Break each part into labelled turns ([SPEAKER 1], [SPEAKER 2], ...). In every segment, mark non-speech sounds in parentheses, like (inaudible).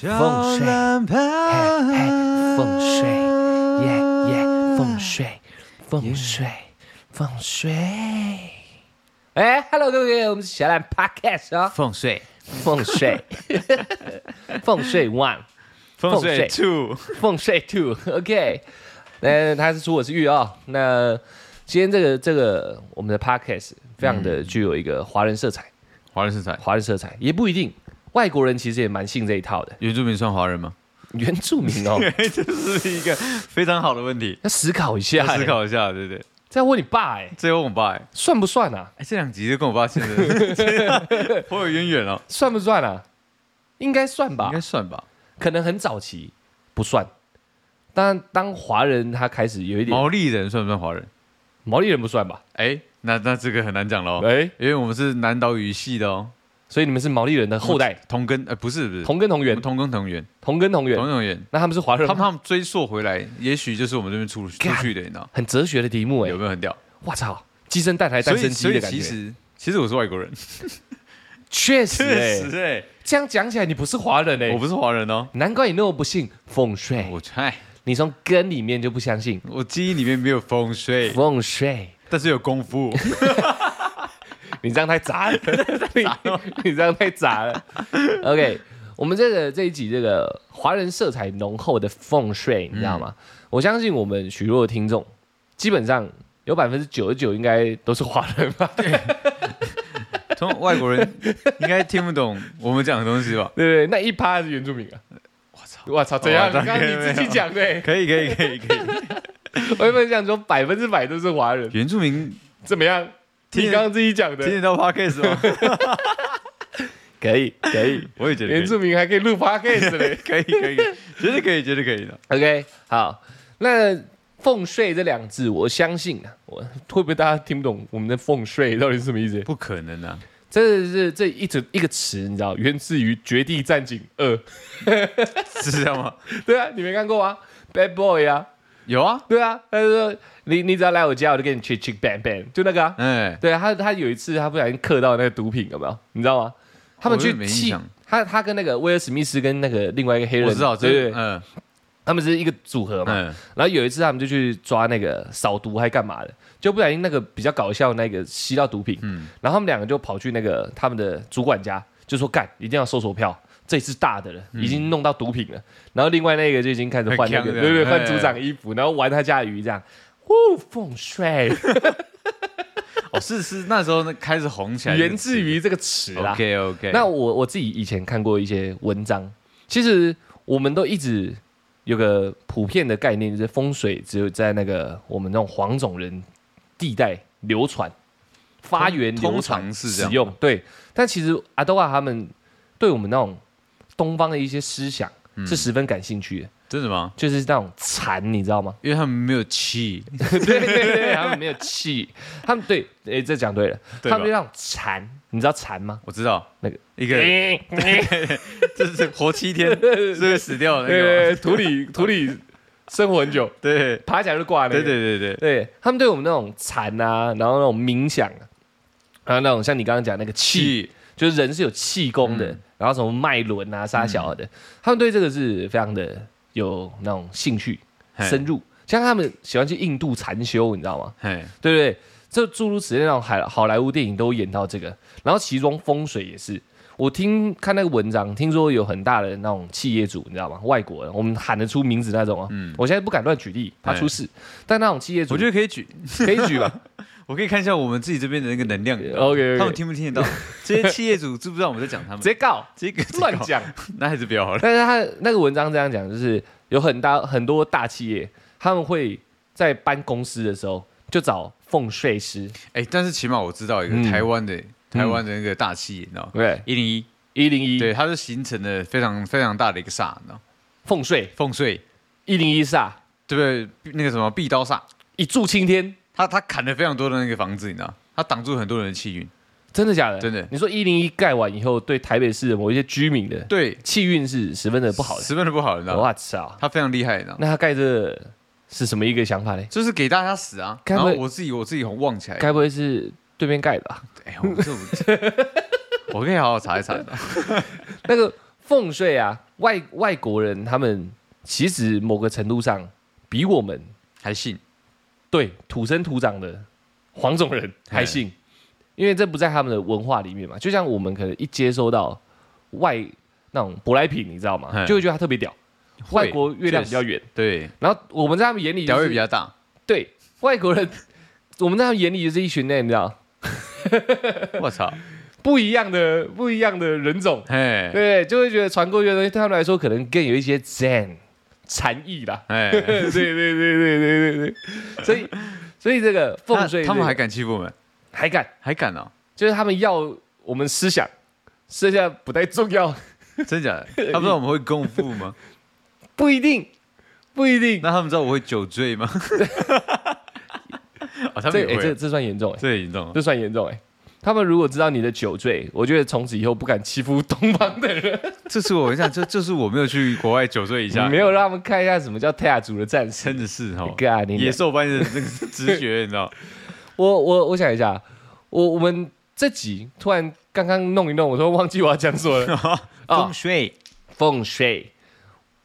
[SPEAKER 1] 风水，嘿嘿，风水，耶耶，风水，风水，风水。哎，Hello，各位，我们是小懒 Podcast 啊、
[SPEAKER 2] 风水，
[SPEAKER 1] 风水， (laughs) 风水 One，
[SPEAKER 2] 风
[SPEAKER 1] 水
[SPEAKER 2] 水 two，
[SPEAKER 1] 风水 (laughs) Two，OK、那他是出我是玉啊、那今天这个这个我们的 Podcast 非常的具有一个华人色彩，
[SPEAKER 2] 华人身材，
[SPEAKER 1] 华人色彩也不一定，外国人其实也蛮信这一套的。
[SPEAKER 2] 原住民算华人吗？
[SPEAKER 1] 原住民 (laughs) 哦，
[SPEAKER 2] (laughs) 这是一个非常好的问题，
[SPEAKER 1] 要思考一下，
[SPEAKER 2] 思。考一下，对不对？
[SPEAKER 1] 再问你爸，哎，
[SPEAKER 2] 这有我爸哎，
[SPEAKER 1] 算不算啊？
[SPEAKER 2] 哎，这两集就跟我爸现在 (laughs) 颇有渊源哦，
[SPEAKER 1] 算不算啊？应该算吧
[SPEAKER 2] 应该，算吧。
[SPEAKER 1] 可能很早期不算。但当华人他开始有一点
[SPEAKER 2] 毛利人算不算华人？
[SPEAKER 1] 毛利人不算吧？
[SPEAKER 2] 哎，那那这个很难讲喽，哦
[SPEAKER 1] 哎，
[SPEAKER 2] 因为我们是南岛语系的哦，
[SPEAKER 1] 所以你们是毛利人的后代，
[SPEAKER 2] 同根呃不是不是
[SPEAKER 1] 同根同
[SPEAKER 2] 我
[SPEAKER 1] 源
[SPEAKER 2] 们，同根同源，
[SPEAKER 1] 同根同
[SPEAKER 2] 同
[SPEAKER 1] 源
[SPEAKER 2] 根。同源，
[SPEAKER 1] 那他们是华人
[SPEAKER 2] 他
[SPEAKER 1] 吗
[SPEAKER 2] 们他们追溯回来，也许就是我们这边出出去的，你知道
[SPEAKER 1] 很哲学的题目哎
[SPEAKER 2] 有，没有很屌？
[SPEAKER 1] 我操，鸡生蛋还是
[SPEAKER 2] 所
[SPEAKER 1] 蛋
[SPEAKER 2] 以
[SPEAKER 1] 生
[SPEAKER 2] 所
[SPEAKER 1] 鸡
[SPEAKER 2] 以
[SPEAKER 1] 的感
[SPEAKER 2] 其
[SPEAKER 1] 觉，
[SPEAKER 2] 实其实我是外国人， (laughs)
[SPEAKER 1] 确实
[SPEAKER 2] 确
[SPEAKER 1] 哎，
[SPEAKER 2] 实哎，
[SPEAKER 1] 这样讲起来你不是华人
[SPEAKER 2] (laughs) 我
[SPEAKER 1] 哎，
[SPEAKER 2] 不是华人哦，
[SPEAKER 1] 难怪你那么不信风水，
[SPEAKER 2] 我哎，
[SPEAKER 1] 你从根里面就不相信
[SPEAKER 2] 我记忆里面没有风水，
[SPEAKER 1] 风水。
[SPEAKER 2] (laughs) 但是有功夫。
[SPEAKER 1] 你这样太杂了， (laughs) 你你这样太杂了。OK，我们这个这一集这个华人色彩浓厚的风水，你知道吗？我相信我们许多的听众，基本上有百分之九十九应该都是华人吧，对
[SPEAKER 2] 从外国人应该听不懂我们讲的东西吧？
[SPEAKER 1] 不 (laughs) 对？那一趴是原住民啊。
[SPEAKER 2] 我操！
[SPEAKER 1] 我操，怎哦样？
[SPEAKER 2] 哇
[SPEAKER 1] 你刚刚你自己讲的、
[SPEAKER 2] (laughs)
[SPEAKER 1] 欸，
[SPEAKER 2] 可以可以可以可以，
[SPEAKER 1] (laughs) 我原本想说百分之百都是华人，
[SPEAKER 2] (laughs) 原住民
[SPEAKER 1] 怎么样？
[SPEAKER 2] 听
[SPEAKER 1] 你刚刚自己讲
[SPEAKER 2] 听
[SPEAKER 1] 的，
[SPEAKER 2] 得到 podcast (laughs) 吗？
[SPEAKER 1] 可以可以，
[SPEAKER 2] 我也觉得
[SPEAKER 1] 原住民还可以录 podcast 嘞。
[SPEAKER 2] (laughs) 可以可以可以，绝对可以绝对可以的。
[SPEAKER 1] OK，好，那奉税这两字，我相信啊，我会不会大家听不懂我们的奉税到底是什么意思？
[SPEAKER 2] 不可能啊！
[SPEAKER 1] 这是这一整一个词，你知道，源自于《绝地战警二》， (laughs)
[SPEAKER 2] 是这样吗？
[SPEAKER 1] 对啊，你没看过啊，Bad Boy 啊，
[SPEAKER 2] 有啊，
[SPEAKER 1] 对啊，他就说你你只要来我家，我就给你 chick chick bang bang，就那个啊，
[SPEAKER 2] 哎，
[SPEAKER 1] 对啊，他他有一次他不小心嗑到那个毒品，有没有？你知道吗？他们
[SPEAKER 2] 我有
[SPEAKER 1] 去
[SPEAKER 2] 点没印
[SPEAKER 1] 气
[SPEAKER 2] 象
[SPEAKER 1] 他，他跟那个威尔史密斯跟那个另外一个黑人，
[SPEAKER 2] 我知道，
[SPEAKER 1] 对
[SPEAKER 2] 这
[SPEAKER 1] 对对，
[SPEAKER 2] 嗯
[SPEAKER 1] 他们是一个组合嘛，
[SPEAKER 2] 嗯，
[SPEAKER 1] 然后有一次他们就去抓那个扫毒还干嘛的，就不小心那个比较搞笑那个吸到毒品，
[SPEAKER 2] 嗯
[SPEAKER 1] 然后他们两个就跑去那个他们的主管家，就说干一定要搜索票，这次大的了，已经弄到毒品了。然后另外那个就已经开始换那
[SPEAKER 2] 很
[SPEAKER 1] 个，
[SPEAKER 2] 强的
[SPEAKER 1] 对对，
[SPEAKER 2] 嗯哎
[SPEAKER 1] 换组长衣服，然后玩他家的鱼这样。哦，风
[SPEAKER 2] (laughs)
[SPEAKER 1] 水
[SPEAKER 2] 哦是是，那时候那开始红起来，
[SPEAKER 1] 源自于这个词啦。
[SPEAKER 2] OK OK。
[SPEAKER 1] 那我我自己以前看过一些文章，其实我们都一直有个普遍的概念，就是风水只有在那个我们那种黄种人地带流传、发源、
[SPEAKER 2] 通
[SPEAKER 1] 流传
[SPEAKER 2] 常是这
[SPEAKER 1] 使
[SPEAKER 2] 样
[SPEAKER 1] 用。对，但其实阿多瓦他们对我们那种东方的一些思想
[SPEAKER 2] 嗯
[SPEAKER 1] 是十分感兴趣的，
[SPEAKER 2] 真的吗？
[SPEAKER 1] 就是那种禅，你知道吗？ (laughs)
[SPEAKER 2] 因为他们没有气，
[SPEAKER 1] 对对对，他们没有气，他们对，哎，这讲对了，
[SPEAKER 2] 对吧
[SPEAKER 1] 他们就那种禅，你知道禅吗？
[SPEAKER 2] 我知道
[SPEAKER 1] 那个
[SPEAKER 2] 一个 (laughs) 就是活七
[SPEAKER 1] (laughs)
[SPEAKER 2] 天是会死掉的那个
[SPEAKER 1] 对，
[SPEAKER 2] 吗。
[SPEAKER 1] 土里 (laughs) 土里生活很久，
[SPEAKER 2] 对
[SPEAKER 1] 爬起来就挂那
[SPEAKER 2] 对
[SPEAKER 1] 个。
[SPEAKER 2] 对对对，
[SPEAKER 1] 对他们对我们那种禅啊，然后那种冥想啊，还有那种像你刚刚讲那个气，
[SPEAKER 2] 气嗯
[SPEAKER 1] 就是人是有气功的，然后什么脉轮啊、啥小的，他们对这个是非常的有那种兴趣
[SPEAKER 2] 嘿
[SPEAKER 1] 深入。像他们喜欢去印度禅修，你知道吗？
[SPEAKER 2] 嘿，
[SPEAKER 1] 对不对？这诸如此类那种好好莱坞电影都演到这个，然后其中风水也是。我听看那个文章，听说有很大的那种企业主，你知道吗？外国人，我们喊得出名字那种哦。
[SPEAKER 2] 嗯哎
[SPEAKER 1] 我现在不敢乱举例，怕出事。但那种企业主，
[SPEAKER 2] 我觉得可以举，
[SPEAKER 1] 得可以举吧。
[SPEAKER 2] 我可以看一下我们自己这边的那个能量
[SPEAKER 1] (laughs) OK，OK
[SPEAKER 2] 他们听不听
[SPEAKER 1] (laughs)
[SPEAKER 2] 得到？这些企业主知不知道我们在讲他们
[SPEAKER 1] 直？接
[SPEAKER 2] (laughs)
[SPEAKER 1] 告，
[SPEAKER 2] 这个
[SPEAKER 1] (laughs) 乱，讲。
[SPEAKER 2] 那还是不要
[SPEAKER 1] (laughs)
[SPEAKER 2] 好了。
[SPEAKER 1] 但是他那个文章这样讲，就是有很大很多大企业，他们会在搬公司的时候就找风水师，
[SPEAKER 2] 哎，但是起码我知道一
[SPEAKER 1] 嗯
[SPEAKER 2] 个台湾的台湾的那个大企业，你知道吗？
[SPEAKER 1] 对，
[SPEAKER 2] 一零一，
[SPEAKER 1] 一零一
[SPEAKER 2] 对，它是形成了非常非常大的一个煞，你知道吗？
[SPEAKER 1] 风水，
[SPEAKER 2] 风水，
[SPEAKER 1] 一零一煞，
[SPEAKER 2] 对不对？那个什么壁刀煞，
[SPEAKER 1] 一柱擎天，
[SPEAKER 2] 他他砍了非常多的那个房子，你知道吗，他挡住很多人的气运。
[SPEAKER 1] 真的假的？
[SPEAKER 2] 真的
[SPEAKER 1] 你说一零一盖完以后，对台北市的某一些居民的
[SPEAKER 2] 对，
[SPEAKER 1] 气运是十分的不好的。
[SPEAKER 2] 十分的不好，你知道吗？
[SPEAKER 1] 我操！
[SPEAKER 2] 他非常厉害，你知道吗，
[SPEAKER 1] 那他盖这是什么一个想法嘞？
[SPEAKER 2] 就是给大家死啊。
[SPEAKER 1] 该
[SPEAKER 2] 然
[SPEAKER 1] 不会
[SPEAKER 2] 后我自己我自己忘起来，
[SPEAKER 1] 该不会是
[SPEAKER 2] (laughs)
[SPEAKER 1] 对面盖的吧？
[SPEAKER 2] 哎，我这我我可以好好查一查的。
[SPEAKER 1] 那个风水啊，外外国人他们其实某个程度上比我们
[SPEAKER 2] 还信
[SPEAKER 1] 对土生土长的黄种人还信，
[SPEAKER 2] 哎
[SPEAKER 1] 因为这不在他们的文化里面嘛。就像我们可能一接收到外那种舶来品，你知道吗？
[SPEAKER 2] 嗯
[SPEAKER 1] 就会觉得它特别屌。
[SPEAKER 2] 会
[SPEAKER 1] 外国月亮比较圆，
[SPEAKER 2] 对，
[SPEAKER 1] 然后我们在他们眼里、就
[SPEAKER 2] 屌
[SPEAKER 1] 是
[SPEAKER 2] 味比较大，
[SPEAKER 1] 对外国人， (laughs) 我们在他们眼里就是一群那你知道
[SPEAKER 2] 我操，
[SPEAKER 1] 不一样的不一样的人种，
[SPEAKER 2] 哎
[SPEAKER 1] 对，就会觉得传过去的东西对他们来说可能更有一些 zen 禅意
[SPEAKER 2] (laughs)
[SPEAKER 1] 啦。
[SPEAKER 2] 哎，
[SPEAKER 1] (laughs) 对对对对对对对，所以所以这个
[SPEAKER 2] 那
[SPEAKER 1] 奉税
[SPEAKER 2] 他们还
[SPEAKER 1] 这个
[SPEAKER 2] 敢欺负我们，
[SPEAKER 1] 还敢，
[SPEAKER 2] 还敢哦，
[SPEAKER 1] 就是他们要我们思想，剩下不太重要， (laughs)
[SPEAKER 2] 真 (laughs) 假的？他不知道我们会共富 (laughs) 吗？
[SPEAKER 1] 不一定，不一定。
[SPEAKER 2] 那他们知道我会酒醉 (laughs) 吗？哦，他们
[SPEAKER 1] 这
[SPEAKER 2] 也
[SPEAKER 1] 哎这
[SPEAKER 2] 会，
[SPEAKER 1] 这算严重哎，
[SPEAKER 2] 这也严重了。
[SPEAKER 1] 这算严重哎。他们如果知道你的酒醉，我觉得从此以后不敢欺负东方的人。
[SPEAKER 2] 这次我跟你讲，这这是我没有去国外酒醉一
[SPEAKER 1] 你
[SPEAKER 2] 下，
[SPEAKER 1] 没有让他们看一下什么叫泰雅族的战士。
[SPEAKER 2] 真的是哦，
[SPEAKER 1] 干你娘
[SPEAKER 2] 野兽般的那个直觉，你知
[SPEAKER 1] (laughs)
[SPEAKER 2] 道？
[SPEAKER 1] 我我我想一下，我我们这集突然刚刚弄一弄，我都忘记我要讲什么
[SPEAKER 2] (laughs)
[SPEAKER 1] 了。啊
[SPEAKER 2] 风水
[SPEAKER 1] 风水，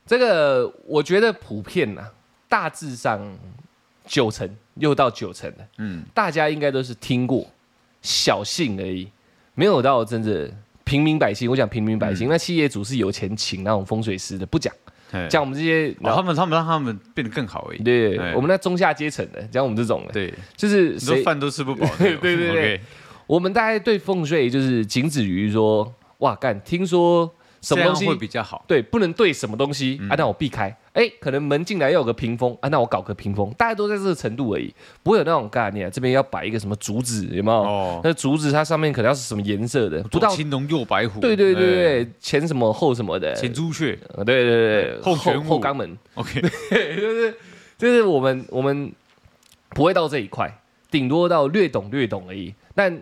[SPEAKER 1] 这个我觉得普遍呐、大致上九成六到九成的，
[SPEAKER 2] 嗯，
[SPEAKER 1] 大家应该都是听过，小信而已，没有到真的平民百姓。我讲平民百
[SPEAKER 2] 嗯
[SPEAKER 1] 姓，那企业主是有钱请那种风水师的，不讲，
[SPEAKER 2] 哎
[SPEAKER 1] 讲我们这些，
[SPEAKER 2] 哦他们他们让他们变得更好而已。
[SPEAKER 1] 对
[SPEAKER 2] 哎
[SPEAKER 1] 我们那中下阶层的，讲我们这种的，
[SPEAKER 2] 对，
[SPEAKER 1] 就是
[SPEAKER 2] 你说
[SPEAKER 1] 谁
[SPEAKER 2] 饭都吃
[SPEAKER 1] (laughs)
[SPEAKER 2] 不饱，
[SPEAKER 1] 对对对对，我们大概对风水就是仅止于说，哇干，听说什
[SPEAKER 2] 这
[SPEAKER 1] 么东
[SPEAKER 2] 样
[SPEAKER 1] 西
[SPEAKER 2] 会比较好？
[SPEAKER 1] 对，不能对什么东西、
[SPEAKER 2] 嗯
[SPEAKER 1] 啊，那我避开。哎，可能门进来要有个屏风啊，那我搞个屏风，大家都在这个程度而已，不会有那种概念、这边要摆一个什么竹子，有没有？
[SPEAKER 2] 哦
[SPEAKER 1] 那竹子它上面可能要是什么颜色的，不
[SPEAKER 2] 左
[SPEAKER 1] 到
[SPEAKER 2] 青龙右白虎，
[SPEAKER 1] 对对对
[SPEAKER 2] 哎，
[SPEAKER 1] 对，前什么后什么的，
[SPEAKER 2] 前朱雀
[SPEAKER 1] 呃对对对对
[SPEAKER 2] 后玄
[SPEAKER 1] 后
[SPEAKER 2] 武
[SPEAKER 1] 后肛门，
[SPEAKER 2] ，OK，
[SPEAKER 1] 就是我们我们不会到这一块，顶多到略懂略懂而已。但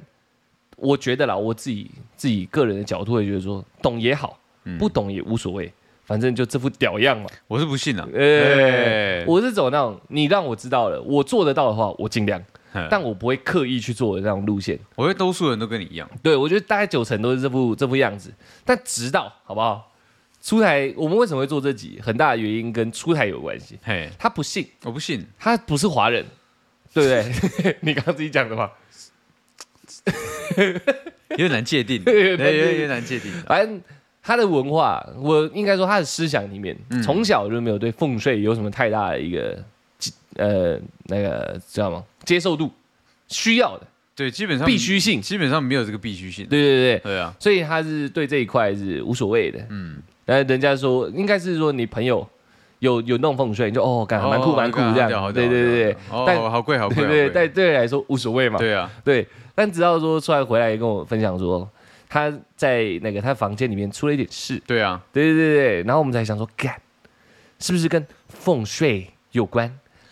[SPEAKER 1] 我觉得啦，我自己自己个人的角度会觉得说，懂也好，不懂也无所谓，反正就这副屌样嘛。
[SPEAKER 2] 我是不信
[SPEAKER 1] (laughs)
[SPEAKER 2] 啊，
[SPEAKER 1] 哎
[SPEAKER 2] 哎，
[SPEAKER 1] 我是走那种你让我知道了，我做得到的话，我尽量，
[SPEAKER 2] 嗯
[SPEAKER 1] 但我不会刻意去做的那种路线。
[SPEAKER 2] 我觉得多数人都跟你一样，
[SPEAKER 1] 对我觉得大概九成都是这副这副样子，但直到好不好？出台我们为什么会做这集，很大的原因跟出台有关系。
[SPEAKER 2] 嘿，
[SPEAKER 1] 他不信，
[SPEAKER 2] 我不信，
[SPEAKER 1] 他不是华人，对不对？你刚刚自己讲的嘛。
[SPEAKER 2] 有点难界定，
[SPEAKER 1] (laughs) 有点难
[SPEAKER 2] 哎
[SPEAKER 1] 界定
[SPEAKER 2] 有点难界定，
[SPEAKER 1] 反正他的文化，我应该说他的思想里面，从小就没有对奉税有什么太大的一个呃那个知道吗？接受度需要的
[SPEAKER 2] 对，基本上
[SPEAKER 1] 必须性，
[SPEAKER 2] 基本上没有这个必须性，
[SPEAKER 1] 对对对，
[SPEAKER 2] 对啊，
[SPEAKER 1] 所以他是对这一块是无所谓的。嗯，但人家说应该是说你朋友有有弄风水，你就哦，感蛮酷
[SPEAKER 2] 哦
[SPEAKER 1] 蛮酷
[SPEAKER 2] 好
[SPEAKER 1] 这
[SPEAKER 2] 屌好屌
[SPEAKER 1] 样，对对对对
[SPEAKER 2] 好屌
[SPEAKER 1] 但
[SPEAKER 2] 哦，好贵好贵，
[SPEAKER 1] (laughs) 对
[SPEAKER 2] 好
[SPEAKER 1] 对，
[SPEAKER 2] 贵
[SPEAKER 1] 但对你来说无所谓嘛，
[SPEAKER 2] 对啊，
[SPEAKER 1] 对。但直到说出来回来跟我分享说。他在那个他房间里面出了一点事，
[SPEAKER 2] 对啊，
[SPEAKER 1] 对对对对，然后我们才想说，干，是不是跟风水有关？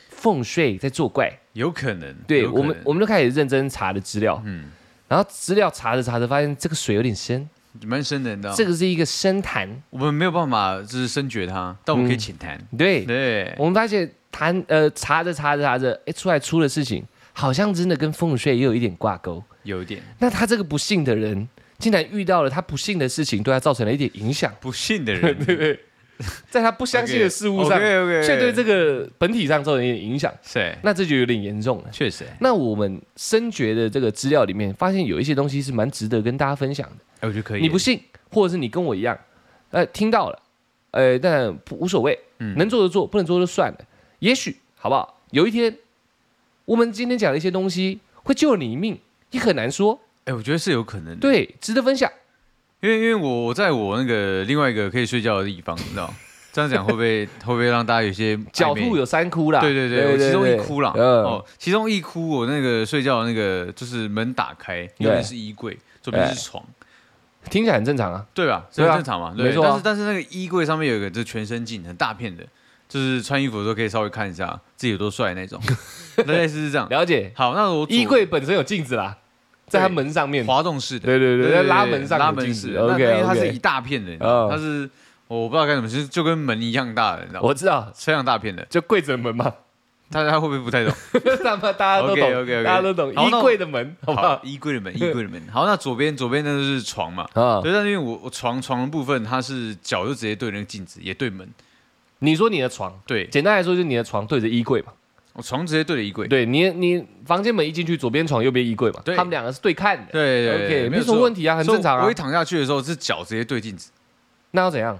[SPEAKER 1] 风水在作怪？
[SPEAKER 2] 有可能，
[SPEAKER 1] 对
[SPEAKER 2] 有可
[SPEAKER 1] 我们
[SPEAKER 2] 能，
[SPEAKER 1] 我们就开始认真查了资料，
[SPEAKER 2] 嗯，
[SPEAKER 1] 然后资料查着查着发现这个水有点深，
[SPEAKER 2] 蛮深的，你知道，
[SPEAKER 1] 这个是一个深潭，
[SPEAKER 2] 我们没有办法就是深掘它，但我们可以浅谈，
[SPEAKER 1] 嗯对，
[SPEAKER 2] 对，
[SPEAKER 1] 我们发现谈呃查着查着查着，哎，出来出了事情，好像真的跟风水也有一点挂钩。
[SPEAKER 2] 有一点
[SPEAKER 1] 那他这个不幸的人，竟然遇到了他不幸的事情，对他造成了一点影响，
[SPEAKER 2] 不信的
[SPEAKER 1] (laughs)
[SPEAKER 2] 人，对对，
[SPEAKER 1] 在他不相信的事物上，
[SPEAKER 2] OK OK，
[SPEAKER 1] 却对这个本体上造成一点影响，
[SPEAKER 2] 是，
[SPEAKER 1] 那这就有点严重了。
[SPEAKER 2] 确实，
[SPEAKER 1] 那我们深掘的这个资料里面，发现有一些东西是蛮值得跟大家分享的。
[SPEAKER 2] 哎，我觉得可以，
[SPEAKER 1] 你不信，或者是你跟我一样，呃，听到了，呃，但不无所谓，
[SPEAKER 2] 嗯
[SPEAKER 1] 能做就做，不能做就算了。也许好不好？有一天，我们今天讲的一些东西会救你一命，也很难说。
[SPEAKER 2] 哎，我觉得是有可能的，
[SPEAKER 1] 对，值得分享。
[SPEAKER 2] 因为因为我我在我那个另外一个可以睡觉的地方，你知
[SPEAKER 1] (laughs)
[SPEAKER 2] 道，这样讲会不会会不会让大家有些
[SPEAKER 1] 狡
[SPEAKER 2] 有？
[SPEAKER 1] 兔有三窟啦，
[SPEAKER 2] 对对对，我其中一窟啦，
[SPEAKER 1] 嗯
[SPEAKER 2] 哦，其中一窟我那个睡觉的那个就是门打开，右边是衣柜，左边是床，
[SPEAKER 1] 听起来很正常啊。
[SPEAKER 2] 对吧？这
[SPEAKER 1] 对啊
[SPEAKER 2] 很正常嘛，对。
[SPEAKER 1] 没错啊
[SPEAKER 2] 但是但是那个衣柜上面有一个就是全身镜，很大片的，就是穿衣服的时候可以稍微看一下自己有多帅
[SPEAKER 1] (laughs)
[SPEAKER 2] 那种，大概是这样。
[SPEAKER 1] 了解，
[SPEAKER 2] 好，那我左
[SPEAKER 1] 衣柜本身有镜子啦，在它
[SPEAKER 2] 对
[SPEAKER 1] 门上面。
[SPEAKER 2] 滑动式的，
[SPEAKER 1] 对对对，在拉门上
[SPEAKER 2] 拉
[SPEAKER 1] 有镜
[SPEAKER 2] 门
[SPEAKER 1] 子
[SPEAKER 2] 式，那因
[SPEAKER 1] OK，
[SPEAKER 2] 为它是
[SPEAKER 1] OK
[SPEAKER 2] 一大片的，你知
[SPEAKER 1] 嗯
[SPEAKER 2] 道它是我不知道该怎么，就是就跟门一样大的，你知道吗？
[SPEAKER 1] 我知道，
[SPEAKER 2] 非常大片的，
[SPEAKER 1] 就跪着门嘛。
[SPEAKER 2] 大家会不会不太懂？
[SPEAKER 1] (laughs) 他妈大家都懂
[SPEAKER 2] OK，OK，OK
[SPEAKER 1] 大家都懂。
[SPEAKER 2] 好
[SPEAKER 1] 衣
[SPEAKER 2] 那我
[SPEAKER 1] 柜的门，好不好？
[SPEAKER 2] 衣柜的门，衣柜的门。好，那左边左边那就是床嘛。
[SPEAKER 1] 啊，
[SPEAKER 2] 对，但因为我我床床的部分，它是脚就直接对那个镜子，也对门。
[SPEAKER 1] 你说你的床，
[SPEAKER 2] 对，
[SPEAKER 1] 简单来说就是你的床对着衣柜嘛。
[SPEAKER 2] 我床直接对着衣柜。
[SPEAKER 1] 对你，你房间门一进去，左边床，右边衣柜嘛。
[SPEAKER 2] 对
[SPEAKER 1] 他们两个是对看的。
[SPEAKER 2] 对对
[SPEAKER 1] OK，
[SPEAKER 2] 对，
[SPEAKER 1] 没什么问
[SPEAKER 2] 题，
[SPEAKER 1] 题啊，很正常
[SPEAKER 2] 所以我
[SPEAKER 1] 啊
[SPEAKER 2] 一。躺下去的时候，是脚直接对镜子。
[SPEAKER 1] 那要怎样？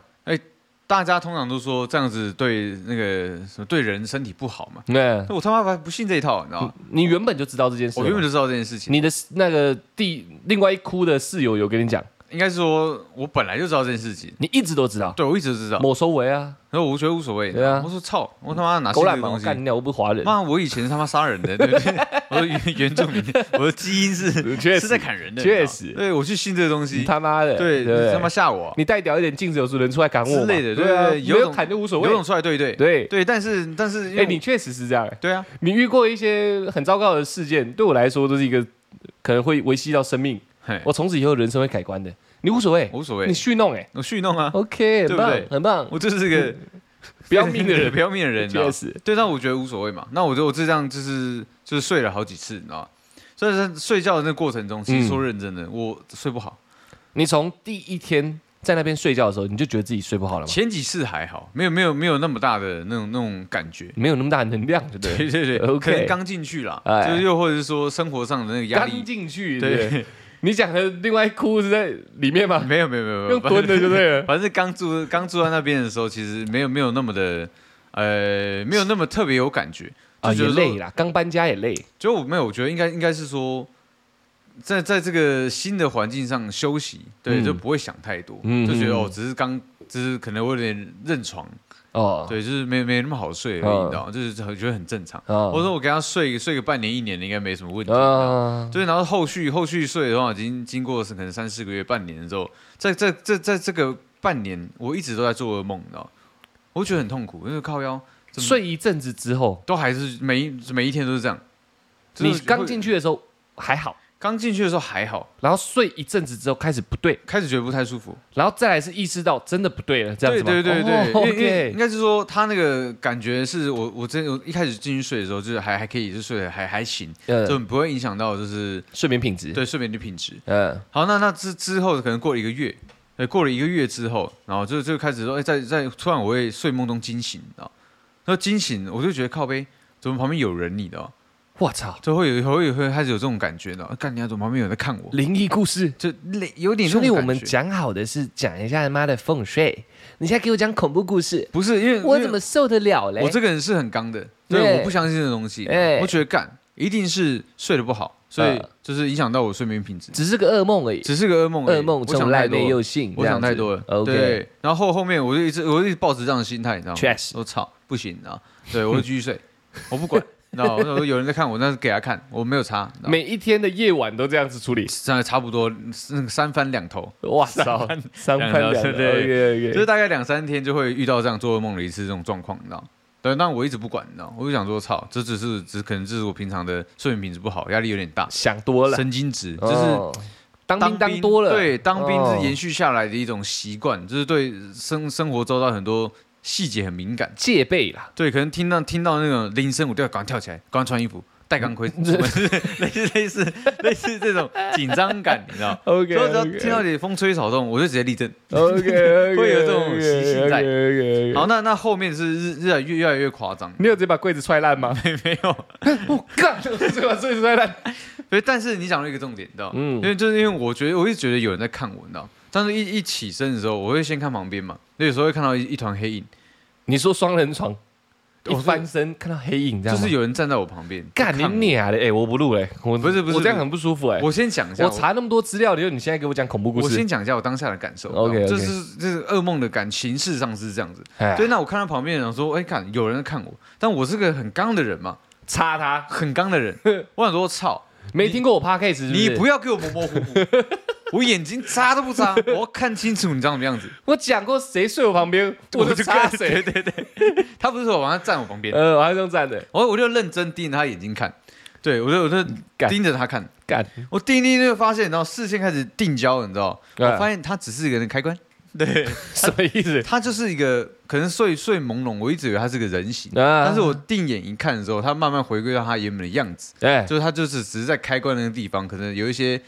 [SPEAKER 2] 大家通常都说这样子对那个什么对人身体不好嘛，
[SPEAKER 1] 那
[SPEAKER 2] 那我他妈还不信这一套，你知道吗？
[SPEAKER 1] 嗯你原本就知道这件事
[SPEAKER 2] 我
[SPEAKER 1] 了吗。
[SPEAKER 2] 原本就知道这件事情，
[SPEAKER 1] 你的那个弟另外一窟的室友有跟你讲，
[SPEAKER 2] 应该是说我本来就知道这件事情，
[SPEAKER 1] 你一直都知道。
[SPEAKER 2] 对我一直都知道，
[SPEAKER 1] 莫收为啊，
[SPEAKER 2] 然后我觉得无所谓，
[SPEAKER 1] 对啊
[SPEAKER 2] 我说操，我他妈哪信
[SPEAKER 1] 狗
[SPEAKER 2] 这
[SPEAKER 1] 懒
[SPEAKER 2] 个
[SPEAKER 1] 嘛，我
[SPEAKER 2] 啊东西？
[SPEAKER 1] 干你俩，我不是华人。
[SPEAKER 2] 妈，我以前是他妈杀人的，对不对？我的原原住民，我的基因是
[SPEAKER 1] (laughs) 确实
[SPEAKER 2] 是在砍人的，
[SPEAKER 1] 确
[SPEAKER 2] 你知道吗
[SPEAKER 1] 实
[SPEAKER 2] 对我去信这个东
[SPEAKER 1] 你
[SPEAKER 2] 西，
[SPEAKER 1] 他妈的，
[SPEAKER 2] 对，
[SPEAKER 1] 对不
[SPEAKER 2] 你他妈
[SPEAKER 1] 对？
[SPEAKER 2] 吓我啊
[SPEAKER 1] 你带屌一点镜子，有熟人出来赶我嘛
[SPEAKER 2] 之类的，
[SPEAKER 1] 对啊，
[SPEAKER 2] 对，
[SPEAKER 1] 没有
[SPEAKER 2] 种
[SPEAKER 1] 砍就无所
[SPEAKER 2] 有种
[SPEAKER 1] 谓。
[SPEAKER 2] 出来对对
[SPEAKER 1] 对，哎
[SPEAKER 2] 对，但是但是因为
[SPEAKER 1] 哎，你确实是这样。哎
[SPEAKER 2] 对啊，
[SPEAKER 1] 你遇过一些很糟糕的事件，对我来说都是一个可能会维系到生命，
[SPEAKER 2] 嘿
[SPEAKER 1] 我从此以后人生会改观的。你无所谓，
[SPEAKER 2] 无所谓
[SPEAKER 1] 你，去弄哎
[SPEAKER 2] 我去弄啊，对
[SPEAKER 1] ，OK，很
[SPEAKER 2] 不
[SPEAKER 1] 棒
[SPEAKER 2] 对，
[SPEAKER 1] 很棒，
[SPEAKER 2] 我就是个
[SPEAKER 1] 嗯不要
[SPEAKER 2] (laughs)
[SPEAKER 1] 命的
[SPEAKER 2] 不
[SPEAKER 1] 人，
[SPEAKER 2] 要命的人，你知道
[SPEAKER 1] 确
[SPEAKER 2] 吗
[SPEAKER 1] 实，
[SPEAKER 2] 对，但我觉得无所谓嘛。那我就我就这样就是就是睡了好几次，你知道吗？所以在睡觉的那过程中，其实
[SPEAKER 1] 嗯
[SPEAKER 2] 说认真的，我睡不好。
[SPEAKER 1] 你从第一天在那边睡觉的时候，你就觉得自己睡不好了吗？
[SPEAKER 2] 前几次还好，没有没有没有那么大的那种那种感觉。
[SPEAKER 1] 没有那么大的能量，对
[SPEAKER 2] (laughs)
[SPEAKER 1] 不
[SPEAKER 2] 对
[SPEAKER 1] 对？
[SPEAKER 2] 对对
[SPEAKER 1] OK
[SPEAKER 2] 可能刚进去啦，
[SPEAKER 1] 哎
[SPEAKER 2] 就是又或者是说生活上的那个压
[SPEAKER 1] 刚
[SPEAKER 2] 力。
[SPEAKER 1] 进去，对不对，
[SPEAKER 2] 对，
[SPEAKER 1] 你讲的另外一窟是在里面吗？
[SPEAKER 2] 没有没有没有，没有
[SPEAKER 1] 用蹲的就对了。
[SPEAKER 2] (laughs) 反正刚住刚住在那边的时候，其实没有没有那么的，呃，没有那么特别有感觉，
[SPEAKER 1] 啊，
[SPEAKER 2] 就觉
[SPEAKER 1] 也
[SPEAKER 2] 得说
[SPEAKER 1] 累啦，刚搬家也累。
[SPEAKER 2] 就我没有，我觉得应该应该是说，在在这个新的环境上休息，对，
[SPEAKER 1] 嗯
[SPEAKER 2] 就不会想太多，
[SPEAKER 1] 嗯
[SPEAKER 2] 就觉得
[SPEAKER 1] 嗯
[SPEAKER 2] 哦，只是刚，只是可能我有点认床，
[SPEAKER 1] 哦，
[SPEAKER 2] 对，就是没没那么好睡而已，你知道吗，就是很觉得很正常。
[SPEAKER 1] 啊
[SPEAKER 2] 我说我给他睡睡个半年一年的，应该没什么问题。
[SPEAKER 1] 啊，
[SPEAKER 2] 对，然后后续后续睡的话，已经经过可能三四个月、半年之后，在在在在这个半年，我一直都在做噩梦，你知道吗，我觉得很痛苦，因为靠腰怎么
[SPEAKER 1] 睡一阵子之后，
[SPEAKER 2] 都还是每一每一天都是这样。就是
[SPEAKER 1] 你刚
[SPEAKER 2] 会
[SPEAKER 1] 进去的时候还好，
[SPEAKER 2] 刚进去的时候还好，
[SPEAKER 1] 然后睡一阵子之后开始不对，
[SPEAKER 2] 开始觉得不太舒服。
[SPEAKER 1] 然后再来是意识到真的不对了，这样
[SPEAKER 2] 对
[SPEAKER 1] 子吗？
[SPEAKER 2] 对对对，因
[SPEAKER 1] 哦
[SPEAKER 2] 为因为应
[SPEAKER 1] ，OK，
[SPEAKER 2] 该是说他那个感觉是我我真我一开始进去睡的时候，就是还还可以，就睡得还还行，
[SPEAKER 1] 呃，
[SPEAKER 2] 就不会影响到就是
[SPEAKER 1] 睡眠品质，
[SPEAKER 2] 对睡眠的品质。
[SPEAKER 1] 嗯，
[SPEAKER 2] 好，那那之之后可能过了一个月，对，过了一个月之后，然后就就开始说，哎、在在突然我会睡梦中惊醒，你知道？那惊醒我就觉得靠背怎么旁边有人，你知道？
[SPEAKER 1] 我操，
[SPEAKER 2] 就会有会有会开始有这种感觉，你知道？干你啊，怎么旁边有人在看我？
[SPEAKER 1] 灵异故事。
[SPEAKER 2] 就类有点那
[SPEAKER 1] 兄弟，
[SPEAKER 2] 种
[SPEAKER 1] 我
[SPEAKER 2] 感
[SPEAKER 1] 们
[SPEAKER 2] 觉
[SPEAKER 1] 讲好的是讲一下他妈的风水，你现在给我讲恐怖故事，
[SPEAKER 2] 不是因为
[SPEAKER 1] 我
[SPEAKER 2] 因为
[SPEAKER 1] 怎么受得了嘞？
[SPEAKER 2] 我这个人是很刚的，
[SPEAKER 1] 对
[SPEAKER 2] 对，我不相信这东西，
[SPEAKER 1] 哎
[SPEAKER 2] 我觉得干一定是睡得不好，所以
[SPEAKER 1] 呃
[SPEAKER 2] 就是影响到我睡眠品质，
[SPEAKER 1] 只是个噩梦而已，
[SPEAKER 2] 只是个噩梦而已，
[SPEAKER 1] 噩梦
[SPEAKER 2] 我
[SPEAKER 1] 中
[SPEAKER 2] 想
[SPEAKER 1] 赖
[SPEAKER 2] 太多
[SPEAKER 1] 内
[SPEAKER 2] 了，
[SPEAKER 1] 又信，
[SPEAKER 2] 我想太多了，
[SPEAKER 1] OK，
[SPEAKER 2] 对，然后后面我就一直我就一直抱着这样的心态，你知道吗？
[SPEAKER 1] 确实，
[SPEAKER 2] 我操，不行啊，对我就继续
[SPEAKER 1] (laughs)
[SPEAKER 2] 睡，我不管，你知道吗，我说有人在看我，那是给他看，我没有差，你知道吗
[SPEAKER 1] 每一天的夜晚都这样子处理。
[SPEAKER 2] 这样差不多嗯三番两头，
[SPEAKER 1] 哇操，三
[SPEAKER 2] 两
[SPEAKER 1] 番
[SPEAKER 2] 条
[SPEAKER 1] 两
[SPEAKER 2] 对
[SPEAKER 1] 对
[SPEAKER 2] 对就是
[SPEAKER 1] ，OK，OK
[SPEAKER 2] 大概两三天就会遇到这样做噩梦的一次这种状况，你知道吗？对，但我一直不管，你知道吗，我就想说，操，这只是只可能这是我平常的睡眠品质不好，压力有点大，
[SPEAKER 1] 想多了，
[SPEAKER 2] 神经质，就是
[SPEAKER 1] 哦当兵当多了，
[SPEAKER 2] 对，当兵
[SPEAKER 1] 哦
[SPEAKER 2] 是延续下来的一种习惯，就是对生生活周到很多细节很敏感。
[SPEAKER 1] 戒备啦，
[SPEAKER 2] 对，可能听到听到那种铃声，我就要赶快跳起来，赶快穿衣服，戴钢
[SPEAKER 1] (laughs)
[SPEAKER 2] 盔，什么类似类似类似这种紧张感，你知
[SPEAKER 1] (laughs)
[SPEAKER 2] 道吗？
[SPEAKER 1] OK，
[SPEAKER 2] 所以我只要听到点风吹草动，我就直接立正。
[SPEAKER 1] OK，
[SPEAKER 2] 会有这种习性在
[SPEAKER 1] OK，OK，OK，OK
[SPEAKER 2] 好，那那后面是日日来越越来越夸
[SPEAKER 1] (laughs)
[SPEAKER 2] 张，
[SPEAKER 1] 你有直接把柜子踹烂吗？
[SPEAKER 2] 没有。
[SPEAKER 1] 我干，我直接把柜子踹烂。
[SPEAKER 2] 所以，但是你讲到一个重点，你知道吗，
[SPEAKER 1] 嗯
[SPEAKER 2] 因为就是因为我觉得我一直觉得有人在看我，你知道吗，但是一一起身的时候，我会先看旁边嘛，那有时候会看到一一团黑影，
[SPEAKER 1] 你说双人床，
[SPEAKER 2] 我
[SPEAKER 1] 一
[SPEAKER 2] 是
[SPEAKER 1] 翻身看到黑影，这
[SPEAKER 2] 就
[SPEAKER 1] 样吗
[SPEAKER 2] 是有人站在我旁边。
[SPEAKER 1] 干你
[SPEAKER 2] 看我！
[SPEAKER 1] 娘的！哎，我不录哎，我
[SPEAKER 2] 不是不是
[SPEAKER 1] 我这样很不舒服哎。
[SPEAKER 2] 我先讲一下，
[SPEAKER 1] 我查那么多资料，你你现在给我讲恐怖
[SPEAKER 2] 我
[SPEAKER 1] 故
[SPEAKER 2] 我
[SPEAKER 1] 事
[SPEAKER 2] 先，讲一下我当下的感受。
[SPEAKER 1] OK，
[SPEAKER 2] 你知道吗
[SPEAKER 1] OK
[SPEAKER 2] 这是这是噩梦的感情事上是这样子。
[SPEAKER 1] 哎
[SPEAKER 2] 对，那我看到旁边的人说，哎，看有人在看我，但我是个很刚的人嘛，
[SPEAKER 1] 插他，
[SPEAKER 2] 很刚的
[SPEAKER 1] (laughs)
[SPEAKER 2] 人，我想说，操，
[SPEAKER 1] 没听过我 podcast，是
[SPEAKER 2] 你
[SPEAKER 1] 是
[SPEAKER 2] 不要给我模模糊
[SPEAKER 1] (laughs)
[SPEAKER 2] 糊，我眼睛眨都不眨，我要看清楚你长什么样子。
[SPEAKER 1] 我讲过谁睡我旁边，我就插谁。
[SPEAKER 2] (laughs) 对对对，他不是说往上站我旁边，
[SPEAKER 1] 呃，我还是用站的，
[SPEAKER 2] 我我就认真盯着他眼睛看，对我就我就
[SPEAKER 1] 干
[SPEAKER 2] 盯着他看，
[SPEAKER 1] 干
[SPEAKER 2] 我盯盯就发现，然后视线开始定焦，你知道，
[SPEAKER 1] 哎
[SPEAKER 2] 我发现他只是一个人开关，对，
[SPEAKER 1] (laughs) 什么意思？
[SPEAKER 2] 他就是一个可能睡睡朦胧，我一直以为他是个人形，
[SPEAKER 1] 啊
[SPEAKER 2] 但是我定眼一看的时候，他慢慢回归到他原本的样子，
[SPEAKER 1] 对，
[SPEAKER 2] 就是他就是只是在开关那个地方，可能有一些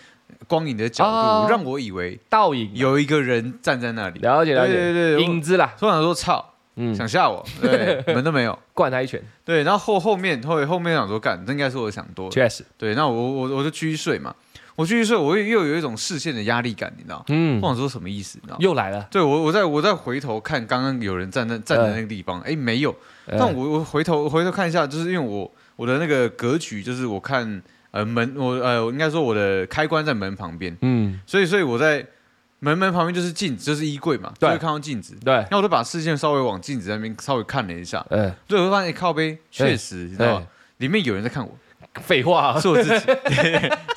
[SPEAKER 2] 光影的角
[SPEAKER 1] 哦
[SPEAKER 2] 度，让我以为
[SPEAKER 1] 倒影嘛
[SPEAKER 2] 有一个人站在那里，
[SPEAKER 1] 了解了解，
[SPEAKER 2] 对对对
[SPEAKER 1] 影子啦，
[SPEAKER 2] 突然说操，
[SPEAKER 1] 嗯，
[SPEAKER 2] 想吓我，
[SPEAKER 1] (laughs)
[SPEAKER 2] 对，门都没有，
[SPEAKER 1] 灌他一拳，
[SPEAKER 2] 对，然后后后面后后面想说干，这应该是我想多了，
[SPEAKER 1] 确实，
[SPEAKER 2] 对，那我我我就继续睡嘛，我继续睡，我又又有一种视线的压力感，你知道，
[SPEAKER 1] 嗯
[SPEAKER 2] 我，想说什么意思，你知道。
[SPEAKER 1] 又来了，
[SPEAKER 2] 对我，我再我再回头看，刚刚有人站在站在那个地
[SPEAKER 1] 嗯
[SPEAKER 2] 方，哎、没有。
[SPEAKER 1] 呃
[SPEAKER 2] 但我我回头回头看一下，就是因为我我的那个格局，就是我看呃门，我呃我应该说我的开关在门旁边，
[SPEAKER 1] 嗯，
[SPEAKER 2] 所以所以我在门门旁边就是镜子，就是衣柜嘛，
[SPEAKER 1] 对
[SPEAKER 2] 就会看到镜子。
[SPEAKER 1] 对，
[SPEAKER 2] 那我就把视线稍微往镜子那边稍微看了一下，
[SPEAKER 1] 呃，
[SPEAKER 2] 最后发现、哎靠背确实，你知道
[SPEAKER 1] 哎
[SPEAKER 2] 吗？里面有人在看我，
[SPEAKER 1] 废话啊，
[SPEAKER 2] 是我自己，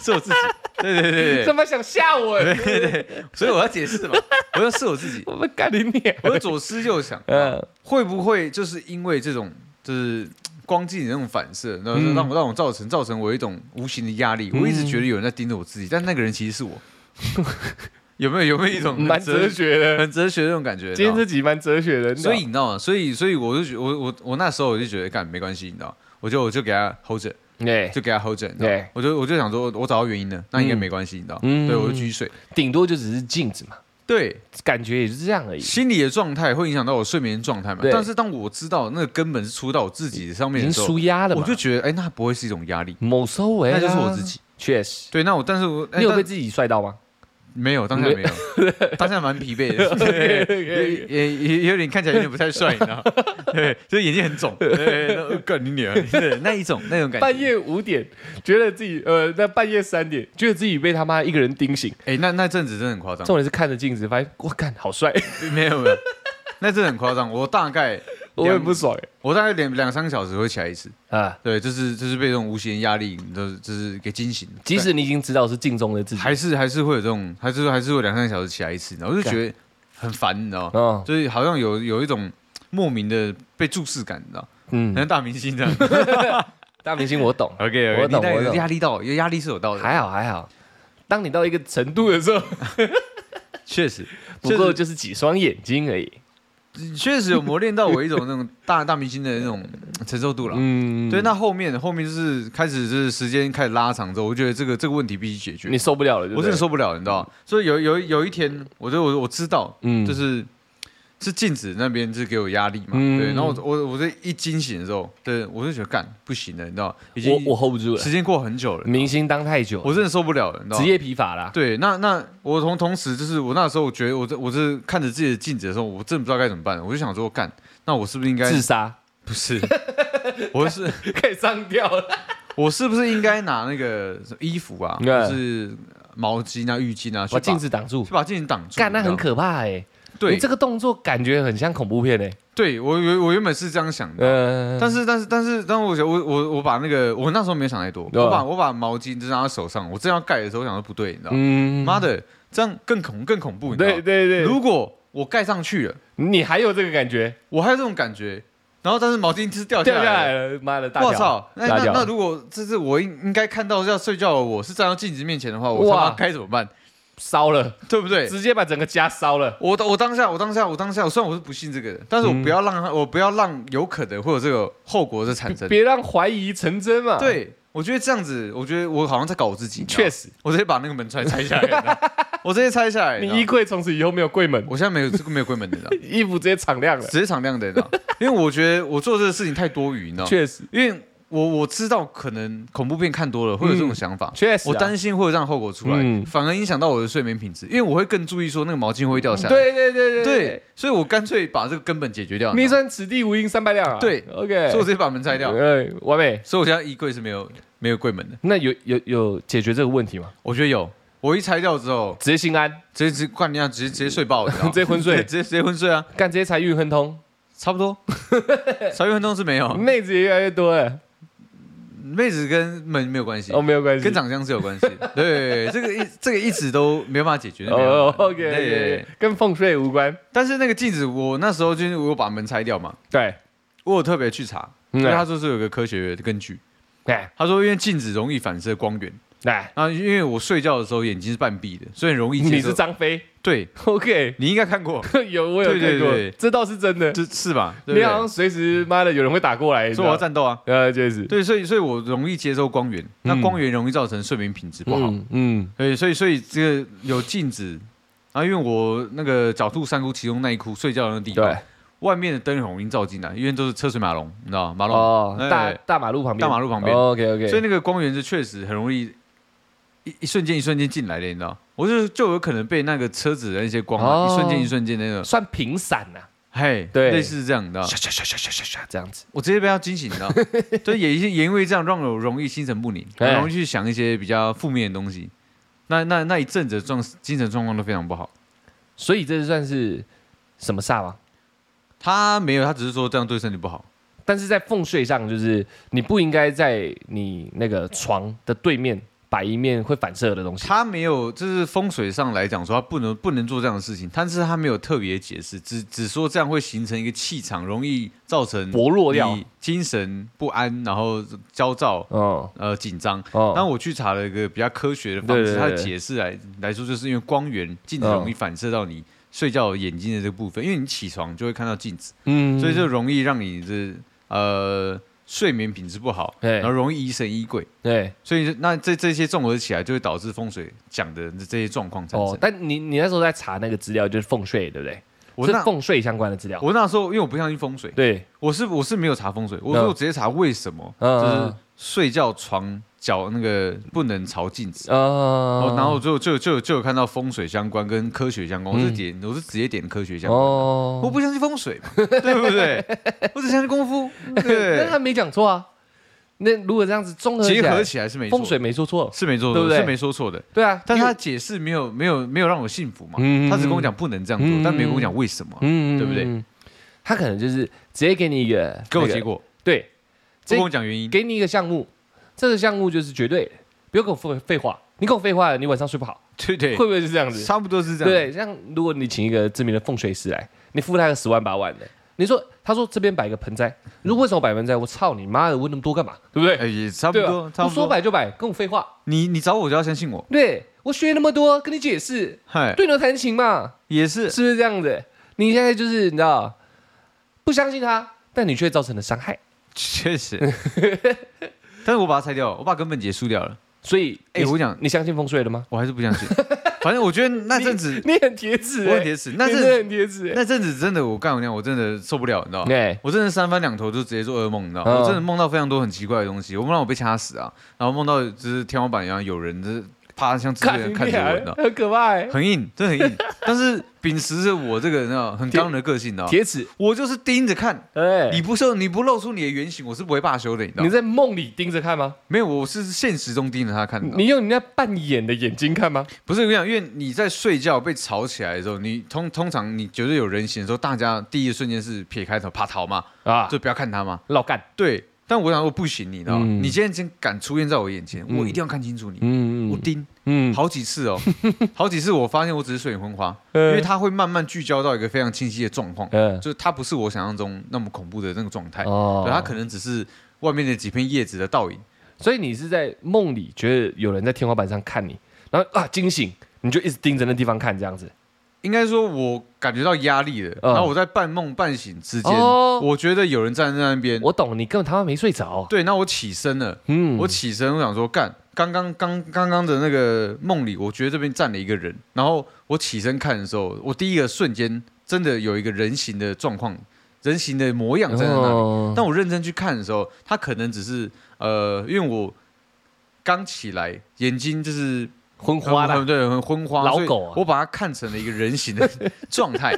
[SPEAKER 2] 是我自己，对对 (laughs) 对
[SPEAKER 1] 怎
[SPEAKER 2] 对
[SPEAKER 1] 么想吓我？
[SPEAKER 2] 对，所以我要解释嘛，我说是我自己，
[SPEAKER 1] (laughs) 我们干你娘！
[SPEAKER 2] 我就左思右想，
[SPEAKER 1] 呃，
[SPEAKER 2] 会不会就是因为这种就是光镜的那种反射，然后
[SPEAKER 1] 嗯
[SPEAKER 2] 让我让我造成造成我一种无形的压力？
[SPEAKER 1] 嗯
[SPEAKER 2] 我一直觉得有人在盯着我自己，但那个人其实是我。 (laughs) 有没有有没有一种很
[SPEAKER 1] 蛮哲学的，
[SPEAKER 2] 很哲学的那种感觉？
[SPEAKER 1] 今天
[SPEAKER 2] 你知
[SPEAKER 1] 这集蛮哲学的，啊
[SPEAKER 2] 道所以你知道吗？所以所以我就觉我我我那时候我就觉得干没关系，你知道，我就我就给他 hold 着，
[SPEAKER 1] 哎，
[SPEAKER 2] 就给他 hold 着，你知道
[SPEAKER 1] 对
[SPEAKER 2] 我就我就想说，我找到原因了，那应该没关系，你知道？
[SPEAKER 1] 嗯
[SPEAKER 2] 对，我就继续睡。
[SPEAKER 1] 顶多就只是镜子嘛，
[SPEAKER 2] 对，
[SPEAKER 1] 感觉也是这样而已。
[SPEAKER 2] 心理的状态会影响到我睡眠状态嘛
[SPEAKER 1] 对？
[SPEAKER 2] 但是当我知道那个根本是出到我自己上
[SPEAKER 1] 已
[SPEAKER 2] 面
[SPEAKER 1] 经
[SPEAKER 2] 的时候
[SPEAKER 1] 舒，压了嘛，
[SPEAKER 2] 我就觉得，哎、那不会是一种压力。
[SPEAKER 1] 某收尾，
[SPEAKER 2] 那就是我自己。
[SPEAKER 1] 啊确实，
[SPEAKER 2] 对，那我但是我、哎
[SPEAKER 1] 你有被
[SPEAKER 2] 但
[SPEAKER 1] 自己帅到吗？
[SPEAKER 2] 没有，当下没有，当下蛮疲惫
[SPEAKER 1] (laughs)
[SPEAKER 2] 的，对
[SPEAKER 1] OK，OK
[SPEAKER 2] 也也也有点看起来有点不太帅，你知道吗？对，就是眼睛很肿，对，那呃干你娘，对，那一种那种感
[SPEAKER 1] (laughs) 半
[SPEAKER 2] 觉。
[SPEAKER 1] 夜五点，觉得自己呃，那半夜三点，觉得自己被他妈一个人盯醒。
[SPEAKER 2] 哎、那那阵子真的很夸张，
[SPEAKER 1] 重点是看着镜子，发现我干好 (laughs) 帅，
[SPEAKER 2] 没有没有， (laughs) 那真的很夸张。我大概
[SPEAKER 1] 我也不爽
[SPEAKER 2] 我大概两两三个小时会起来一次，
[SPEAKER 1] 哎啊！
[SPEAKER 2] 对，就是就是被这种无形的压力，就是就是给惊醒。
[SPEAKER 1] 即使你已经知道是镜中的自 (laughs) 己，
[SPEAKER 2] 还是还是会有这种，还是还是会两三个小时起来一次，然后就觉得很烦，你知道吗？
[SPEAKER 1] 嗯
[SPEAKER 2] 就是好像有有一种莫名的被注视感，你知道吗，
[SPEAKER 1] 嗯，
[SPEAKER 2] 像大明星这
[SPEAKER 1] (laughs)
[SPEAKER 2] 样。
[SPEAKER 1] 大明星我懂，
[SPEAKER 2] OK，
[SPEAKER 1] 我懂我懂
[SPEAKER 2] 压力到有压力是有到的，
[SPEAKER 1] (laughs) 还好还好。当你到一个程度的时候，
[SPEAKER 2] 确实，
[SPEAKER 1] (laughs) 不过
[SPEAKER 2] 确
[SPEAKER 1] 就是几双眼睛而已。
[SPEAKER 2] 实确实有磨练到我一种那种大大明星的那种承受度了。
[SPEAKER 1] 嗯，
[SPEAKER 2] 对，那后面后面就是开始就是时间开始拉长之后，我觉得这个这个问题必须解决
[SPEAKER 1] 你。受不了了，对不
[SPEAKER 2] 我
[SPEAKER 1] 对
[SPEAKER 2] 真的，受不了，你知道吗？所以有有有一天，我就我我知道，
[SPEAKER 1] 嗯
[SPEAKER 2] 就是是镜子那边是给我压力嘛，
[SPEAKER 1] 嗯
[SPEAKER 2] 对。然后我我我这一惊醒的时候，对我就觉得干不行了，你知道吗，已经
[SPEAKER 1] 我我 hold 不住了
[SPEAKER 2] 时，间过很久了，
[SPEAKER 1] 明星当太久了，
[SPEAKER 2] 我真的受不了了，你知道
[SPEAKER 1] 职
[SPEAKER 2] 吗。
[SPEAKER 1] 业疲乏啦。
[SPEAKER 2] 对，那那我同同时就是我那时候，我觉得我这我这看着自己的镜子的时候，我真的不知道该怎么办，我就想说，干，那我是不是应该
[SPEAKER 1] 自杀，
[SPEAKER 2] 不是，我是
[SPEAKER 1] 可以上吊了。
[SPEAKER 2] 我是不是应该拿那个衣服啊，
[SPEAKER 1] (laughs) 对
[SPEAKER 2] 就是毛巾啊、浴巾啊，去把
[SPEAKER 1] 把镜子挡 (laughs) 住
[SPEAKER 2] 去，把镜子挡住，
[SPEAKER 1] 干那
[SPEAKER 2] 你知道
[SPEAKER 1] 很
[SPEAKER 2] 吗
[SPEAKER 1] 可怕哎。
[SPEAKER 2] 对
[SPEAKER 1] 你这个动作感觉很像恐怖片哎。
[SPEAKER 2] 对我原我原本是这样想的，
[SPEAKER 1] 嗯，
[SPEAKER 2] 但是但是但是，但我想我我我把那个我那时候没有想太多，
[SPEAKER 1] 对啊
[SPEAKER 2] 我把我把毛巾就拿到手上，我正要盖的时候，我想说不对，你知道吗，
[SPEAKER 1] 嗯
[SPEAKER 2] 妈，的，这样更恐更恐怖，你知道
[SPEAKER 1] 对
[SPEAKER 2] 吗？
[SPEAKER 1] 对对，
[SPEAKER 2] 如果我盖上去了，
[SPEAKER 1] 你还有这个感觉，
[SPEAKER 2] 我还有这种感觉，然后但是毛巾是掉
[SPEAKER 1] 掉下
[SPEAKER 2] 哦来
[SPEAKER 1] 来
[SPEAKER 2] 了。
[SPEAKER 1] 了，妈的，大
[SPEAKER 2] 我
[SPEAKER 1] 条
[SPEAKER 2] 操！那
[SPEAKER 1] 大
[SPEAKER 2] 那
[SPEAKER 1] 条
[SPEAKER 2] 那如果这是我应应该看到要睡觉的我是站到镜子面前的话，我他
[SPEAKER 1] 哇
[SPEAKER 2] 妈该怎么办？
[SPEAKER 1] 烧了，
[SPEAKER 2] 对不对？
[SPEAKER 1] 直接把整个家烧了。
[SPEAKER 2] 我我当下我当下我当下，虽然我是不信这个的，但是我
[SPEAKER 1] 嗯
[SPEAKER 2] 不要让他，我不要让有可能会有这个后果的产生。
[SPEAKER 1] 别让怀疑成真嘛。，
[SPEAKER 2] 对，我觉得这样子，我觉得我好像在搞我自己。
[SPEAKER 1] 确
[SPEAKER 2] 实，
[SPEAKER 1] 实，
[SPEAKER 2] 我直接把那个门踹拆下来
[SPEAKER 1] (laughs)
[SPEAKER 2] 了，我直接拆下来。
[SPEAKER 1] 你
[SPEAKER 2] 你知道
[SPEAKER 1] 衣柜从此以后没有柜门，
[SPEAKER 2] 我现在没有这个没有关门的你知道，
[SPEAKER 1] 衣服直接敞 (laughs) 亮了。
[SPEAKER 2] 直接敞亮的，你知道因为我觉得我做这个事情太多余，你知道，
[SPEAKER 1] 确实，
[SPEAKER 2] 因为我我知道可能恐怖片看多了会有这种想法。
[SPEAKER 1] 确实啊，
[SPEAKER 2] 哎我担心会有这样的后果出来，
[SPEAKER 1] 嗯
[SPEAKER 2] 反而影响到我的睡眠品质，因为我会更注意说那个毛巾会掉下来。
[SPEAKER 1] 对对对对
[SPEAKER 2] 对，所以我干脆把这个根本解决掉。
[SPEAKER 1] 你
[SPEAKER 2] 你知道
[SPEAKER 1] 算此地无银三百两啊。
[SPEAKER 2] 对
[SPEAKER 1] ，OK，
[SPEAKER 2] 所以我直接把门拆掉。
[SPEAKER 1] 对，完美。
[SPEAKER 2] 所以我现在衣柜是没有没有柜门的。
[SPEAKER 1] 那有有有解决这个问题吗？
[SPEAKER 2] 我觉得有，我一拆掉之后，
[SPEAKER 1] 直接心安，
[SPEAKER 2] 直接直接灌你啊，直接直接睡爆，你知道吗
[SPEAKER 1] (laughs) 直接昏睡
[SPEAKER 2] (laughs) 对直接直接昏睡啊，
[SPEAKER 1] 干这些财运亨通，
[SPEAKER 2] 差
[SPEAKER 1] (laughs)
[SPEAKER 2] 不多。少一分钟是没有，
[SPEAKER 1] 妹子也越来越多了。
[SPEAKER 2] 妹子跟门没有关系
[SPEAKER 1] 哦，，没有关系，
[SPEAKER 2] 跟长相是有
[SPEAKER 1] (laughs)
[SPEAKER 2] 关系。对，这个一这个一直都没有办法解决。那没有
[SPEAKER 1] 哦
[SPEAKER 2] 办法
[SPEAKER 1] ，OK，
[SPEAKER 2] 对
[SPEAKER 1] 跟风水无关。
[SPEAKER 2] 但是那个镜子，我那时候就是我有把门拆掉嘛，
[SPEAKER 1] 对，
[SPEAKER 2] 我有特别去查，因为他
[SPEAKER 1] 嗯，
[SPEAKER 2] 说是有个科学的根据，
[SPEAKER 1] 来
[SPEAKER 2] 他说因为镜子容易反射光源，
[SPEAKER 1] 来，
[SPEAKER 2] 然后因为我睡觉的时候眼睛是半闭的，所以很容易接
[SPEAKER 1] 哎你
[SPEAKER 2] 受
[SPEAKER 1] 是张飞，
[SPEAKER 2] 对
[SPEAKER 1] OK， (laughs)
[SPEAKER 2] 你应该看过，
[SPEAKER 1] 有我有看过，
[SPEAKER 2] 对对对
[SPEAKER 1] 这倒是真的。
[SPEAKER 2] 这是吧？对不
[SPEAKER 1] 你好像
[SPEAKER 2] 对？
[SPEAKER 1] 随时妈的有人会打过来，你知
[SPEAKER 2] 所以我
[SPEAKER 1] 道
[SPEAKER 2] 要战斗啊。
[SPEAKER 1] 呃，就是
[SPEAKER 2] 对，所以所以我容易接受光源，那
[SPEAKER 1] 嗯
[SPEAKER 2] 光源容易造成睡眠品质不好。
[SPEAKER 1] 嗯嗯
[SPEAKER 2] 对，所以所以这个有镜子，然后因为我那个狡兔三窟其中那一窟睡觉的那地方，
[SPEAKER 1] 对
[SPEAKER 2] 外面的灯很容易照进来，因为都是车水马龙，你知道吗马龙，
[SPEAKER 1] 哦，
[SPEAKER 2] 哎
[SPEAKER 1] 大大马路旁边，
[SPEAKER 2] 大马路旁边
[SPEAKER 1] OK OK，
[SPEAKER 2] 所以那个光源是确实很容易一一瞬间一瞬间进来的，你知道，我就就有可能被那个车子的那些光、啊
[SPEAKER 1] 哦
[SPEAKER 2] 一瞬间一瞬间那个，啊
[SPEAKER 1] 算平散啊呐，
[SPEAKER 2] 嘿，
[SPEAKER 1] 对
[SPEAKER 2] 类似这样，你知道，
[SPEAKER 1] 唰唰唰唰唰唰唰这样子。
[SPEAKER 2] 我直接被他惊醒，你 (laughs) 知道，就也也也因为这样让我容易心神不宁，
[SPEAKER 1] 哎
[SPEAKER 2] 很容易去想一些比较负面的东西，那那那一阵子的状精神状况都非常不好。
[SPEAKER 1] 所以这算是什么煞吗？
[SPEAKER 2] 他没有，他只是说这样对身体不好。
[SPEAKER 1] 但是在风水上，就是你不应该在你那个床的对面摆一面会反射的东西。
[SPEAKER 2] 他没有，就是风水上来讲说他不能不能做这样的事情，但是他没有特别解释，只只说这样会形成一个气场，容易造成
[SPEAKER 1] 薄弱掉
[SPEAKER 2] 你精神不安，然后焦躁，
[SPEAKER 1] 哦
[SPEAKER 2] 呃紧张。但
[SPEAKER 1] 哦，
[SPEAKER 2] 我去查了一个比较科学的方
[SPEAKER 1] 对对
[SPEAKER 2] 式，
[SPEAKER 1] 对哦
[SPEAKER 2] 它的解释来来说，就是因为光源镜子容易反射到你睡觉眼睛的这个部分，因为你起床就会看到镜子，
[SPEAKER 1] 嗯
[SPEAKER 2] 所以就容易让你这呃睡眠品质不好，
[SPEAKER 1] 对
[SPEAKER 2] 然后容易疑神疑鬼。
[SPEAKER 1] 嗯对
[SPEAKER 2] 所以那这这些综合起来，就会导致风水讲的这些状况产
[SPEAKER 1] 哦
[SPEAKER 2] 生。。
[SPEAKER 1] 但你你那时候在查那个资料，就是风水，对不对？
[SPEAKER 2] 我
[SPEAKER 1] 是
[SPEAKER 2] 那
[SPEAKER 1] 风水相关的资料。
[SPEAKER 2] 我那时候因为我不相信风水，
[SPEAKER 1] 对，
[SPEAKER 2] 我是我是没有查风水，我
[SPEAKER 1] 嗯
[SPEAKER 2] 我直接查为什么，
[SPEAKER 1] 嗯
[SPEAKER 2] 就是睡觉床脚那个不能朝镜子。
[SPEAKER 1] 呃
[SPEAKER 2] 哦，然后就就就就有看到风水相关跟科学相关，我是
[SPEAKER 1] 嗯
[SPEAKER 2] 点我是直接点科学相关的，我
[SPEAKER 1] 哦，
[SPEAKER 2] 不相信风水嘛，对不对？我只相信功
[SPEAKER 1] (laughs)
[SPEAKER 2] 夫，对
[SPEAKER 1] 那，他没讲错啊。那如果这样子综合起
[SPEAKER 2] 结合
[SPEAKER 1] 来，
[SPEAKER 2] 起来是没错
[SPEAKER 1] 风水没说错。
[SPEAKER 2] 是没错
[SPEAKER 1] 对不
[SPEAKER 2] 的，
[SPEAKER 1] 对
[SPEAKER 2] 是没说错的。
[SPEAKER 1] 对啊，
[SPEAKER 2] 但
[SPEAKER 1] 因
[SPEAKER 2] 他
[SPEAKER 1] 为
[SPEAKER 2] 解释没有没有没有让我信服嘛，
[SPEAKER 1] 嗯
[SPEAKER 2] 他只跟我讲不能这样做，
[SPEAKER 1] 嗯
[SPEAKER 2] 但没有跟我讲为什么，
[SPEAKER 1] 嗯
[SPEAKER 2] 对不对？
[SPEAKER 1] 嗯他可能就是直接给你一个
[SPEAKER 2] 给我
[SPEAKER 1] 那个
[SPEAKER 2] 结果，
[SPEAKER 1] 对，
[SPEAKER 2] 不跟我讲原因。
[SPEAKER 1] 给你一个项目，这个项目就是绝对的，不要跟我废废话。你跟我废话了，你晚上睡不好，
[SPEAKER 2] 对对
[SPEAKER 1] 会，不会是这样子？
[SPEAKER 2] 差不多是这样。
[SPEAKER 1] 对，像如果你请一个知名的风水师来，你付他个十万八万的，你说他说这边摆个盆栽，你说为什么摆盆栽？我操你妈的，问那么多干嘛？对不对？
[SPEAKER 2] 哎，也差不
[SPEAKER 1] 对
[SPEAKER 2] 多
[SPEAKER 1] 吧，？
[SPEAKER 2] 差
[SPEAKER 1] 我
[SPEAKER 2] 不多。
[SPEAKER 1] 说摆就摆，跟我废话。
[SPEAKER 2] 你你找我就要相信我，
[SPEAKER 1] 对我学那么多，跟你解释，
[SPEAKER 2] 嗨，
[SPEAKER 1] 对牛弹琴嘛，
[SPEAKER 2] 也是 (laughs)
[SPEAKER 1] 是不是这样子？你现在就是你知道，不相信他，但你却造成了伤害，
[SPEAKER 2] 确
[SPEAKER 1] (laughs)
[SPEAKER 2] 实。但是我把它拆掉了，我把根本结束掉了。
[SPEAKER 1] 所以
[SPEAKER 2] 哎，
[SPEAKER 1] 你
[SPEAKER 2] 我讲，
[SPEAKER 1] 你相信风水了吗？
[SPEAKER 2] 我还是不相信。 (laughs) 反正我觉得那阵子
[SPEAKER 1] 你很铁齿、
[SPEAKER 2] 我
[SPEAKER 1] 欸，
[SPEAKER 2] 很铁齿，那
[SPEAKER 1] 真
[SPEAKER 2] 阵
[SPEAKER 1] 的很贴纸、欸。
[SPEAKER 2] 那阵子真的，我干我娘，我真的受不了，你知道吗？
[SPEAKER 1] 对，
[SPEAKER 2] 我真的三番两头就直接做噩梦，你知道吗？
[SPEAKER 1] 嗯
[SPEAKER 2] 我真的梦到非常多很奇怪的东西，我梦到我被掐死啊，然后梦到就是天花板一样有人就是趴像蜘蛛人看着我，你知道吗，
[SPEAKER 1] 很可怕、欸，
[SPEAKER 2] 很硬，真的很硬。但
[SPEAKER 1] (laughs)
[SPEAKER 2] 是秉持着我这个你知道很刚的个性，你知道吗？
[SPEAKER 1] 铁齿，
[SPEAKER 2] 我就是盯着看，
[SPEAKER 1] 哎，
[SPEAKER 2] 你不露你不露出你的原形，我是不会罢休的，你知道
[SPEAKER 1] 你
[SPEAKER 2] 吗？
[SPEAKER 1] 在梦里盯着看吗？
[SPEAKER 2] 没有，我是现实中盯着他看的。
[SPEAKER 1] 你用你那半眼的眼睛看吗？
[SPEAKER 2] 不是我跟你讲，因为你在睡觉被吵起来的时候，你通通常你觉得有人醒的时候，大家第一个瞬间是撇开头怕逃嘛，
[SPEAKER 1] 啊，
[SPEAKER 2] 就不要看他嘛。
[SPEAKER 1] 老干，
[SPEAKER 2] 对，但我想说不行，你知道吗？
[SPEAKER 1] 嗯
[SPEAKER 2] 你今天真敢出现在我眼前，
[SPEAKER 1] 嗯
[SPEAKER 2] 我一定要看清楚你。
[SPEAKER 1] 嗯
[SPEAKER 2] 我盯
[SPEAKER 1] 嗯，
[SPEAKER 2] 好几次
[SPEAKER 1] (laughs)
[SPEAKER 2] 哦，好几次我发现我只是睡眼昏花，因
[SPEAKER 1] 嗯
[SPEAKER 2] 为它会慢慢聚焦到一个非常清晰的状况，
[SPEAKER 1] 嗯，
[SPEAKER 2] 就是它不是我想象中那么恐怖的那个状态，
[SPEAKER 1] 哦
[SPEAKER 2] 对，它可能只是外面的几片叶子的倒影。
[SPEAKER 1] 所以你是在梦里觉得有人在天花板上看你，然后啊惊醒，你就一直盯着那地方看，这样子。
[SPEAKER 2] 应该说，我感觉到压力了，
[SPEAKER 1] 嗯
[SPEAKER 2] 然后我在半梦半醒之间，
[SPEAKER 1] 哦
[SPEAKER 2] 我觉得有人站在那边，
[SPEAKER 1] 我懂，你根本他妈没睡着。
[SPEAKER 2] 对，那我起身了，
[SPEAKER 1] 嗯，
[SPEAKER 2] 我起身，我想说干，刚刚刚刚刚的那个梦里，我觉得这边站了一个人，然后我起身看的时候，我第一个瞬间真的有一个人形的状况，人形的模样站在那里。
[SPEAKER 1] 哦
[SPEAKER 2] 但我认真去看的时候，他可能只是呃，因为我刚起来，眼睛就是
[SPEAKER 1] 昏花
[SPEAKER 2] 很
[SPEAKER 1] 了
[SPEAKER 2] 很，嗯对，很昏花，
[SPEAKER 1] 老
[SPEAKER 2] 所以
[SPEAKER 1] 狗啊
[SPEAKER 2] 我把它看成了一个人形
[SPEAKER 1] (laughs)
[SPEAKER 2] 的状态，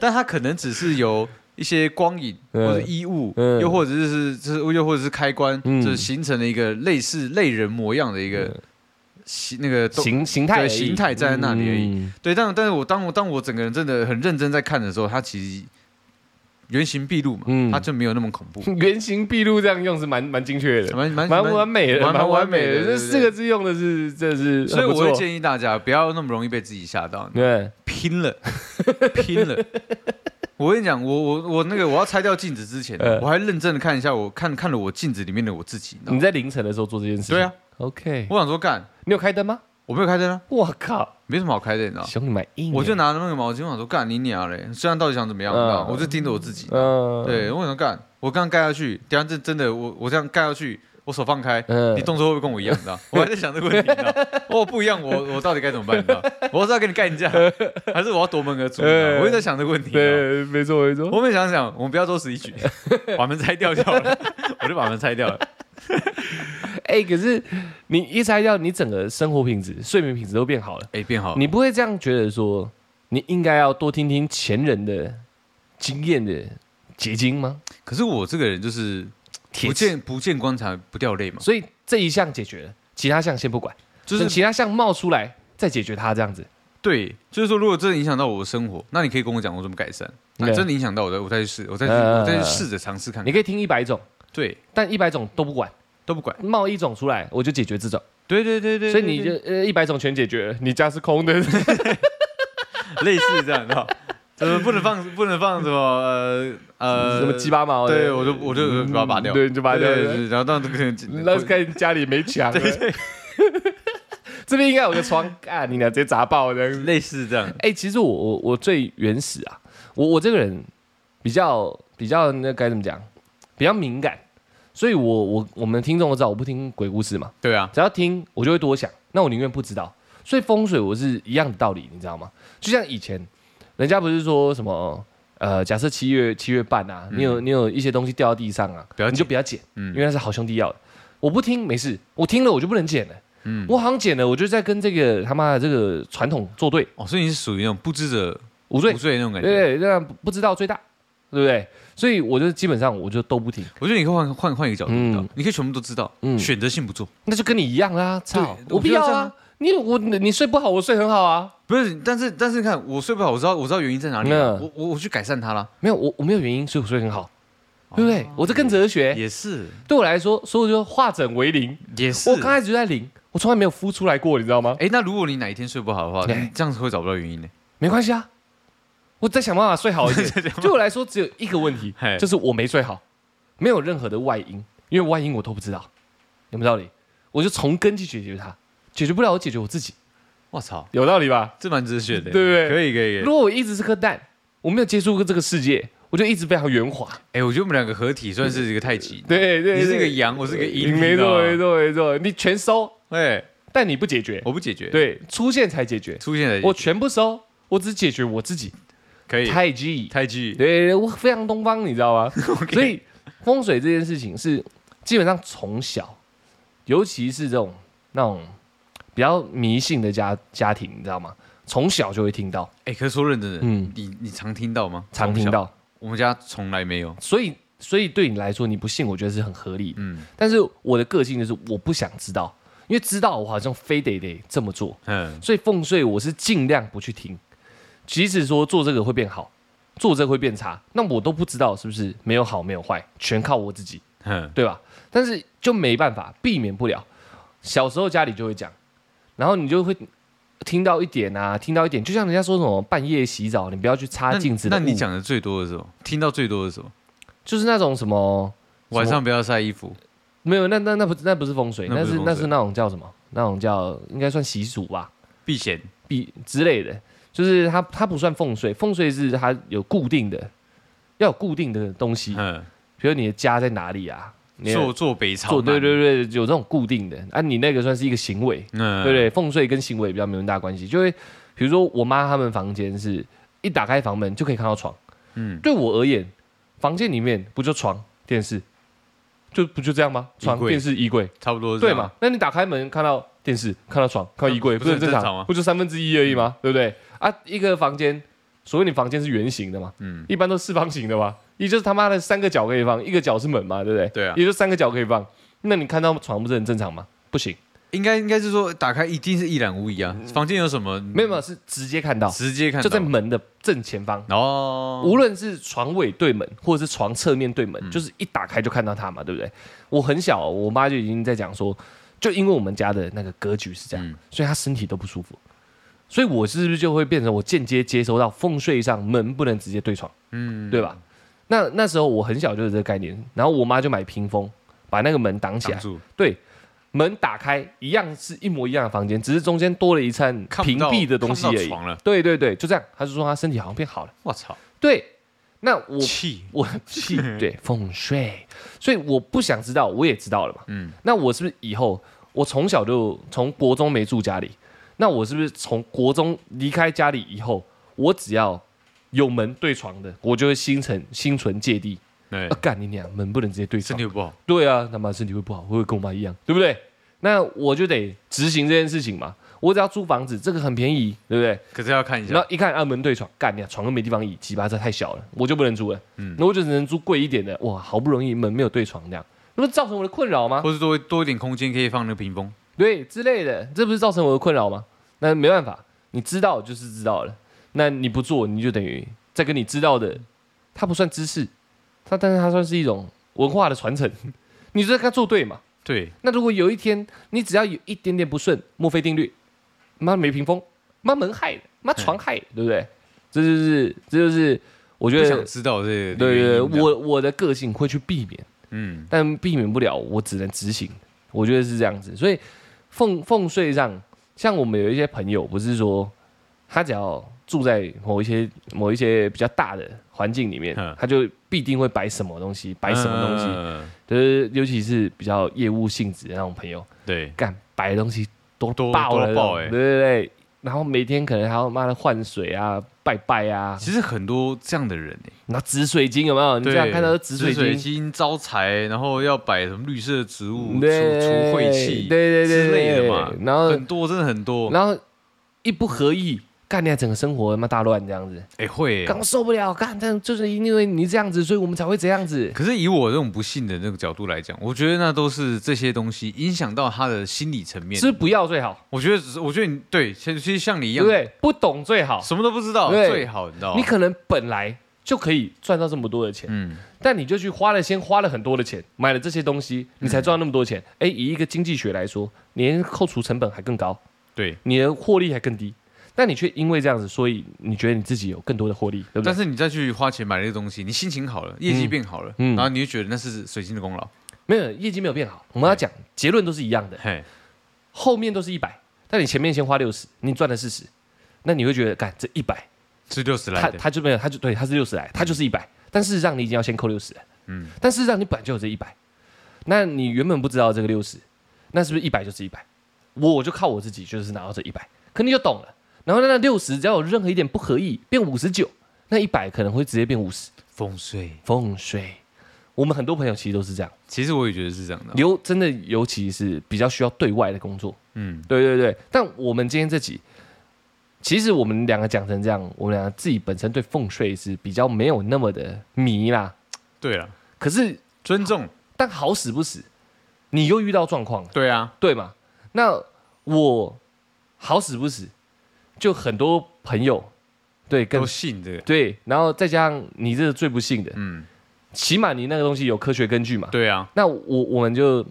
[SPEAKER 2] 但它可能只是由一些光影
[SPEAKER 1] 嗯
[SPEAKER 2] 或者衣物，
[SPEAKER 1] 嗯
[SPEAKER 2] 又或者是就是又或者是开关，
[SPEAKER 1] 嗯
[SPEAKER 2] 就是形成了一个类似类人模样的一个
[SPEAKER 1] 嗯
[SPEAKER 2] 形那个动
[SPEAKER 1] 形形态而已
[SPEAKER 2] 对形态站在那里而已
[SPEAKER 1] 嗯
[SPEAKER 2] 对，但但是我当我当我整个人真的很认真在看的时候，它其实原形毕露嘛，
[SPEAKER 1] 嗯
[SPEAKER 2] 它就没有那么恐怖，
[SPEAKER 1] 原形毕露这样用是蛮蛮精确的。
[SPEAKER 2] 蛮蛮
[SPEAKER 1] 蛮完美的，
[SPEAKER 2] 蛮
[SPEAKER 1] 蛮完
[SPEAKER 2] 完
[SPEAKER 1] 美
[SPEAKER 2] 美
[SPEAKER 1] 的。
[SPEAKER 2] 的
[SPEAKER 1] 这
[SPEAKER 2] 对
[SPEAKER 1] 四个字用的是，这是
[SPEAKER 2] 所以
[SPEAKER 1] 很
[SPEAKER 2] 我
[SPEAKER 1] 不错
[SPEAKER 2] 会建议大家不要那么容易被自己吓到，
[SPEAKER 1] 对，
[SPEAKER 2] 拼了， (laughs) 拼了！我跟你讲，我我我那个我要拆掉镜子之前，
[SPEAKER 1] 呃
[SPEAKER 2] 我还认真的看一下，我看看了我镜子里面的我自己。你知道
[SPEAKER 1] 你
[SPEAKER 2] 吗
[SPEAKER 1] 嗯在凌晨的时候做这件事。
[SPEAKER 2] 对，啊，
[SPEAKER 1] OK，
[SPEAKER 2] 我想说干，
[SPEAKER 1] 你有开灯吗？
[SPEAKER 2] 我没有开灯啊，
[SPEAKER 1] 我靠，
[SPEAKER 2] 没什么好开灯的啊。
[SPEAKER 1] 兄弟们硬欸，
[SPEAKER 2] 我就拿着那个毛巾，我想说干你娘嘞！虽然到底想怎么样，你
[SPEAKER 1] 嗯
[SPEAKER 2] 知道吗我就盯着我自己。
[SPEAKER 1] 嗯，
[SPEAKER 2] 对，我想干，我刚盖下去，等下这真的，我我这样盖下去，我手放开，
[SPEAKER 1] 嗯
[SPEAKER 2] 你动作会不会跟我一样？你
[SPEAKER 1] (laughs)
[SPEAKER 2] 知道，我还在想这个问题，你知道，我不一样，我我到底该怎么办？你知道，我是要跟你
[SPEAKER 1] (laughs)
[SPEAKER 2] 干架，还是我要夺门而出？你知道
[SPEAKER 1] 嗯
[SPEAKER 2] 我一直在想这个问题。你知道
[SPEAKER 1] 对，没错没错。
[SPEAKER 2] (laughs) 我们想想，我们不要多此一举， (laughs) 把门拆掉就好了。 (laughs) 我就把门拆掉了。
[SPEAKER 1] 哎，可是你一拆掉，你整个生活品质、睡眠品质都变好了，
[SPEAKER 2] 哎，变好了，
[SPEAKER 1] 你不会这样觉得说，你应该要多听听前人的经验的结晶吗？
[SPEAKER 2] 可是我这个人就是
[SPEAKER 1] 铁
[SPEAKER 2] 不
[SPEAKER 1] 齿
[SPEAKER 2] 见不见棺材不掉泪嘛，
[SPEAKER 1] 所以这一项解决了，其他项先不管，
[SPEAKER 2] 就
[SPEAKER 1] 等
[SPEAKER 2] 是
[SPEAKER 1] 其他项冒出来再解决它，这样子。
[SPEAKER 2] 对，就是说，如果真的影响到我的生活，那你可以跟我讲我怎么改善。那
[SPEAKER 1] 对
[SPEAKER 2] 真的影响到我的，我再去试，我再去，
[SPEAKER 1] 嗯
[SPEAKER 2] 我再去试着尝试看
[SPEAKER 1] 你
[SPEAKER 2] 看。
[SPEAKER 1] 可以听一百种，
[SPEAKER 2] 对，
[SPEAKER 1] 但一百种都不管，
[SPEAKER 2] 都不管。
[SPEAKER 1] 冒一种出来我就解决这种，
[SPEAKER 2] 对对对对，
[SPEAKER 1] 所以你
[SPEAKER 2] 对
[SPEAKER 1] 就呃一百种全解决了，你家是空的。
[SPEAKER 2] 对类似这样
[SPEAKER 1] (laughs)
[SPEAKER 2] 的，怎么不能放不能放什么呃呃
[SPEAKER 1] (laughs) 什么鸡？巴毛的？嗯
[SPEAKER 2] 对，我就我就把它拔掉，
[SPEAKER 1] 对，你就拔
[SPEAKER 2] 嗯
[SPEAKER 1] 掉
[SPEAKER 2] 对
[SPEAKER 1] 了。
[SPEAKER 2] 对对然后让这个
[SPEAKER 1] 那看家里没墙了。 (laughs) 这边应该有个窗，干你俩直接砸爆这样子。
[SPEAKER 2] 类似这样。
[SPEAKER 1] 哎、其实我我我最原始啊，我我这个人比较比较那该怎么讲，比较敏感，所以我我我们听众都知道我不听鬼故事嘛，
[SPEAKER 2] 对啊，
[SPEAKER 1] 只要听我就会多想，那我宁愿不知道。所以风水我是一样的道理，你知道吗？就像以前人家不是说什么呃，假设七月七月半啊，你有、你有一些东西掉到地上啊，
[SPEAKER 2] 不要
[SPEAKER 1] 你就不要捡，
[SPEAKER 2] 嗯
[SPEAKER 1] 因为那是好兄弟要的。我不听没事，我听了我就不能捡了。我好像捡了，我就在跟这个他妈的这个传统作对，
[SPEAKER 2] 哦，所以你是属于那种不知者
[SPEAKER 1] 无罪
[SPEAKER 2] 无。罪的那种感觉。
[SPEAKER 1] 对，那不知道最大，对不对？所以我就基本上我就都不听，
[SPEAKER 2] 我觉得你可以换换换一个角度，
[SPEAKER 1] 嗯
[SPEAKER 2] 你知道你可以全部都知道，
[SPEAKER 1] 嗯
[SPEAKER 2] 选择性不做。
[SPEAKER 1] 那就跟你一样啦、操，
[SPEAKER 2] 对
[SPEAKER 1] 我不要
[SPEAKER 2] 我觉得这
[SPEAKER 1] 啊
[SPEAKER 2] 样！
[SPEAKER 1] 你我你睡不好，我睡很好啊。
[SPEAKER 2] 不是，但是但是你看我睡不好，我知道我知道原因在哪里啊，
[SPEAKER 1] 嗯
[SPEAKER 2] 我我我去改善它了，
[SPEAKER 1] 没有，我我没有原因，所以我睡很好，对不对？我这更哲学，
[SPEAKER 2] 哦也是
[SPEAKER 1] 对我来说，所以我就化整为零。
[SPEAKER 2] 也是。
[SPEAKER 1] 我刚开始就在零，我从来没有孵出来过，你知道吗？
[SPEAKER 2] 哎，那如果你哪一天睡不好的话，
[SPEAKER 1] 对
[SPEAKER 2] 你这样子会找不到原因呢？
[SPEAKER 1] 没关系啊，我再想办法睡
[SPEAKER 2] (laughs)
[SPEAKER 1] 好一点。对我来说，只有一个问题
[SPEAKER 2] 嘿，
[SPEAKER 1] 就是我没睡好，没有任何的外因，因为外因我都不知道，有没有道理？我就从根去解决它，解决不了，我解决我自己，
[SPEAKER 2] 我操，
[SPEAKER 1] 有道理吧？
[SPEAKER 2] 这蛮哲学的，
[SPEAKER 1] 对不对
[SPEAKER 2] 可以可以可
[SPEAKER 1] 如
[SPEAKER 2] 以。
[SPEAKER 1] 果我一直是颗蛋，我没有接触过这个世界，我就一直非常圆滑。
[SPEAKER 2] 哎，我觉得我们两个合体算是一个太极，
[SPEAKER 1] 对对，
[SPEAKER 2] 你是
[SPEAKER 1] 对
[SPEAKER 2] 个阳，我是个阴，
[SPEAKER 1] 没错
[SPEAKER 2] 错。
[SPEAKER 1] 没错没错，你全收，
[SPEAKER 2] 哎，
[SPEAKER 1] 但你不解决，
[SPEAKER 2] 我不解决，，
[SPEAKER 1] 对，出现才解决，
[SPEAKER 2] 出现了，
[SPEAKER 1] 我全不收，我只解决我自己。
[SPEAKER 2] 可以
[SPEAKER 1] 太极，
[SPEAKER 2] 太极，
[SPEAKER 1] 对我非常东方，你知 (laughs) 道吗？所以风水这件事情是基本上从小，尤其是这种那种比较迷信的家家庭，你知道吗？从小就会听到，
[SPEAKER 2] 哎，可是说认真的，
[SPEAKER 1] 嗯
[SPEAKER 2] 你你常听到吗？
[SPEAKER 1] 常听
[SPEAKER 2] 从小，
[SPEAKER 1] 到，
[SPEAKER 2] 我们家从来没有，
[SPEAKER 1] 所以所以对你来说，你不信，我觉得是很合理的。
[SPEAKER 2] 嗯
[SPEAKER 1] 但是我的个性就是我不想知道，因为知道我好像非得得这么做，
[SPEAKER 2] 嗯，
[SPEAKER 1] 所以奉税我是尽量不去听，即使说做这个会变好，做这个会变差，那我都不知道是不是没有好没有坏，全靠我自己，
[SPEAKER 2] 哼
[SPEAKER 1] 对吧？但是就没办法，避免不了。小时候家里就会讲，然后你就会听到一点啊，听到一点，就像人家说什么半夜洗澡，你不要去擦
[SPEAKER 2] 那
[SPEAKER 1] 镜子的
[SPEAKER 2] 那你
[SPEAKER 1] 雾
[SPEAKER 2] 讲的最多的是什么？听到最多的是什么？
[SPEAKER 1] 就是那种什么
[SPEAKER 2] 晚
[SPEAKER 1] 什么
[SPEAKER 2] 上不要晒衣服。
[SPEAKER 1] 没有，那那那不那不是风水，
[SPEAKER 2] 那
[SPEAKER 1] 那
[SPEAKER 2] 不是
[SPEAKER 1] 是
[SPEAKER 2] 风
[SPEAKER 1] 那
[SPEAKER 2] 水
[SPEAKER 1] 是那种叫什么？那种叫应该算习俗吧，
[SPEAKER 2] 避嫌，
[SPEAKER 1] 比之类的，就是它它不算风水，风水是它有固定的，要有固定的东西，
[SPEAKER 2] 嗯，
[SPEAKER 1] 比如你的家在哪里啊，你的
[SPEAKER 2] 坐坐北朝
[SPEAKER 1] 做
[SPEAKER 2] 南，
[SPEAKER 1] 对对对，有这种固定的啊，你那个算是一个行为，
[SPEAKER 2] 嗯，
[SPEAKER 1] 对不对？风水跟行为比较没有那么大关系，就会比如说我妈他们房间是一打开房门就可以看到床，
[SPEAKER 2] 嗯，
[SPEAKER 1] 对我而言，房间里面不就床、电视，就不就这样吗？床
[SPEAKER 2] 衣、柜
[SPEAKER 1] 电视、衣柜。
[SPEAKER 2] 差不多是这
[SPEAKER 1] 对
[SPEAKER 2] 样
[SPEAKER 1] 嘛？？那你打开门看到电视，看到床，看到衣柜，
[SPEAKER 2] 不
[SPEAKER 1] 不
[SPEAKER 2] 是
[SPEAKER 1] 是
[SPEAKER 2] 很正
[SPEAKER 1] 很正
[SPEAKER 2] 常
[SPEAKER 1] 常
[SPEAKER 2] 吗嗯
[SPEAKER 1] 不就三分之一而已吗？对不对？啊，一个房间，所谓你房间是圆形的嘛，
[SPEAKER 2] 嗯
[SPEAKER 1] 一般都四方形的嘛，也就是他妈的三个角可以放，一个角是门嘛，对不对？
[SPEAKER 2] 对啊
[SPEAKER 1] 也就三个角可以放。那你看到床不是很正常吗？不行，
[SPEAKER 2] 应该应该是说打开一定是一览无遗啊，房间有什么
[SPEAKER 1] 没有没有，是直接看到，
[SPEAKER 2] 直接看
[SPEAKER 1] 嗯就
[SPEAKER 2] 到，
[SPEAKER 1] 在门的正前方。
[SPEAKER 2] 哦，
[SPEAKER 1] 无论是床尾对门，或者是床侧面对门，
[SPEAKER 2] 嗯
[SPEAKER 1] 就是一打开就看到它嘛，对不对？我很小哦，我妈就已经在讲说，就因为我们家的那个格局是这样，
[SPEAKER 2] 嗯
[SPEAKER 1] 所以她身体都不舒服，所以我是不是就会变成我间接接收到风水上门不能直接对床，
[SPEAKER 2] 嗯
[SPEAKER 1] 对吧？那那时候我很小就有这个概念，然后我妈就买屏风把那个门挡起
[SPEAKER 2] 挡
[SPEAKER 1] 来，
[SPEAKER 2] 住，
[SPEAKER 1] 对，门打开，一样是一模一样的房间，只是中间多了一扇
[SPEAKER 2] 看
[SPEAKER 1] 屏
[SPEAKER 2] 不到
[SPEAKER 1] 蔽的东西
[SPEAKER 2] 看不
[SPEAKER 1] 而
[SPEAKER 2] 到
[SPEAKER 1] 已。
[SPEAKER 2] 床了，
[SPEAKER 1] 对对对，就这样。他就说他身体好像变好了。
[SPEAKER 2] 我操，
[SPEAKER 1] 对，那我
[SPEAKER 2] 气， (laughs)
[SPEAKER 1] 我气对风水，所以我不想知道，我也知道了嘛。
[SPEAKER 2] 嗯，
[SPEAKER 1] 那我是不是以后我从小就从国中没住家里？那我是不是从国中离开家里以后，我只要有门对床的，我就会心存心存芥蒂？
[SPEAKER 2] 对
[SPEAKER 1] 啊，，干你娘，门不能直接对
[SPEAKER 2] 哎身
[SPEAKER 1] 床
[SPEAKER 2] 体。不好，
[SPEAKER 1] 对啊，他妈身体会不好，会跟我妈一样，对不对？那我就得执行这件事情嘛。我只要租房子，这个很便宜，对不对？
[SPEAKER 2] 可是要看一
[SPEAKER 1] 然
[SPEAKER 2] 下
[SPEAKER 1] 后一看啊，门对床，干你、啊、床又没地方倚，鸡巴这太小了，我就不能租了。
[SPEAKER 2] 嗯
[SPEAKER 1] 那我就只能租贵一点的。哇，好不容易门没有对床这样，那不造成我的困扰吗？
[SPEAKER 2] 或是多多一点空间可以放那个屏风，
[SPEAKER 1] 对之类的，这不是造成我的困扰吗？那没办法，你知道就是知道了，那你不做，你就等于在跟你知道的，它不算知识，它但是它算是一种文化的传承， (laughs) 你就在跟他作对嘛。
[SPEAKER 2] 对，
[SPEAKER 1] 那如果有一天你只要有一点点不顺，墨菲定律，妈没屏风，妈门害的，妈床害的，对不对？这就是这就是我觉
[SPEAKER 2] 哎不
[SPEAKER 1] 得
[SPEAKER 2] 想知道这个
[SPEAKER 1] 对对对，
[SPEAKER 2] 原因
[SPEAKER 1] 我我的个性会去避免，
[SPEAKER 2] 嗯
[SPEAKER 1] 但避免不了，我只能执行。我觉得是这样子，所以奉奉税上，像我们有一些朋友，不是说他只要住在某一些某一些比较大的环境里面
[SPEAKER 2] 嗯，
[SPEAKER 1] 他就必定会摆什么东西，摆什么东西，
[SPEAKER 2] 嗯
[SPEAKER 1] 就是尤其是比较业务性质的那种朋友，
[SPEAKER 2] 对，
[SPEAKER 1] 干摆的东西多
[SPEAKER 2] 多
[SPEAKER 1] 爆
[SPEAKER 2] 多
[SPEAKER 1] 了那种，
[SPEAKER 2] 爆欸
[SPEAKER 1] 对对对。然后每天可能还要妈的换水啊、拜拜啊，
[SPEAKER 2] 其实很多这样的人欸
[SPEAKER 1] 拿紫水晶有没有？你这样
[SPEAKER 2] 对
[SPEAKER 1] 看到都紫水
[SPEAKER 2] 水
[SPEAKER 1] 晶，
[SPEAKER 2] 晶招财，然后要摆什么绿色植物除
[SPEAKER 1] 嗯对
[SPEAKER 2] 除晦气，
[SPEAKER 1] 对对对
[SPEAKER 2] 之类的嘛
[SPEAKER 1] 对然后
[SPEAKER 2] 很多真的很多，
[SPEAKER 1] 然后一不合意，干你整个生活他妈大乱这样子，
[SPEAKER 2] 哎会欸
[SPEAKER 1] 干我受不了，干但就是因为你这样子，所以我们才会这样子。
[SPEAKER 2] 可是以我这种不幸的那个角度来讲，我觉得那都是这些东西影响到他的心理层面。
[SPEAKER 1] 是不要最好，
[SPEAKER 2] 我觉得只是，我觉得你对，其实其实像你一样
[SPEAKER 1] 对不，对？不懂最好。
[SPEAKER 2] 什么都不知道
[SPEAKER 1] 对
[SPEAKER 2] 最好，你知道吗
[SPEAKER 1] 你？可能本来就可以赚到这么多的钱，
[SPEAKER 2] 嗯，
[SPEAKER 1] 但你就去花了先花了很多的钱，买了这些东西，
[SPEAKER 2] 嗯
[SPEAKER 1] 你才赚到那么多钱。哎、以一个经济学来说，你扣除成本还更高，
[SPEAKER 2] 对。
[SPEAKER 1] 你的获利还更低，但你却因为这样子，所以你觉得你自己有更多的获利，对不对
[SPEAKER 2] 但？是你再去花钱买那个东西，你心情好了，业绩变好了，
[SPEAKER 1] 嗯
[SPEAKER 2] 然后你就觉得那是水晶的功劳。
[SPEAKER 1] 没有业绩没有变好，我们要讲结论都是一样的，
[SPEAKER 2] 嘿，
[SPEAKER 1] 后面都是一百，但你前面先花六十，你赚了四十，那你会觉得，干这一百，
[SPEAKER 2] 是六十来
[SPEAKER 1] 他
[SPEAKER 2] 的，
[SPEAKER 1] 他就没有，他就对，他是六十来，他就是一百，但事实上你已经要先扣六十了，
[SPEAKER 2] 嗯，
[SPEAKER 1] 但事实上你本来就有这一百，那你原本不知道这个六十，那是不是一百就是一百？我就靠我自己，就是拿到这一百，可你就懂了。然后那六十只要有任何一点不合意，变五十九，那一百可能会直接变五十。
[SPEAKER 2] 风水。
[SPEAKER 1] 风水，我们很多朋友其实都是这样，
[SPEAKER 2] 其实我也觉得是这样的。啊
[SPEAKER 1] 尤真的尤其是比较需要对外的工作，
[SPEAKER 2] 嗯，
[SPEAKER 1] 对对对，但我们今天这集，其实我们两个讲成这样，我们两个自己本身对风水是比较没有那么的迷啦。
[SPEAKER 2] 对了，
[SPEAKER 1] 可是，
[SPEAKER 2] 尊重。
[SPEAKER 1] 但好死不死，你又遇到状况了，
[SPEAKER 2] 对啊，
[SPEAKER 1] 对吗？那我好死不死，就很多朋友对跟
[SPEAKER 2] 都信这个。
[SPEAKER 1] 对，然后再加上你这是最不幸的，
[SPEAKER 2] 嗯，
[SPEAKER 1] 起码你那个东西有科学根据嘛。
[SPEAKER 2] 对啊，
[SPEAKER 1] 那我我们就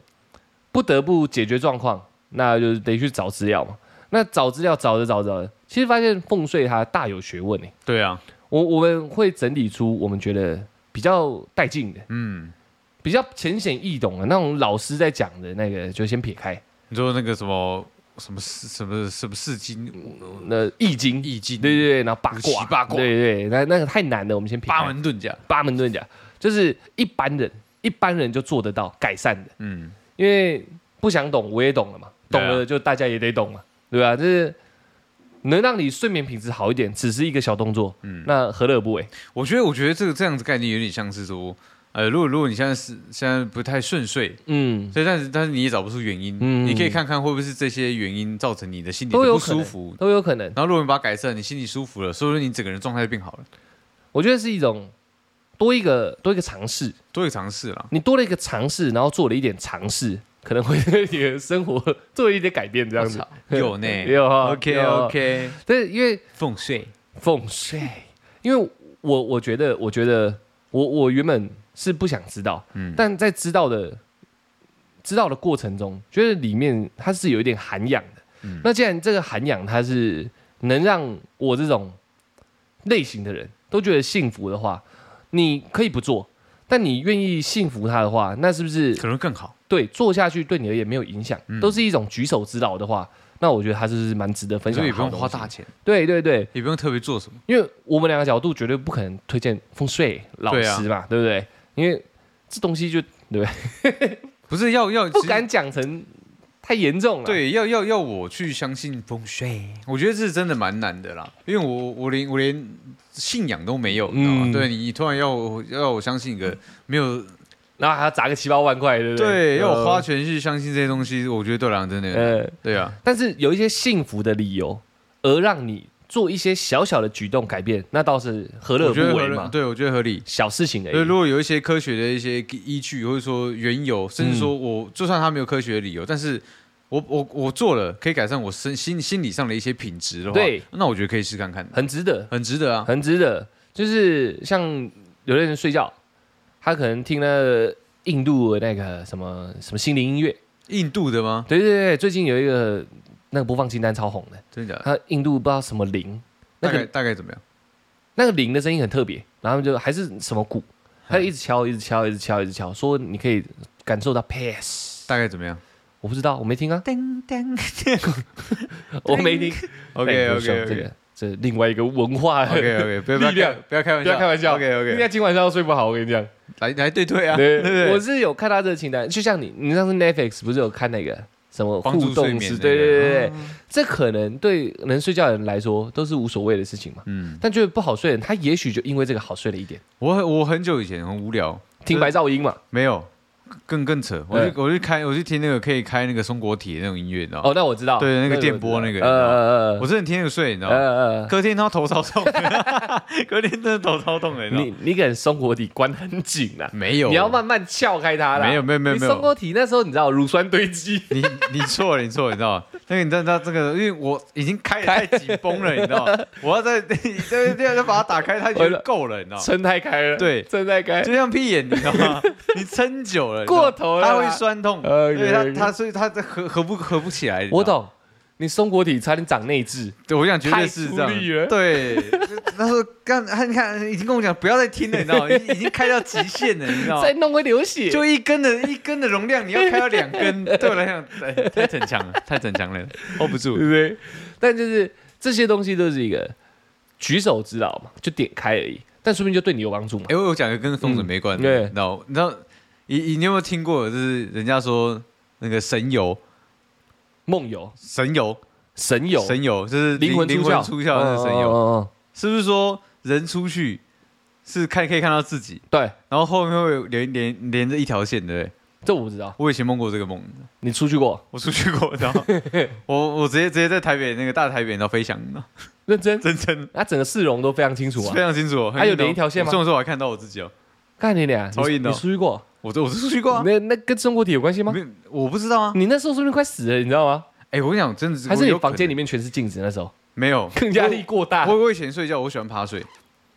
[SPEAKER 1] 不得不解决状况，那就是得去找资料嘛。那找资料找着找着找着，其实发现风水它大有学问呢、欸
[SPEAKER 2] 对啊，
[SPEAKER 1] 我我们会整理出我们觉得比较带劲的、
[SPEAKER 2] 嗯，
[SPEAKER 1] 比较浅显易懂的那种老师在讲的那个，就先撇开。
[SPEAKER 2] 你说那个什么什么四什么什么四经
[SPEAKER 1] 那易经，
[SPEAKER 2] 嗯易经，
[SPEAKER 1] 对对对，然后八
[SPEAKER 2] 五
[SPEAKER 1] 卦，
[SPEAKER 2] 行八卦
[SPEAKER 1] 对对，对那那个太难了，我们先撇开。
[SPEAKER 2] 八门遁甲，
[SPEAKER 1] 八门遁甲，就是一般人一般人就做得到改善的。
[SPEAKER 2] 嗯，
[SPEAKER 1] 因为不想懂，我也懂了嘛，
[SPEAKER 2] 对
[SPEAKER 1] 懂
[SPEAKER 2] 啊
[SPEAKER 1] 了就大家也得懂嘛，对吧、就是能让你睡眠品质好一点，只是一个小动作，嗯，那何乐而不为？
[SPEAKER 2] 我觉得我觉得这个这样子概念有点像是说，呃，如果如果你现在是现在不太顺遂，
[SPEAKER 1] 嗯，
[SPEAKER 2] 所以但是但是你也找不出原因，
[SPEAKER 1] 嗯
[SPEAKER 2] 你可以看看会不会是这些原因造成你的心里的
[SPEAKER 1] 都有
[SPEAKER 2] 不
[SPEAKER 1] 可能
[SPEAKER 2] 舒服，
[SPEAKER 1] 都有可能。
[SPEAKER 2] 然后如果你把它改善，你心里舒服了，说不定你整个人状态就变好了，
[SPEAKER 1] 我觉得是一种多一个多一个尝试，
[SPEAKER 2] 多一个尝试啦。
[SPEAKER 1] 你多了一个尝试，然后做了一点尝试，可能会对你的生活做一点改变，这样子
[SPEAKER 2] 我。操啊有呢，
[SPEAKER 1] 嗯 (laughs) 有哈
[SPEAKER 2] ，OK
[SPEAKER 1] 有哈
[SPEAKER 2] OK，
[SPEAKER 1] 但是因为
[SPEAKER 2] 奉税，
[SPEAKER 1] 风水，因为我我觉得，我觉得我我原本是不想知道，
[SPEAKER 2] 嗯
[SPEAKER 1] 但在知道的知道的过程中，觉得里面它是有一点涵养的。
[SPEAKER 2] 嗯
[SPEAKER 1] 那既然这个涵养它是能让我这种类型的人都觉得幸福的话，你可以不做，但你愿意信服他的话，那是不是
[SPEAKER 2] 可能更好。
[SPEAKER 1] 对做下去对你而言没有影响，
[SPEAKER 2] 嗯
[SPEAKER 1] 都是一种举手之劳的话，那我觉得它就是蛮值得分享
[SPEAKER 2] 所以也
[SPEAKER 1] 的
[SPEAKER 2] 不
[SPEAKER 1] 好
[SPEAKER 2] 用
[SPEAKER 1] 东西。
[SPEAKER 2] 花大钱，
[SPEAKER 1] 对对对，
[SPEAKER 2] 也不用特别做什么。
[SPEAKER 1] 因为我们两个角度绝对不可能推荐风水老师
[SPEAKER 2] 啊
[SPEAKER 1] 嘛，对不对？因为这东西就
[SPEAKER 2] 不是要要
[SPEAKER 1] 不敢讲成太严重了。，
[SPEAKER 2] 对，要要要我去相信风水，我觉得这是真的蛮难的啦，因为我我连我连信仰都没有，你知道吗？
[SPEAKER 1] 嗯
[SPEAKER 2] 对你突然要我要我相信一个没有，
[SPEAKER 1] 然后还要砸个七八万块，对不对
[SPEAKER 2] 对，要我花
[SPEAKER 1] 呃
[SPEAKER 2] 钱去相信这些东西，我觉得对我来讲真的有点，
[SPEAKER 1] 呃，
[SPEAKER 2] 对啊，
[SPEAKER 1] 但是有一些幸福的理由，而让你做一些小小的举动改变，那倒是何乐
[SPEAKER 2] 我
[SPEAKER 1] 而
[SPEAKER 2] 觉得
[SPEAKER 1] 不
[SPEAKER 2] 合
[SPEAKER 1] 为
[SPEAKER 2] 理，
[SPEAKER 1] 嘛？
[SPEAKER 2] 对我觉得合理。
[SPEAKER 1] 小事情而
[SPEAKER 2] 所以，如
[SPEAKER 1] 已。
[SPEAKER 2] 果有一些科学的一些依据，或者说缘
[SPEAKER 1] 嗯
[SPEAKER 2] 由，甚至说我、就算他没有科学的理由，但是我我我做了，可以改善我身心心理上的一些品质的话，
[SPEAKER 1] 对，
[SPEAKER 2] 那我觉得可以试看看，
[SPEAKER 1] 很值得，
[SPEAKER 2] 很值得啊。
[SPEAKER 1] 很值得。就是像有的人睡觉，他可能听了印度的那个什么什么心灵音乐，
[SPEAKER 2] 印度的吗？
[SPEAKER 1] 对对对，最近有一个那个播放清单超红的，
[SPEAKER 2] 真的假的？
[SPEAKER 1] 他印度不知道什么铃，啊那
[SPEAKER 2] 大概
[SPEAKER 1] 个
[SPEAKER 2] 大概怎么样？
[SPEAKER 1] 那个铃的声音很特别，然后就还是什么鼓，
[SPEAKER 2] 嗯
[SPEAKER 1] 他就一直敲，一直敲，一直敲，一直敲，说你可以感受到 pass。
[SPEAKER 2] 大概怎么样
[SPEAKER 1] 我不知道，我没听啊，
[SPEAKER 2] 噔噔
[SPEAKER 1] 我
[SPEAKER 2] (laughs)
[SPEAKER 1] 没听。哎
[SPEAKER 2] ？OK
[SPEAKER 1] 但你不是
[SPEAKER 2] OK
[SPEAKER 1] 这
[SPEAKER 2] OK
[SPEAKER 1] 个这是另外一个文化 (laughs)
[SPEAKER 2] OK OK，不要不要
[SPEAKER 1] 力量
[SPEAKER 2] 开不要开玩笑，
[SPEAKER 1] 不要开玩笑
[SPEAKER 2] OK
[SPEAKER 1] 应该
[SPEAKER 2] OK，
[SPEAKER 1] 今晚上要睡不好，我跟你讲。
[SPEAKER 2] 来来对对啊，对
[SPEAKER 1] 对
[SPEAKER 2] 不对
[SPEAKER 1] 我是有看他这个清单，就像你，你上次 Netflix 不是有看那个什么
[SPEAKER 2] 帮助
[SPEAKER 1] 互
[SPEAKER 2] 睡
[SPEAKER 1] 动
[SPEAKER 2] 眠
[SPEAKER 1] 式？
[SPEAKER 2] 的
[SPEAKER 1] 对对对对，
[SPEAKER 2] 哦
[SPEAKER 1] 这可能对能睡觉的人来说都是无所谓的事情嘛。
[SPEAKER 2] 嗯，
[SPEAKER 1] 但觉得不好睡的人，他也许就因为这个好睡了一点，
[SPEAKER 2] 我很我很久以前很无聊，
[SPEAKER 1] 听白噪音嘛。
[SPEAKER 2] 没有更更扯，我去我去开我去听那个可以开那个松果体的那种音乐，你知道吗？
[SPEAKER 1] 哦，那我知道，
[SPEAKER 2] 对那个
[SPEAKER 1] 我
[SPEAKER 2] 电波
[SPEAKER 1] 知道
[SPEAKER 2] 那个
[SPEAKER 1] 呃
[SPEAKER 2] 我
[SPEAKER 1] 呃
[SPEAKER 2] 真的听那个睡，你知道
[SPEAKER 1] 呃
[SPEAKER 2] 吗？
[SPEAKER 1] 呃呃，
[SPEAKER 2] 隔天他头超痛， (laughs) 隔天真的头超痛的，你知道吗
[SPEAKER 1] 你你给人松果体关很紧啊，
[SPEAKER 2] 没有？
[SPEAKER 1] 你要慢慢撬开它啦。
[SPEAKER 2] 没有没有没有
[SPEAKER 1] 你
[SPEAKER 2] 没有
[SPEAKER 1] 松果体那时候你知道乳酸堆积，
[SPEAKER 2] 你你错了，你错了，你知道吗？那个你知道这个，因为我已经开的太紧绷了，你知道吗？我要 (laughs) 再再再再把它打开，它就够了，你知道吗？
[SPEAKER 1] 撑太开了，
[SPEAKER 2] 对
[SPEAKER 1] 撑太开。
[SPEAKER 2] 就像屁眼，你知道吗？你撑久了，你知道吗
[SPEAKER 1] 过头了
[SPEAKER 2] 它
[SPEAKER 1] 啦
[SPEAKER 2] 会酸痛，
[SPEAKER 1] OK，OK
[SPEAKER 2] 对它它所以它合合不合不起来。你知道吗
[SPEAKER 1] 我，懂，你松果体差点长内痔，
[SPEAKER 2] 对我想绝对是这
[SPEAKER 1] 太出力
[SPEAKER 2] 样。
[SPEAKER 1] 了
[SPEAKER 2] 对，他说刚他你看已经跟我讲不要再听了，你知道吗？已经已经开到极限了，你知道吗
[SPEAKER 1] 再？弄会流血。
[SPEAKER 2] (laughs) 就一根的一根的容量，你要开到两
[SPEAKER 1] (laughs)
[SPEAKER 2] 根，对我来讲，哎太逞强了，太逞强了，hold 不住
[SPEAKER 1] 对。不对？但就是这些东西都是一个举手之劳嘛，就点开而已。但说不定就对你有帮助嘛
[SPEAKER 2] 哎、。我有讲一个跟风水没关的，
[SPEAKER 1] 嗯对
[SPEAKER 2] 你知道你知道你你你有没有听过，就是人家说那个神游
[SPEAKER 1] 梦游、
[SPEAKER 2] 神游
[SPEAKER 1] 神游、
[SPEAKER 2] 神游，就是
[SPEAKER 1] 灵魂
[SPEAKER 2] 灵
[SPEAKER 1] 窍、
[SPEAKER 2] 魂出窍的那个神游，
[SPEAKER 1] 哦哦哦
[SPEAKER 2] 是不是说人出去是看可以看到自己，
[SPEAKER 1] 对，
[SPEAKER 2] 然后后面会有连连连着一条线，对不对？
[SPEAKER 1] 这我不知道。
[SPEAKER 2] 我以前梦过这个梦，
[SPEAKER 1] 你出去过？
[SPEAKER 2] 我出去过，然
[SPEAKER 1] (laughs)
[SPEAKER 2] 后我我直接直接在台北那个大台北然后飞翔，你知道
[SPEAKER 1] 认真？
[SPEAKER 2] 真真
[SPEAKER 1] 那整个市容都非常清楚
[SPEAKER 2] 非
[SPEAKER 1] 啊。
[SPEAKER 2] 常清楚哦，
[SPEAKER 1] 还有连一条线吗
[SPEAKER 2] 这种时候我还看到我自己哦，
[SPEAKER 1] 看你俩，你
[SPEAKER 2] 超硬的哦
[SPEAKER 1] 你出去过？
[SPEAKER 2] 我我是出去过啊，
[SPEAKER 1] 那那跟中国体有关啊系吗？
[SPEAKER 2] 没有我不知道啊，
[SPEAKER 1] 你那时候说不定快死了，你知道吗？
[SPEAKER 2] 哎、我跟你讲，真的是
[SPEAKER 1] 还是
[SPEAKER 2] 我
[SPEAKER 1] 你
[SPEAKER 2] 有可
[SPEAKER 1] 房间
[SPEAKER 2] 能
[SPEAKER 1] 里面全是镜子？那时候
[SPEAKER 2] 没有
[SPEAKER 1] 更压力过大。
[SPEAKER 2] 我我以前睡觉，我喜欢趴睡，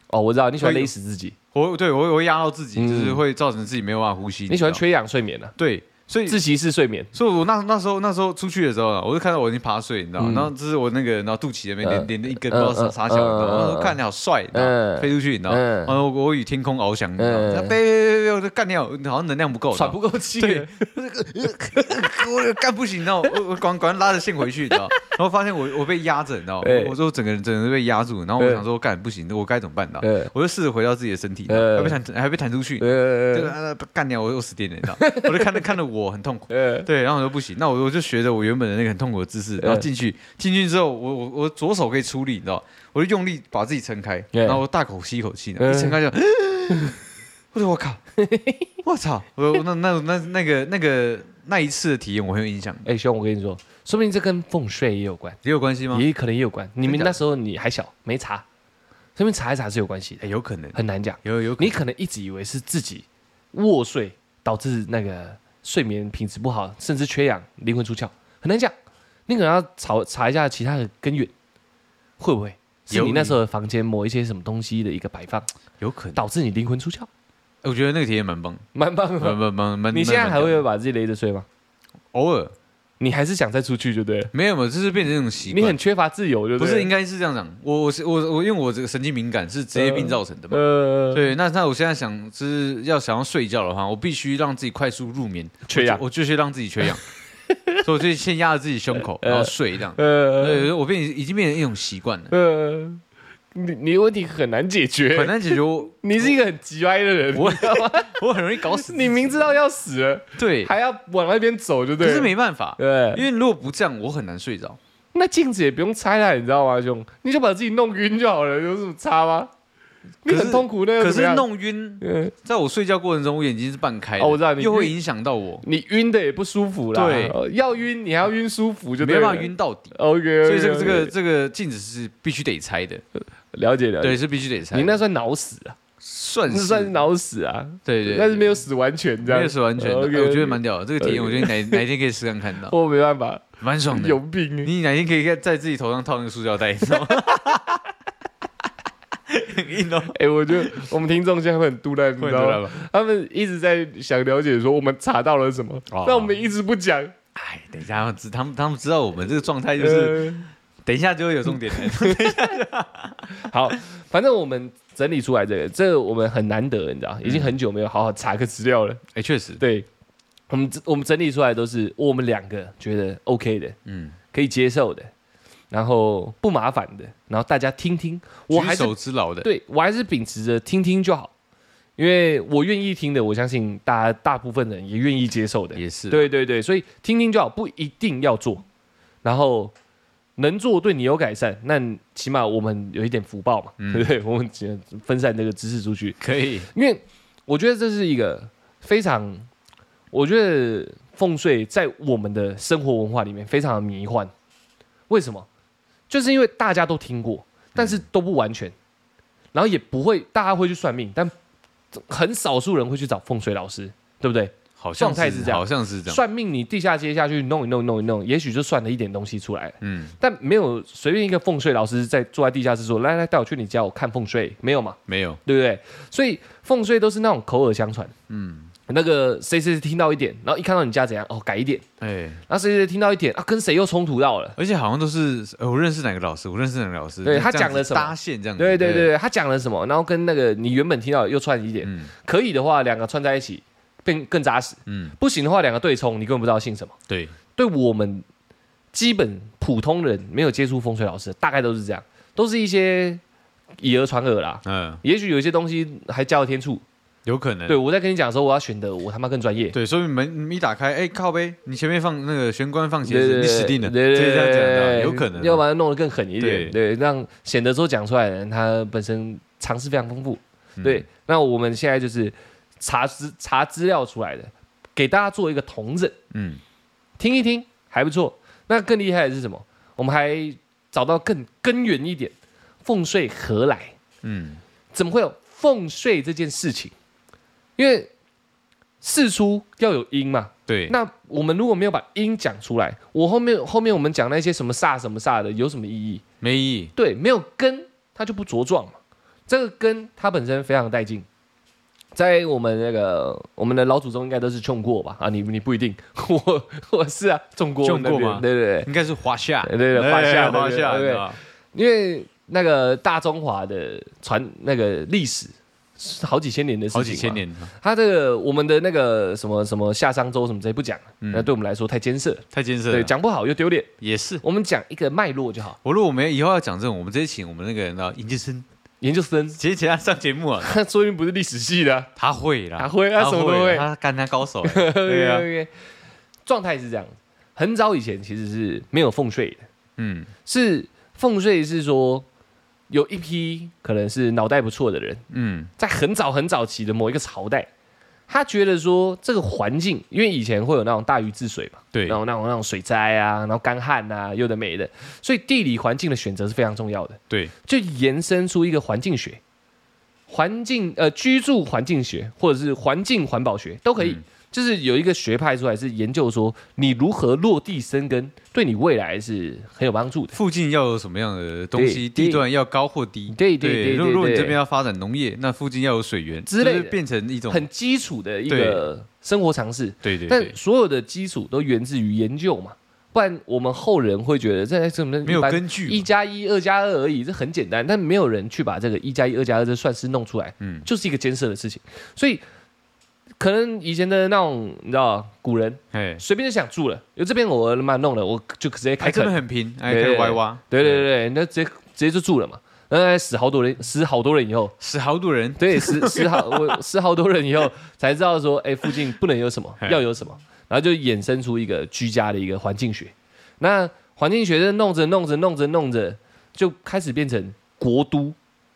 [SPEAKER 1] 哦，我知道你喜欢
[SPEAKER 2] 我
[SPEAKER 1] 勒死自己，
[SPEAKER 2] 我对我我会压到自己，
[SPEAKER 1] 嗯
[SPEAKER 2] 就是会造成自己没有办法呼吸。
[SPEAKER 1] 你喜欢
[SPEAKER 2] 知道吗
[SPEAKER 1] 缺氧睡眠啊，
[SPEAKER 2] 对，所以
[SPEAKER 1] 自习室睡眠。
[SPEAKER 2] 所以我那那时候那时候出去的时候啊，我就看到我已经趴睡，你知道吗？
[SPEAKER 1] 嗯
[SPEAKER 2] 然后这是我那个然后肚脐那边连
[SPEAKER 1] 嗯
[SPEAKER 2] 连着一根，不
[SPEAKER 1] 嗯
[SPEAKER 2] 知道啥啥小，你知道吗？
[SPEAKER 1] 嗯嗯
[SPEAKER 2] 然后看你好帅，你知道吗？
[SPEAKER 1] 嗯
[SPEAKER 2] 飞出去，你知道吗？
[SPEAKER 1] 嗯
[SPEAKER 2] 然后我我与天空翱翔，你知道吗？
[SPEAKER 1] 嗯
[SPEAKER 2] 然后飞飞飞飞，我就干掉，好像能量不够，你知道
[SPEAKER 1] 喘
[SPEAKER 2] 吗
[SPEAKER 1] 不过气
[SPEAKER 2] 对
[SPEAKER 1] 了，
[SPEAKER 2] (laughs) 我干不行，你知道吗，我我管管拉着线回去，你知道吗？然后发现我我被压着，你知道吗？
[SPEAKER 1] 哎
[SPEAKER 2] 我说我整个人整个人被压住，然后我
[SPEAKER 1] 哎
[SPEAKER 2] 想说干不行，我该怎么办呢？
[SPEAKER 1] 呃
[SPEAKER 2] 我就试着回到自己的身体，
[SPEAKER 1] 哎
[SPEAKER 2] 还被弹还被弹出去，对
[SPEAKER 1] 呃
[SPEAKER 2] 啊，干掉我又死定了，你知道？ (laughs) 我就看着看着我很痛苦，
[SPEAKER 1] 呃，
[SPEAKER 2] 对，然后我就不行，那我我就学着我原本的那个很痛苦的姿势，然后
[SPEAKER 1] 嗯
[SPEAKER 2] 进去，进去之后，我我我左手可以出力，你知道？我就用力把自己撑开，
[SPEAKER 1] 嗯
[SPEAKER 2] 然后我大口吸一口气，
[SPEAKER 1] 嗯
[SPEAKER 2] 一撑开就， (laughs) 我说我靠，我操，我我那那那那个那个那一次的体验我很有印象，
[SPEAKER 1] 哎，兄，我跟你说，说不定这跟风水也有关，
[SPEAKER 2] 也有关系吗？
[SPEAKER 1] 也可能也有关。你
[SPEAKER 2] 真
[SPEAKER 1] 们
[SPEAKER 2] 假的
[SPEAKER 1] 那时候你还小，没查，说明查一查是有关系的，
[SPEAKER 2] 哎，有可能，
[SPEAKER 1] 很难讲。
[SPEAKER 2] 有有可能
[SPEAKER 1] 你可能一直以为是自己卧睡导致那个睡眠品质不好，甚至缺氧、灵魂出窍，很难讲。你可能要查查一下其他的根源，会不会是
[SPEAKER 2] 有
[SPEAKER 1] 你那时候的房间某一些什么东西的一个摆放，
[SPEAKER 2] 有可能，
[SPEAKER 1] 导致你灵魂出窍？
[SPEAKER 2] 哎我觉得那个体验蛮棒，
[SPEAKER 1] 蛮棒
[SPEAKER 2] 蛮
[SPEAKER 1] 的。
[SPEAKER 2] 蛮蛮蛮，
[SPEAKER 1] 你现在
[SPEAKER 2] 蛮
[SPEAKER 1] 还会把自己勒着睡吗？
[SPEAKER 2] 偶尔
[SPEAKER 1] 你还是想再出去，就对了。
[SPEAKER 2] 没有没有，这是变成一种习
[SPEAKER 1] 你
[SPEAKER 2] 惯
[SPEAKER 1] 很。缺乏自由，就
[SPEAKER 2] 不是应
[SPEAKER 1] 该
[SPEAKER 2] 该是这样讲，我我是我我因为我这个神经敏感是
[SPEAKER 1] 嗯
[SPEAKER 2] 职业病造成的嘛。
[SPEAKER 1] 呃，
[SPEAKER 2] 对，那那我现在想，就是要想要睡觉的话，我必须让自己快速入眠，
[SPEAKER 1] 缺氧
[SPEAKER 2] 我就我就是让自己
[SPEAKER 1] (laughs)
[SPEAKER 2] 缺氧，所以我就先压着自己胸口，然后睡这样。
[SPEAKER 1] 呃
[SPEAKER 2] 对，我变已经变成一种习惯了，
[SPEAKER 1] 呃，你你的问题很难解决，
[SPEAKER 2] 很难解决
[SPEAKER 1] (laughs)
[SPEAKER 2] 我。
[SPEAKER 1] 你是一个很急歪的人，
[SPEAKER 2] 我我很容易搞死自己
[SPEAKER 1] 你明知道要死了，
[SPEAKER 2] 对，
[SPEAKER 1] 还要往那边走，就对呃
[SPEAKER 2] 可是
[SPEAKER 1] 了。
[SPEAKER 2] 没办法，因
[SPEAKER 1] 对，
[SPEAKER 2] 为如果不这样，我很难睡着。
[SPEAKER 1] 那镜子也不用拆了，你知道吗，兄？你就把自己弄晕就好了，有什么差吗？你
[SPEAKER 2] 可是
[SPEAKER 1] 很痛苦，那又
[SPEAKER 2] 可
[SPEAKER 1] 怎
[SPEAKER 2] 是
[SPEAKER 1] 么样，
[SPEAKER 2] 弄晕，
[SPEAKER 1] 呃
[SPEAKER 2] 在我睡觉过程中，我眼睛是半开的，
[SPEAKER 1] 哦我知道你
[SPEAKER 2] 又会
[SPEAKER 1] 晕
[SPEAKER 2] 影响到我，
[SPEAKER 1] 你晕的也不舒服啦。
[SPEAKER 2] 对
[SPEAKER 1] 呃要晕你还要晕舒服，就
[SPEAKER 2] 没
[SPEAKER 1] 对
[SPEAKER 2] 办法
[SPEAKER 1] 了。
[SPEAKER 2] 晕到底。
[SPEAKER 1] OK，
[SPEAKER 2] 所以这个这个这个镜子是必须得拆的，
[SPEAKER 1] 了解了解。
[SPEAKER 2] 对，是必须得拆的。
[SPEAKER 1] 你那算脑死啊，
[SPEAKER 2] 算
[SPEAKER 1] 那
[SPEAKER 2] 是
[SPEAKER 1] 算是脑死啊，
[SPEAKER 2] 对对，
[SPEAKER 1] 但是没有死完全这样，
[SPEAKER 2] 没有死完全的，
[SPEAKER 1] OK，
[SPEAKER 2] 哎我觉得蛮屌的。这个体验，
[SPEAKER 1] OK
[SPEAKER 2] 我觉得哪哪一天可以试看看
[SPEAKER 1] (laughs)
[SPEAKER 2] 到，
[SPEAKER 1] 我没办法，
[SPEAKER 2] 蛮爽的
[SPEAKER 1] 有。病。
[SPEAKER 2] 你哪天可以在自己头上套那个塑胶袋，你知道吗？ (laughs) 很硬哦，
[SPEAKER 1] 哎，我觉得我们听众现在会很杜烂，你
[SPEAKER 2] 会
[SPEAKER 1] 知
[SPEAKER 2] 得
[SPEAKER 1] 道
[SPEAKER 2] 了
[SPEAKER 1] 吗？
[SPEAKER 2] 吧？
[SPEAKER 1] 他们一直在想了解说我们查到了什么
[SPEAKER 2] 哦，
[SPEAKER 1] 但我们一直不讲，
[SPEAKER 2] 哎，等一下，他们知他们他们知道我们这个状态就是，
[SPEAKER 1] 呃
[SPEAKER 2] 等一下就会有
[SPEAKER 1] (laughs)
[SPEAKER 2] 重点了。
[SPEAKER 1] 好，反正我们整理出来这个，这个我们很难得，你知道，已经很久没有好好查个资料了。
[SPEAKER 2] 哎，确实，
[SPEAKER 1] 对，我们我们整理出来都是我们两个觉得 OK 的，
[SPEAKER 2] 嗯，
[SPEAKER 1] 可以接受的，然后不麻烦的，然后大家听听，我还
[SPEAKER 2] 举
[SPEAKER 1] 是
[SPEAKER 2] 手之劳的，
[SPEAKER 1] 对我还是秉持着听听就好，因为我愿意听的，我相信大家大部分人也愿意接受的，
[SPEAKER 2] 也是，啊
[SPEAKER 1] 对对对，所以听听就好，不一定要做，然后能做对你有改善，那起码我们有一点福报嘛，
[SPEAKER 2] 嗯
[SPEAKER 1] 对不对？我们只能分散这个知识出去，
[SPEAKER 2] 可以，
[SPEAKER 1] 因为我觉得这是一个非常，我觉得风水在我们的生活文化里面非常的迷幻。为什么？就是因为大家都听过，但是都不完全，然后也不会大家会去算命，但很少数人会去找风水老师，对不对？
[SPEAKER 2] 好像
[SPEAKER 1] 状态是这样
[SPEAKER 2] 好像是这样，
[SPEAKER 1] 算命你地下街下去弄一弄弄一弄，也许就算了一点东西出来了。
[SPEAKER 2] 嗯，
[SPEAKER 1] 但没有随便一个风水老师在坐在地下室说：“来来，带我去你家，我看风水。”没有嘛？
[SPEAKER 2] 没有，
[SPEAKER 1] 对不对？所以风水都是那种口耳相传，
[SPEAKER 2] 嗯，
[SPEAKER 1] 那个谁谁谁听到一点，然后一看到你家怎样，哦改一点，
[SPEAKER 2] 哎，
[SPEAKER 1] 然后谁谁谁听到一点啊，跟谁又冲突到了。
[SPEAKER 2] 而且好像都是呃我认识哪个老师，我认识哪个老师，
[SPEAKER 1] 对
[SPEAKER 2] 就
[SPEAKER 1] 他
[SPEAKER 2] 这样
[SPEAKER 1] 讲了
[SPEAKER 2] 子
[SPEAKER 1] 什么
[SPEAKER 2] 搭线这样子，
[SPEAKER 1] 对对对，他讲了什么，然后跟那个你原本听到的又串一点，
[SPEAKER 2] 嗯
[SPEAKER 1] 可以的话两个串在一起变更扎实，
[SPEAKER 2] 嗯，
[SPEAKER 1] 不行的话两个对冲，你根本不知道姓什么。
[SPEAKER 2] 对，
[SPEAKER 1] 对我们基本普通人没有接触风水老师，大概都是这样，都是一些以讹传讹啦。
[SPEAKER 2] 嗯，
[SPEAKER 1] 也许有一些东西还加了天助。
[SPEAKER 2] 有可能，
[SPEAKER 1] 对我在跟你讲的时候，我要选的我他妈更专业。
[SPEAKER 2] 对，所以门门一打开，哎，靠呗，你前面放那个玄关放
[SPEAKER 1] 对
[SPEAKER 2] 鞋
[SPEAKER 1] 对
[SPEAKER 2] 子，
[SPEAKER 1] 对
[SPEAKER 2] 你死定了，
[SPEAKER 1] 对
[SPEAKER 2] 这
[SPEAKER 1] 对
[SPEAKER 2] 是这样讲的啊，
[SPEAKER 1] 对
[SPEAKER 2] 有可能啊，
[SPEAKER 1] 要把它弄得更狠一点，
[SPEAKER 2] 对
[SPEAKER 1] 对，让显得说讲出来的人他本身常识非常丰富。
[SPEAKER 2] 嗯
[SPEAKER 1] 对，那我们现在就是查资查资料出来的，给大家做一个同整。
[SPEAKER 2] 嗯，
[SPEAKER 1] 听一听还不错。那更厉害的是什么？我们还找到更根源一点，奉税何来？
[SPEAKER 2] 嗯
[SPEAKER 1] 怎么会有奉税这件事情？因为事出要有因嘛。
[SPEAKER 2] 对，
[SPEAKER 1] 那我们如果没有把因讲出来，我后面后面我们讲那些什么煞什么煞的，有什么意义？
[SPEAKER 2] 没意义，
[SPEAKER 1] 对，没有根，它就不茁壮嘛。这个根它本身非常带劲，在我们那个我们的老祖宗应该都是种过吧？啊，你你不一定， (laughs) 我我是啊，种过
[SPEAKER 2] 种过
[SPEAKER 1] 那边
[SPEAKER 2] 吗
[SPEAKER 1] 对对对，
[SPEAKER 2] 应该是华夏，
[SPEAKER 1] 对对对华夏
[SPEAKER 2] 哎华
[SPEAKER 1] 对对
[SPEAKER 2] 夏，
[SPEAKER 1] 对
[SPEAKER 2] 你知道吧
[SPEAKER 1] 因为那个大中华的传那个历史是好几千年的事情，
[SPEAKER 2] 好几千。年，
[SPEAKER 1] 它这个我们的那个什么什么夏商周什么这些不讲了，
[SPEAKER 2] 嗯啊
[SPEAKER 1] 那对我们来说太艰涩了，
[SPEAKER 2] 太艰涩
[SPEAKER 1] 对，
[SPEAKER 2] 了，
[SPEAKER 1] 讲不好又丢脸。
[SPEAKER 2] 也是。
[SPEAKER 1] 我们讲一个脉络就好，
[SPEAKER 2] 我如果我们以后要讲这种，我们直接请我们那个人啊，尹建生，
[SPEAKER 1] 研究生。 (laughs)
[SPEAKER 2] 其实请他上节目啊，
[SPEAKER 1] 他说明不是历史系的啊、
[SPEAKER 2] 他会啦，
[SPEAKER 1] 他会他什么都
[SPEAKER 2] 啦
[SPEAKER 1] 会
[SPEAKER 2] 他干他高
[SPEAKER 1] (laughs)
[SPEAKER 2] 手，哎对啊，
[SPEAKER 1] 对啊，状态是这样。很早以前其实是没有奉税的，
[SPEAKER 2] 嗯
[SPEAKER 1] 是奉税是说有一批可能是脑袋不错的人，
[SPEAKER 2] 嗯
[SPEAKER 1] 在很早很早期的某一个朝代，他觉得说这个环境，因为以前会有那种大禹治水嘛，
[SPEAKER 2] 对
[SPEAKER 1] 然后那种那种水灾啊，然后干旱啊，有的没的，所以地理环境的选择是非常重要的，
[SPEAKER 2] 对，
[SPEAKER 1] 就延伸出一个环境学。环境呃，居住环境学或者是环境环保学都可以，
[SPEAKER 2] 嗯
[SPEAKER 1] 就是有一个学派出来是研究说你如何落地生根，对你未来是很有帮助的。
[SPEAKER 2] 附近要有什么样的东西，
[SPEAKER 1] 对
[SPEAKER 2] 地段要高或低，
[SPEAKER 1] 对对对
[SPEAKER 2] 如果
[SPEAKER 1] 对
[SPEAKER 2] 如果你
[SPEAKER 1] 对
[SPEAKER 2] 这边要发展农业，那附近要有水源
[SPEAKER 1] 之类的
[SPEAKER 2] 就是变成一种
[SPEAKER 1] 很基础的一个生活常识，
[SPEAKER 2] 对对
[SPEAKER 1] 但
[SPEAKER 2] 对，
[SPEAKER 1] 所有的基础都源自于研究嘛。不然我们后人会觉得这怎么
[SPEAKER 2] 没有根据嘛，
[SPEAKER 1] 一加一、二加二而已，这很简单，但没有人去把这个一加一、二加二这算式弄出来，
[SPEAKER 2] 嗯，
[SPEAKER 1] 就是一个艰涩的事情。所以可能以前的那种，你知道，古人
[SPEAKER 2] 哎，
[SPEAKER 1] 随便就想住了，有这边我他妈弄了，我就直接开
[SPEAKER 2] 还真
[SPEAKER 1] 垦
[SPEAKER 2] 的，很平，哎，
[SPEAKER 1] 对
[SPEAKER 2] 可
[SPEAKER 1] 对
[SPEAKER 2] 以
[SPEAKER 1] 对
[SPEAKER 2] 歪哎挖，
[SPEAKER 1] 对对对对，那直接直接就住了嘛。那死好多人，死好多人以后，
[SPEAKER 2] 死好多人，
[SPEAKER 1] 对，死 (laughs) 死好我死好多人以后才知道说，哎，附近不能有什么，
[SPEAKER 2] 嘿
[SPEAKER 1] 要有什么，然后就衍生出一个居家的一个环境学。那环境学就弄着弄着弄着弄着，就开始变成国都，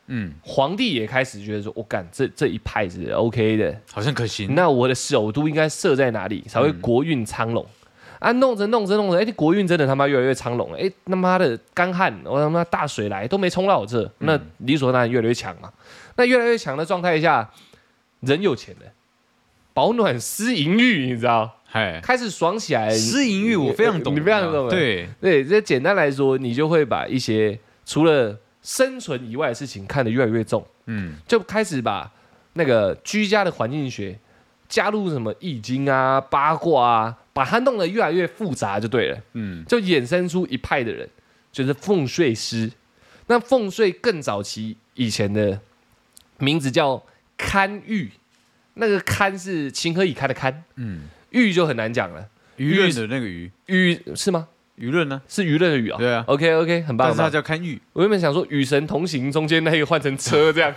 [SPEAKER 2] 嗯，
[SPEAKER 1] 皇帝也开始觉得说，我、干这这一派是 OK 的，
[SPEAKER 2] 好像可行，
[SPEAKER 1] 那我的首都应该设在哪里才会国运昌隆？啊，弄着弄着弄着，哎、国运真的他妈越来越昌隆了。哎、他妈的干旱，我他妈大水来都没冲到我这，那理所当然越来越强嘛。那越来越强的状态下，人有钱了，保暖思淫欲，你知道，
[SPEAKER 2] 哎，
[SPEAKER 1] 开始爽起来。
[SPEAKER 2] 私淫欲我非常懂，
[SPEAKER 1] 你非常懂
[SPEAKER 2] 啊对，
[SPEAKER 1] 对，这简单来说，你就会把一些除了生存以外的事情看得越来越重。
[SPEAKER 2] 嗯，
[SPEAKER 1] 就开始把那个居家的环境学加入什么易经啊、八卦啊，把它弄得越来越复杂就对了，
[SPEAKER 2] 嗯，
[SPEAKER 1] 就衍生出一派的人，就是风水师。那风水更早期以前的名字叫堪舆，那个堪是情何以堪的堪，
[SPEAKER 2] 嗯，
[SPEAKER 1] 舆就很难讲了。
[SPEAKER 2] 舆论的那个舆，
[SPEAKER 1] 舆是吗？
[SPEAKER 2] 舆论呢？
[SPEAKER 1] 是舆论的舆啊、
[SPEAKER 2] 对啊
[SPEAKER 1] OK OK，很
[SPEAKER 2] 但
[SPEAKER 1] 棒。很
[SPEAKER 2] 是它
[SPEAKER 1] 棒
[SPEAKER 2] 叫看 (laughs) 舆，
[SPEAKER 1] 我原本想说与神同行中间那个换成车
[SPEAKER 2] (laughs)
[SPEAKER 1] 这样，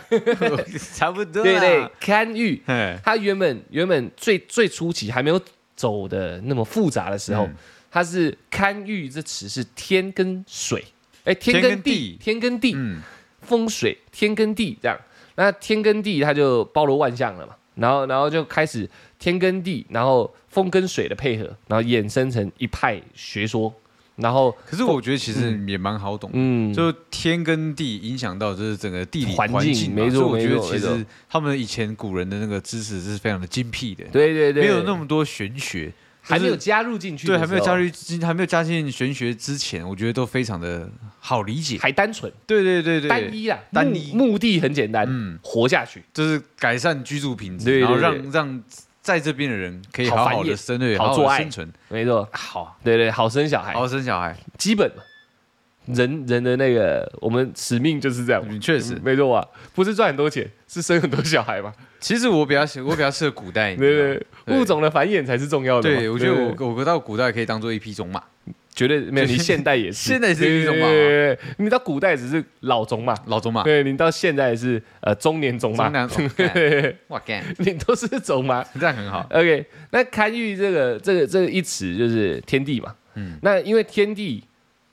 [SPEAKER 2] 差不多，
[SPEAKER 1] 对对，，堪舆。
[SPEAKER 2] 哎，
[SPEAKER 1] 它原本原本最最初期还没有走的那么复杂的时候，
[SPEAKER 2] 嗯
[SPEAKER 1] 它是堪舆这词是天跟水，哎，天
[SPEAKER 2] 天
[SPEAKER 1] 跟
[SPEAKER 2] 跟
[SPEAKER 1] 地
[SPEAKER 2] 地，
[SPEAKER 1] 天跟地，
[SPEAKER 2] 嗯，
[SPEAKER 1] 风水天跟地这样。那天跟地它就包罗万象了嘛，然后然后就开始天跟地，然后风跟水的配合，然后衍生成一派学说，然后
[SPEAKER 2] 可是我觉得其实也蛮好懂的。
[SPEAKER 1] 嗯，
[SPEAKER 2] 就天跟地影响到就是整个地理
[SPEAKER 1] 环
[SPEAKER 2] 嗯
[SPEAKER 1] 境
[SPEAKER 2] 境嘛，
[SPEAKER 1] 没错
[SPEAKER 2] 所以我觉
[SPEAKER 1] 没
[SPEAKER 2] 得
[SPEAKER 1] 错
[SPEAKER 2] 其
[SPEAKER 1] 没
[SPEAKER 2] 实他们以前古人的那个知识是非常的精辟的，
[SPEAKER 1] 对对对，
[SPEAKER 2] 没有那么多玄学，
[SPEAKER 1] 还没有
[SPEAKER 2] 就是
[SPEAKER 1] 加入进去的
[SPEAKER 2] 对，
[SPEAKER 1] 时候，
[SPEAKER 2] 还没有加入进还没有加进玄学之前，我觉得都非常的好理解。
[SPEAKER 1] 还单纯
[SPEAKER 2] 对对对对，
[SPEAKER 1] 单一啊，
[SPEAKER 2] 单
[SPEAKER 1] 目
[SPEAKER 2] 一
[SPEAKER 1] 目的很简单，
[SPEAKER 2] 嗯
[SPEAKER 1] 活下去。
[SPEAKER 2] 就是改善居住品质，
[SPEAKER 1] 对对对
[SPEAKER 2] 然后让让在这边的人可以
[SPEAKER 1] 好
[SPEAKER 2] 好
[SPEAKER 1] 繁
[SPEAKER 2] 好的
[SPEAKER 1] 衍
[SPEAKER 2] 生对，
[SPEAKER 1] 好
[SPEAKER 2] 好哎
[SPEAKER 1] 做
[SPEAKER 2] 好
[SPEAKER 1] 爱
[SPEAKER 2] 地生存，
[SPEAKER 1] 没错，
[SPEAKER 2] 好
[SPEAKER 1] 对对，好生小
[SPEAKER 2] 好
[SPEAKER 1] 孩，
[SPEAKER 2] 好生小孩，
[SPEAKER 1] 基本嘛，人人的那个我们使命就是这样嘛，
[SPEAKER 2] 嗯确实。
[SPEAKER 1] 没错啊，不是赚很多钱，是生很多小孩嘛，
[SPEAKER 2] 其实我比较喜我比较适合古代，你知道
[SPEAKER 1] 对
[SPEAKER 2] 吗
[SPEAKER 1] 对对，
[SPEAKER 2] (laughs) 对
[SPEAKER 1] 物种的繁衍才是重要的嘛。
[SPEAKER 2] 对，我觉得
[SPEAKER 1] 对
[SPEAKER 2] 我我到古代可以当做一匹种马，
[SPEAKER 1] 绝对没有，你现代也
[SPEAKER 2] (laughs)
[SPEAKER 1] 是，
[SPEAKER 2] 现代也是一种嘛
[SPEAKER 1] 对对对对你到古代只是老种嘛，
[SPEAKER 2] 老种马，
[SPEAKER 1] 对你到现在是呃中年种嘛
[SPEAKER 2] 中，南种 (laughs)
[SPEAKER 1] 对对对
[SPEAKER 2] 哇干，
[SPEAKER 1] (laughs) 你都是种嘛。
[SPEAKER 2] 这样很好。
[SPEAKER 1] OK，那堪舆这个这个这个一词就是天地嘛，嗯
[SPEAKER 2] 嗯，
[SPEAKER 1] 那因为天地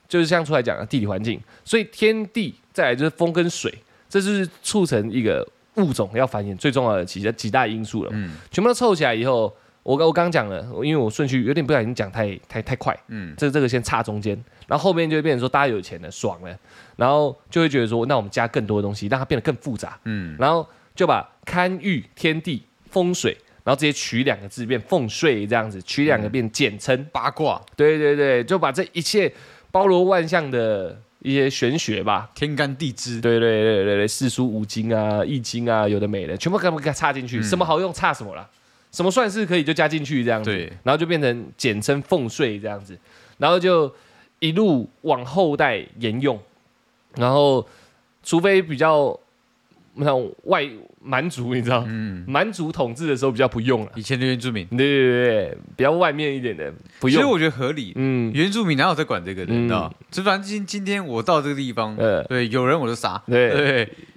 [SPEAKER 1] 就是像出来讲的地理环境，所以天地再来就是风跟水，这就是促成一个物种要繁衍最重要的几几大因素了。
[SPEAKER 2] 嗯
[SPEAKER 1] 全部都凑起来以后，我刚我刚讲了，因为我顺序有点不小心讲太太太快，
[SPEAKER 2] 嗯，
[SPEAKER 1] 这这个先插中间，然后后面就会变成说大家有钱了爽了，然后就会觉得说那我们加更多的东西，让它变得更复杂，
[SPEAKER 2] 嗯，
[SPEAKER 1] 然后就把堪舆天地风水，然后直接取两个字变风水这样子，取两个变简称。
[SPEAKER 2] 八卦、
[SPEAKER 1] 对对对，就把这一切包罗万象的一些玄学吧。
[SPEAKER 2] 天干地支，
[SPEAKER 1] 对对对对对，四书五经啊、易经啊，有的没的，全部给它给它插进去，什么好用差什么啦，什么算是可以就加进去这样
[SPEAKER 2] 嗯
[SPEAKER 1] 子，
[SPEAKER 2] 对
[SPEAKER 1] 然后就变成简称奉税这样子，然后就一路往后代沿用，然后除非比较那种外蛮族，你知道，
[SPEAKER 2] 嗯，
[SPEAKER 1] 蛮族统治的时候比较不用了，
[SPEAKER 2] 以前的原住民，
[SPEAKER 1] 对对对对，比较外面一点的不
[SPEAKER 2] 其实
[SPEAKER 1] 用，
[SPEAKER 2] 我觉得合理。
[SPEAKER 1] 嗯，
[SPEAKER 2] 原住民哪有在管这个的，
[SPEAKER 1] 嗯
[SPEAKER 2] 你知道？就反正今今天我到这个地方，
[SPEAKER 1] 呃。
[SPEAKER 2] 对，有人我就杀，
[SPEAKER 1] 对，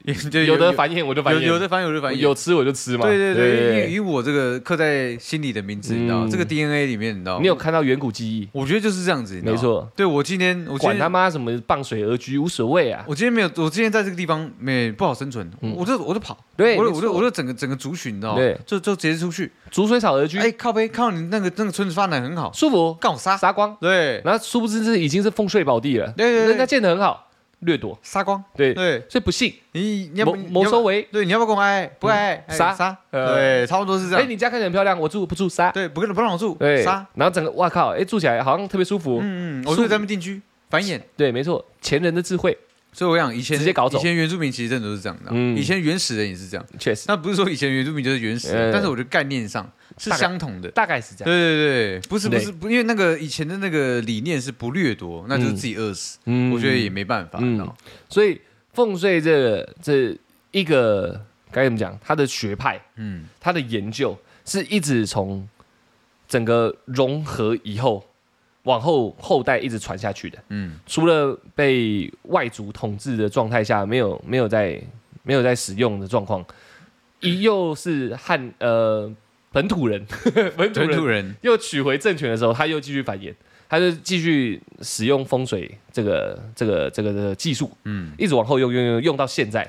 [SPEAKER 2] 对，对
[SPEAKER 1] 有的繁衍我就繁
[SPEAKER 2] 有
[SPEAKER 1] 衍，
[SPEAKER 2] 有的反有的反
[SPEAKER 1] 有吃我就吃嘛。
[SPEAKER 2] 对对对，因为
[SPEAKER 1] 对
[SPEAKER 2] 因为我这个刻在心里的名字，你知道
[SPEAKER 1] 嗯
[SPEAKER 2] 这个 DNA 里面，你知道
[SPEAKER 1] 对，你有看到远古记忆？
[SPEAKER 2] 我觉得就是这样子，你知道
[SPEAKER 1] 没。错，
[SPEAKER 2] 对我今天，我今
[SPEAKER 1] 管他
[SPEAKER 2] 天，
[SPEAKER 1] 妈什么傍水而居无所谓啊。
[SPEAKER 2] 我今天没有，我今天在这个地方没不好生存，
[SPEAKER 1] 嗯
[SPEAKER 2] 我就我就跑，
[SPEAKER 1] 对
[SPEAKER 2] 我就
[SPEAKER 1] 没
[SPEAKER 2] 我
[SPEAKER 1] 错
[SPEAKER 2] 就我就整个整个族群，你知道
[SPEAKER 1] 对，
[SPEAKER 2] 就就直接出去，
[SPEAKER 1] 逐水草而居
[SPEAKER 2] 哎、，靠背靠你那个那个村子发展很好，
[SPEAKER 1] 舒服，
[SPEAKER 2] 干我杀，
[SPEAKER 1] 杀光。
[SPEAKER 2] 对
[SPEAKER 1] 然后殊不知这已经是风水宝地了，
[SPEAKER 2] 对对对
[SPEAKER 1] 人家建得很好，掠夺，
[SPEAKER 2] 杀光，
[SPEAKER 1] 对，
[SPEAKER 2] 对
[SPEAKER 1] 所以不信
[SPEAKER 2] 你你要
[SPEAKER 1] 谋
[SPEAKER 2] 不
[SPEAKER 1] 谋收，
[SPEAKER 2] 你要
[SPEAKER 1] 为。
[SPEAKER 2] 不对你要不要跟我爱不爱、哎
[SPEAKER 1] 杀
[SPEAKER 2] 杀，
[SPEAKER 1] 呃
[SPEAKER 2] 对，差不多是这
[SPEAKER 1] 哎，
[SPEAKER 2] 样，
[SPEAKER 1] 你家看起来很漂亮，我住不住杀？
[SPEAKER 2] 对，不跟不让我住，
[SPEAKER 1] 对，
[SPEAKER 2] 杀，嗯
[SPEAKER 1] 然后整个哇靠，哎，住起来好像特别舒服。
[SPEAKER 2] 嗯嗯，我就在那边定居繁衍，
[SPEAKER 1] 对，没错，前人的智慧，
[SPEAKER 2] 所以我想以前
[SPEAKER 1] 直接搞走
[SPEAKER 2] 以前原住民其实真的都是这样的啊、
[SPEAKER 1] 嗯
[SPEAKER 2] 以前原始人也是这样。
[SPEAKER 1] 确实
[SPEAKER 2] 那不是说以前原住民就是原始人，
[SPEAKER 1] 呃
[SPEAKER 2] 但是我觉得概念上是
[SPEAKER 1] 大概
[SPEAKER 2] 相同的。
[SPEAKER 1] 大概是这
[SPEAKER 2] 对
[SPEAKER 1] 样。
[SPEAKER 2] 对对，不是不
[SPEAKER 1] 对
[SPEAKER 2] 是不，因为那个以前的那个理念是不掠夺，那就是自己饿死，
[SPEAKER 1] 嗯
[SPEAKER 2] 我觉得也没办法。
[SPEAKER 1] 嗯
[SPEAKER 2] 然后
[SPEAKER 1] 所以凤睡这个这一个该怎么讲，它的学派，
[SPEAKER 2] 嗯
[SPEAKER 1] 它的研究是一直从整个融合以后，往后后代一直传下去的。
[SPEAKER 2] 嗯
[SPEAKER 1] 除了被外族统治的状态下，没有没有在没有在使用的状况，一又是汉呃本土人， (laughs) 本土
[SPEAKER 2] 本
[SPEAKER 1] 人
[SPEAKER 2] 土人，
[SPEAKER 1] 又取回政权的时候，他又继续繁衍，他就继续使用风水这个这个这个这个技术，
[SPEAKER 2] 嗯
[SPEAKER 1] 一直往后用用用用到现在，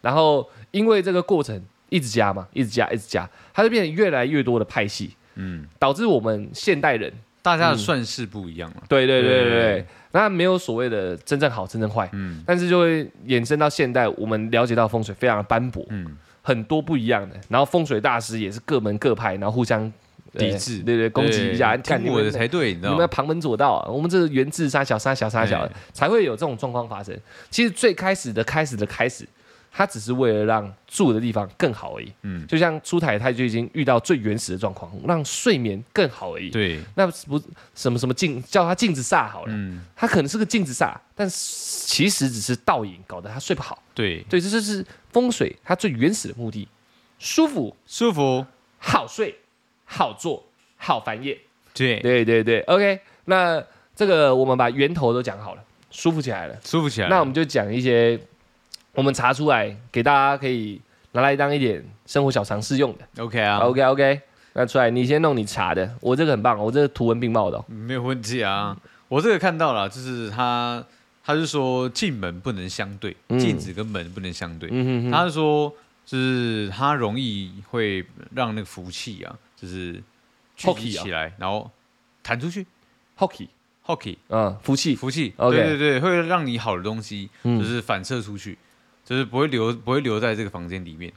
[SPEAKER 1] 然后因为这个过程一直加嘛，一直加一直加，它就变成越来越多的派系，
[SPEAKER 2] 嗯，
[SPEAKER 1] 导致我们现代人，
[SPEAKER 2] 大家的算式不一样了。
[SPEAKER 1] 对对对
[SPEAKER 2] 对
[SPEAKER 1] 对对，那没有所谓的真正好真正坏，
[SPEAKER 2] 嗯
[SPEAKER 1] 但是就会衍生到现代，我们了解到风水非常的斑驳，
[SPEAKER 2] 嗯，
[SPEAKER 1] 很多不一样的，然后风水大师也是各门各派，然后互相。
[SPEAKER 2] 抵制
[SPEAKER 1] 对对，攻击一下，
[SPEAKER 2] 对
[SPEAKER 1] 干
[SPEAKER 2] 听我的才对，你知
[SPEAKER 1] 你
[SPEAKER 2] 道
[SPEAKER 1] 们
[SPEAKER 2] 吗？
[SPEAKER 1] 旁门左道、啊，我们这是源自杀小杀小杀小的
[SPEAKER 2] 哎，
[SPEAKER 1] 才会有这种状况发生。其实最开始的开始的开始，它只是为了让住的地方更好而已。
[SPEAKER 2] 嗯，
[SPEAKER 1] 就像出台，它就已经遇到最原始的状况，让睡眠更好而已。，
[SPEAKER 2] 对，
[SPEAKER 1] 那不什么什么镜，叫它镜子煞好了，
[SPEAKER 2] 嗯
[SPEAKER 1] 它可能是个镜子煞，但其实只是倒影，搞得他睡不好。
[SPEAKER 2] 对，
[SPEAKER 1] 对，这就是风水它最原始的目的，舒服、
[SPEAKER 2] 舒服，
[SPEAKER 1] 好睡、好做、好繁衍。
[SPEAKER 2] 对，
[SPEAKER 1] 对对对，OK，那这个我们把源头都讲好了，舒服起来了，
[SPEAKER 2] 舒服起来了。
[SPEAKER 1] 那我们就讲一些我们查出来给大家可以拿来当一点生活小常识用的。
[SPEAKER 2] OK 啊，
[SPEAKER 1] OK OK，那出来你先弄你查的，我这个很棒，我这个图文并茂的、哦。
[SPEAKER 2] 没有问题啊。我这个看到了，就是他，他是说进门不能相对，
[SPEAKER 1] 嗯
[SPEAKER 2] 镜子跟门不能相对。
[SPEAKER 1] 嗯哼哼，
[SPEAKER 2] 他是说，就是他容易会让那个福气啊，就是聚
[SPEAKER 1] Hockey
[SPEAKER 2] 集
[SPEAKER 1] 啊
[SPEAKER 2] 起来，然后弹出去
[SPEAKER 1] hockey，
[SPEAKER 2] ，hockey
[SPEAKER 1] 嗯，福气，
[SPEAKER 2] 福气。
[SPEAKER 1] OK
[SPEAKER 2] 对对对，会让你好的东西
[SPEAKER 1] 嗯
[SPEAKER 2] 就是反射出去，就是不会留不会留在这个房间里面。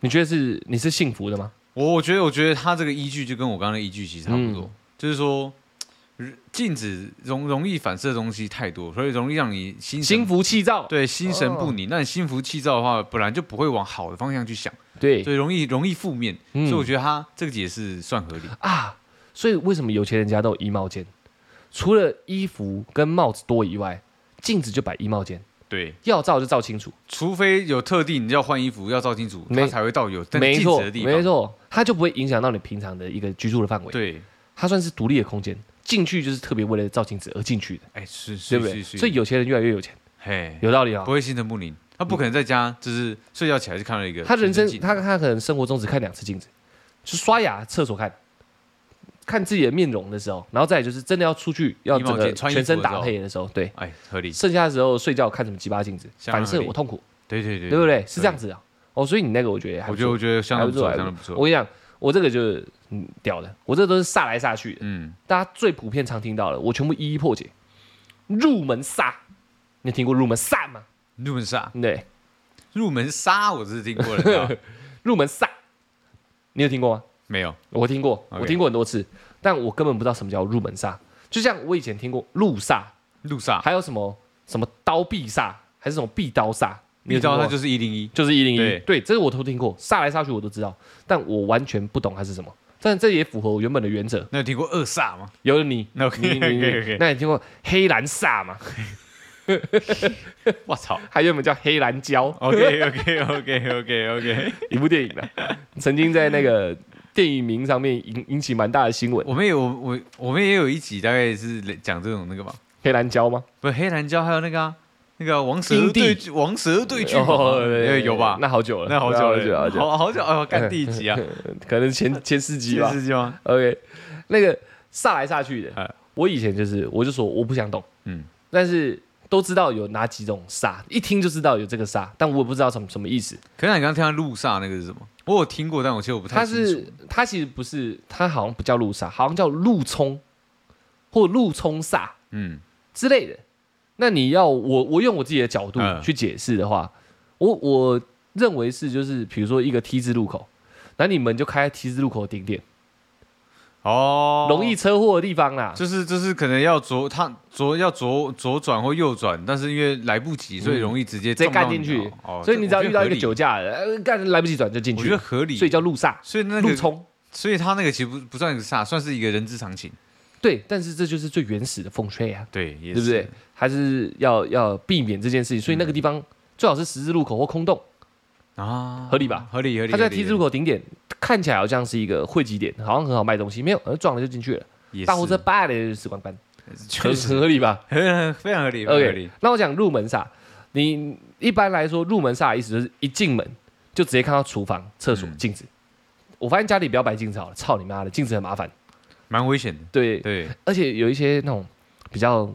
[SPEAKER 1] 你觉得是你是幸福的吗？
[SPEAKER 2] 我我觉得，我觉得他这个依据就跟我刚刚的依据其实差不多，
[SPEAKER 1] 嗯
[SPEAKER 2] 就是说镜子容容易反射的东西太多，所以容易让你心神
[SPEAKER 1] 心哦浮气躁，
[SPEAKER 2] 对心神不宁。那你心浮气躁的话，本来就不会往好的方向去想，
[SPEAKER 1] 对
[SPEAKER 2] 所以容易容易负面。
[SPEAKER 1] 嗯
[SPEAKER 2] 所以我觉得他这个解释算合理。
[SPEAKER 1] 啊，所以为什么有钱人家都有衣帽间？除了衣服跟帽子多以外，镜子就摆衣帽间，
[SPEAKER 2] 对，
[SPEAKER 1] 要照就照清楚。
[SPEAKER 2] 除非有特定你要换衣服要照清楚，
[SPEAKER 1] 没
[SPEAKER 2] 他才会到有但
[SPEAKER 1] 没
[SPEAKER 2] 镜
[SPEAKER 1] 错
[SPEAKER 2] 子的，地方。
[SPEAKER 1] 没，错，它就不会影响到你平常的一个居住的范围，
[SPEAKER 2] 对，
[SPEAKER 1] 它算是独立的空间。进去就是特别为了照镜子而进去的，
[SPEAKER 2] 哎，是
[SPEAKER 1] 对
[SPEAKER 2] 是
[SPEAKER 1] 不对？
[SPEAKER 2] 是是，
[SPEAKER 1] 所以有钱人越来越有钱，
[SPEAKER 2] 嘿，
[SPEAKER 1] 有道理啊
[SPEAKER 2] 不。会心神不宁。他不可能在家就是睡觉起来就看到一个
[SPEAKER 1] 他人
[SPEAKER 2] 全
[SPEAKER 1] 生
[SPEAKER 2] 镜
[SPEAKER 1] 他他可能生活中只看两次镜子，就刷牙、厕所看，看自己的面容的时候，然后再来就是真的要出去要
[SPEAKER 2] 衣帽
[SPEAKER 1] 整个
[SPEAKER 2] 间穿衣服
[SPEAKER 1] 全身
[SPEAKER 2] 的时
[SPEAKER 1] 打
[SPEAKER 2] 候
[SPEAKER 1] 配的时候，对，
[SPEAKER 2] 哎合理，
[SPEAKER 1] 剩下的时候睡觉看什么鸡巴镜子，
[SPEAKER 2] 相当
[SPEAKER 1] 反射
[SPEAKER 2] 合理
[SPEAKER 1] 我痛苦，
[SPEAKER 2] 对对对，
[SPEAKER 1] 对不对？是这样子啊。哦，所以你那个我觉得还
[SPEAKER 2] 我
[SPEAKER 1] 不
[SPEAKER 2] 觉得
[SPEAKER 1] 错
[SPEAKER 2] 我，觉得相当
[SPEAKER 1] 还不
[SPEAKER 2] 不错，
[SPEAKER 1] 还
[SPEAKER 2] 相当
[SPEAKER 1] 不
[SPEAKER 2] 不
[SPEAKER 1] 错。
[SPEAKER 2] 错。
[SPEAKER 1] 我跟你讲，我这个就是嗯屌的，我这都是煞来煞去的。
[SPEAKER 2] 嗯，
[SPEAKER 1] 大家最普遍常听到的，我全部一一破解。入门煞，你听过入门煞吗？
[SPEAKER 2] 入门煞，
[SPEAKER 1] 对，
[SPEAKER 2] 入门杀我是听过了你知
[SPEAKER 1] (laughs)
[SPEAKER 2] 道吗，
[SPEAKER 1] 入门煞，你有听过吗？
[SPEAKER 2] 没有
[SPEAKER 1] 我听过
[SPEAKER 2] OK
[SPEAKER 1] 我听过很多次，但我根本不知道什么叫入门煞。就像我以前听过路煞，
[SPEAKER 2] 入煞，
[SPEAKER 1] 还有什么什么刀必煞，还是什么必刀煞，你有
[SPEAKER 2] 遇
[SPEAKER 1] 听
[SPEAKER 2] 到
[SPEAKER 1] 过吗
[SPEAKER 2] 它就是一零一，
[SPEAKER 1] 就是一零
[SPEAKER 2] 对
[SPEAKER 1] 一，对，这个我都听过，煞来煞去我都知道，但我完全不懂它是什么。但这也符合我原本的原则。
[SPEAKER 2] 那有听过二煞吗？
[SPEAKER 1] 有你，
[SPEAKER 2] 那 OK，
[SPEAKER 1] 你你
[SPEAKER 2] OK，OK
[SPEAKER 1] 你，那你听过黑蓝煞吗？
[SPEAKER 2] 我 (laughs) 操
[SPEAKER 1] 它原本叫黑蓝胶。
[SPEAKER 2] ！OK OK OK OK OK，
[SPEAKER 1] 一部电影的，曾经在那个电影名上面引引起蛮大的新闻。
[SPEAKER 2] (laughs) 我们有我我们也有一集大概是讲这种那个嘛，
[SPEAKER 1] 黑蓝胶吗？
[SPEAKER 2] 不是黑蓝胶，还有那个啊那个王蛇
[SPEAKER 1] 阴地
[SPEAKER 2] 对巨王蛇对巨蟒
[SPEAKER 1] 哦
[SPEAKER 2] 嘛，
[SPEAKER 1] 对
[SPEAKER 2] 对有吧？
[SPEAKER 1] 那好久了，
[SPEAKER 2] 那好久
[SPEAKER 1] 那好
[SPEAKER 2] 了，
[SPEAKER 1] 久了，呃
[SPEAKER 2] 好好久哦，干第一集
[SPEAKER 1] (laughs)
[SPEAKER 2] 啊，
[SPEAKER 1] 可能前前四集
[SPEAKER 2] 第
[SPEAKER 1] 吧
[SPEAKER 2] 四。集吗？
[SPEAKER 1] OK，那个煞来煞去
[SPEAKER 2] 哎
[SPEAKER 1] 的，我以前就是我就说我不想懂，
[SPEAKER 2] 嗯
[SPEAKER 1] 但是都知道有哪几种煞，一听就知道有这个煞，但我也不知道什么什么意思。
[SPEAKER 2] 可是你刚刚听到入煞那个是什么？我有听过，但我其实我不太
[SPEAKER 1] 它
[SPEAKER 2] 清楚。
[SPEAKER 1] 是它其实不是，它好像不叫路煞，好像叫路冲或路冲煞。
[SPEAKER 2] 嗯，
[SPEAKER 1] 之类的。那你要我我用我自己的角度
[SPEAKER 2] 嗯
[SPEAKER 1] 去解释的话，我我认为是就是比如说一个 T 字路口，那你们就开在 T 字路口的顶点，
[SPEAKER 2] 哦，
[SPEAKER 1] 容易车祸的地方啦。
[SPEAKER 2] 就是就是可能要左他左要左左转或右转，但是因为来不及，所以容易直接
[SPEAKER 1] 嗯直接
[SPEAKER 2] 撞到
[SPEAKER 1] 干进去
[SPEAKER 2] 你哦。哦
[SPEAKER 1] 所以你只要遇到一个，
[SPEAKER 2] 这
[SPEAKER 1] 酒驾的，呃干来不及转就进
[SPEAKER 2] 我
[SPEAKER 1] 去
[SPEAKER 2] 觉得
[SPEAKER 1] 了，
[SPEAKER 2] 合理，我觉
[SPEAKER 1] 所
[SPEAKER 2] 得合理，
[SPEAKER 1] 以叫路煞、
[SPEAKER 2] 所以那
[SPEAKER 1] 路
[SPEAKER 2] 个
[SPEAKER 1] 冲。
[SPEAKER 2] 所以他那个其实不不算一个煞，算是一个人之常情。
[SPEAKER 1] 对，但是这就是最原始的风吹啊，
[SPEAKER 2] 对，也嗯
[SPEAKER 1] 对不对？？还是要要避免这件事情，所以那个地方最好是十字路口或空洞，
[SPEAKER 2] 啊，
[SPEAKER 1] 合理吧？
[SPEAKER 2] 合理合理。
[SPEAKER 1] 它在
[SPEAKER 2] 合理
[SPEAKER 1] T 字路口顶点，看起来好像是一个汇集点，好像很好卖东西，没有，呃撞了就进去了，
[SPEAKER 2] 也是
[SPEAKER 1] 大货车叭的死
[SPEAKER 2] (laughs)
[SPEAKER 1] 光班，
[SPEAKER 2] 确
[SPEAKER 1] 很
[SPEAKER 2] 实
[SPEAKER 1] 很合理吧
[SPEAKER 2] 很 (laughs) 非常合理，非常合
[SPEAKER 1] ？OK，
[SPEAKER 2] 理。
[SPEAKER 1] 那我讲入门煞，你一般来说入门煞的意思就是一进门就直接看到厨房、厕所、
[SPEAKER 2] 嗯
[SPEAKER 1] 镜子。我发现家里不要摆镜子好了，操你妈的，镜子很麻烦。
[SPEAKER 2] 蛮危险的。
[SPEAKER 1] 对，
[SPEAKER 2] 对，
[SPEAKER 1] 而且有一些那种比较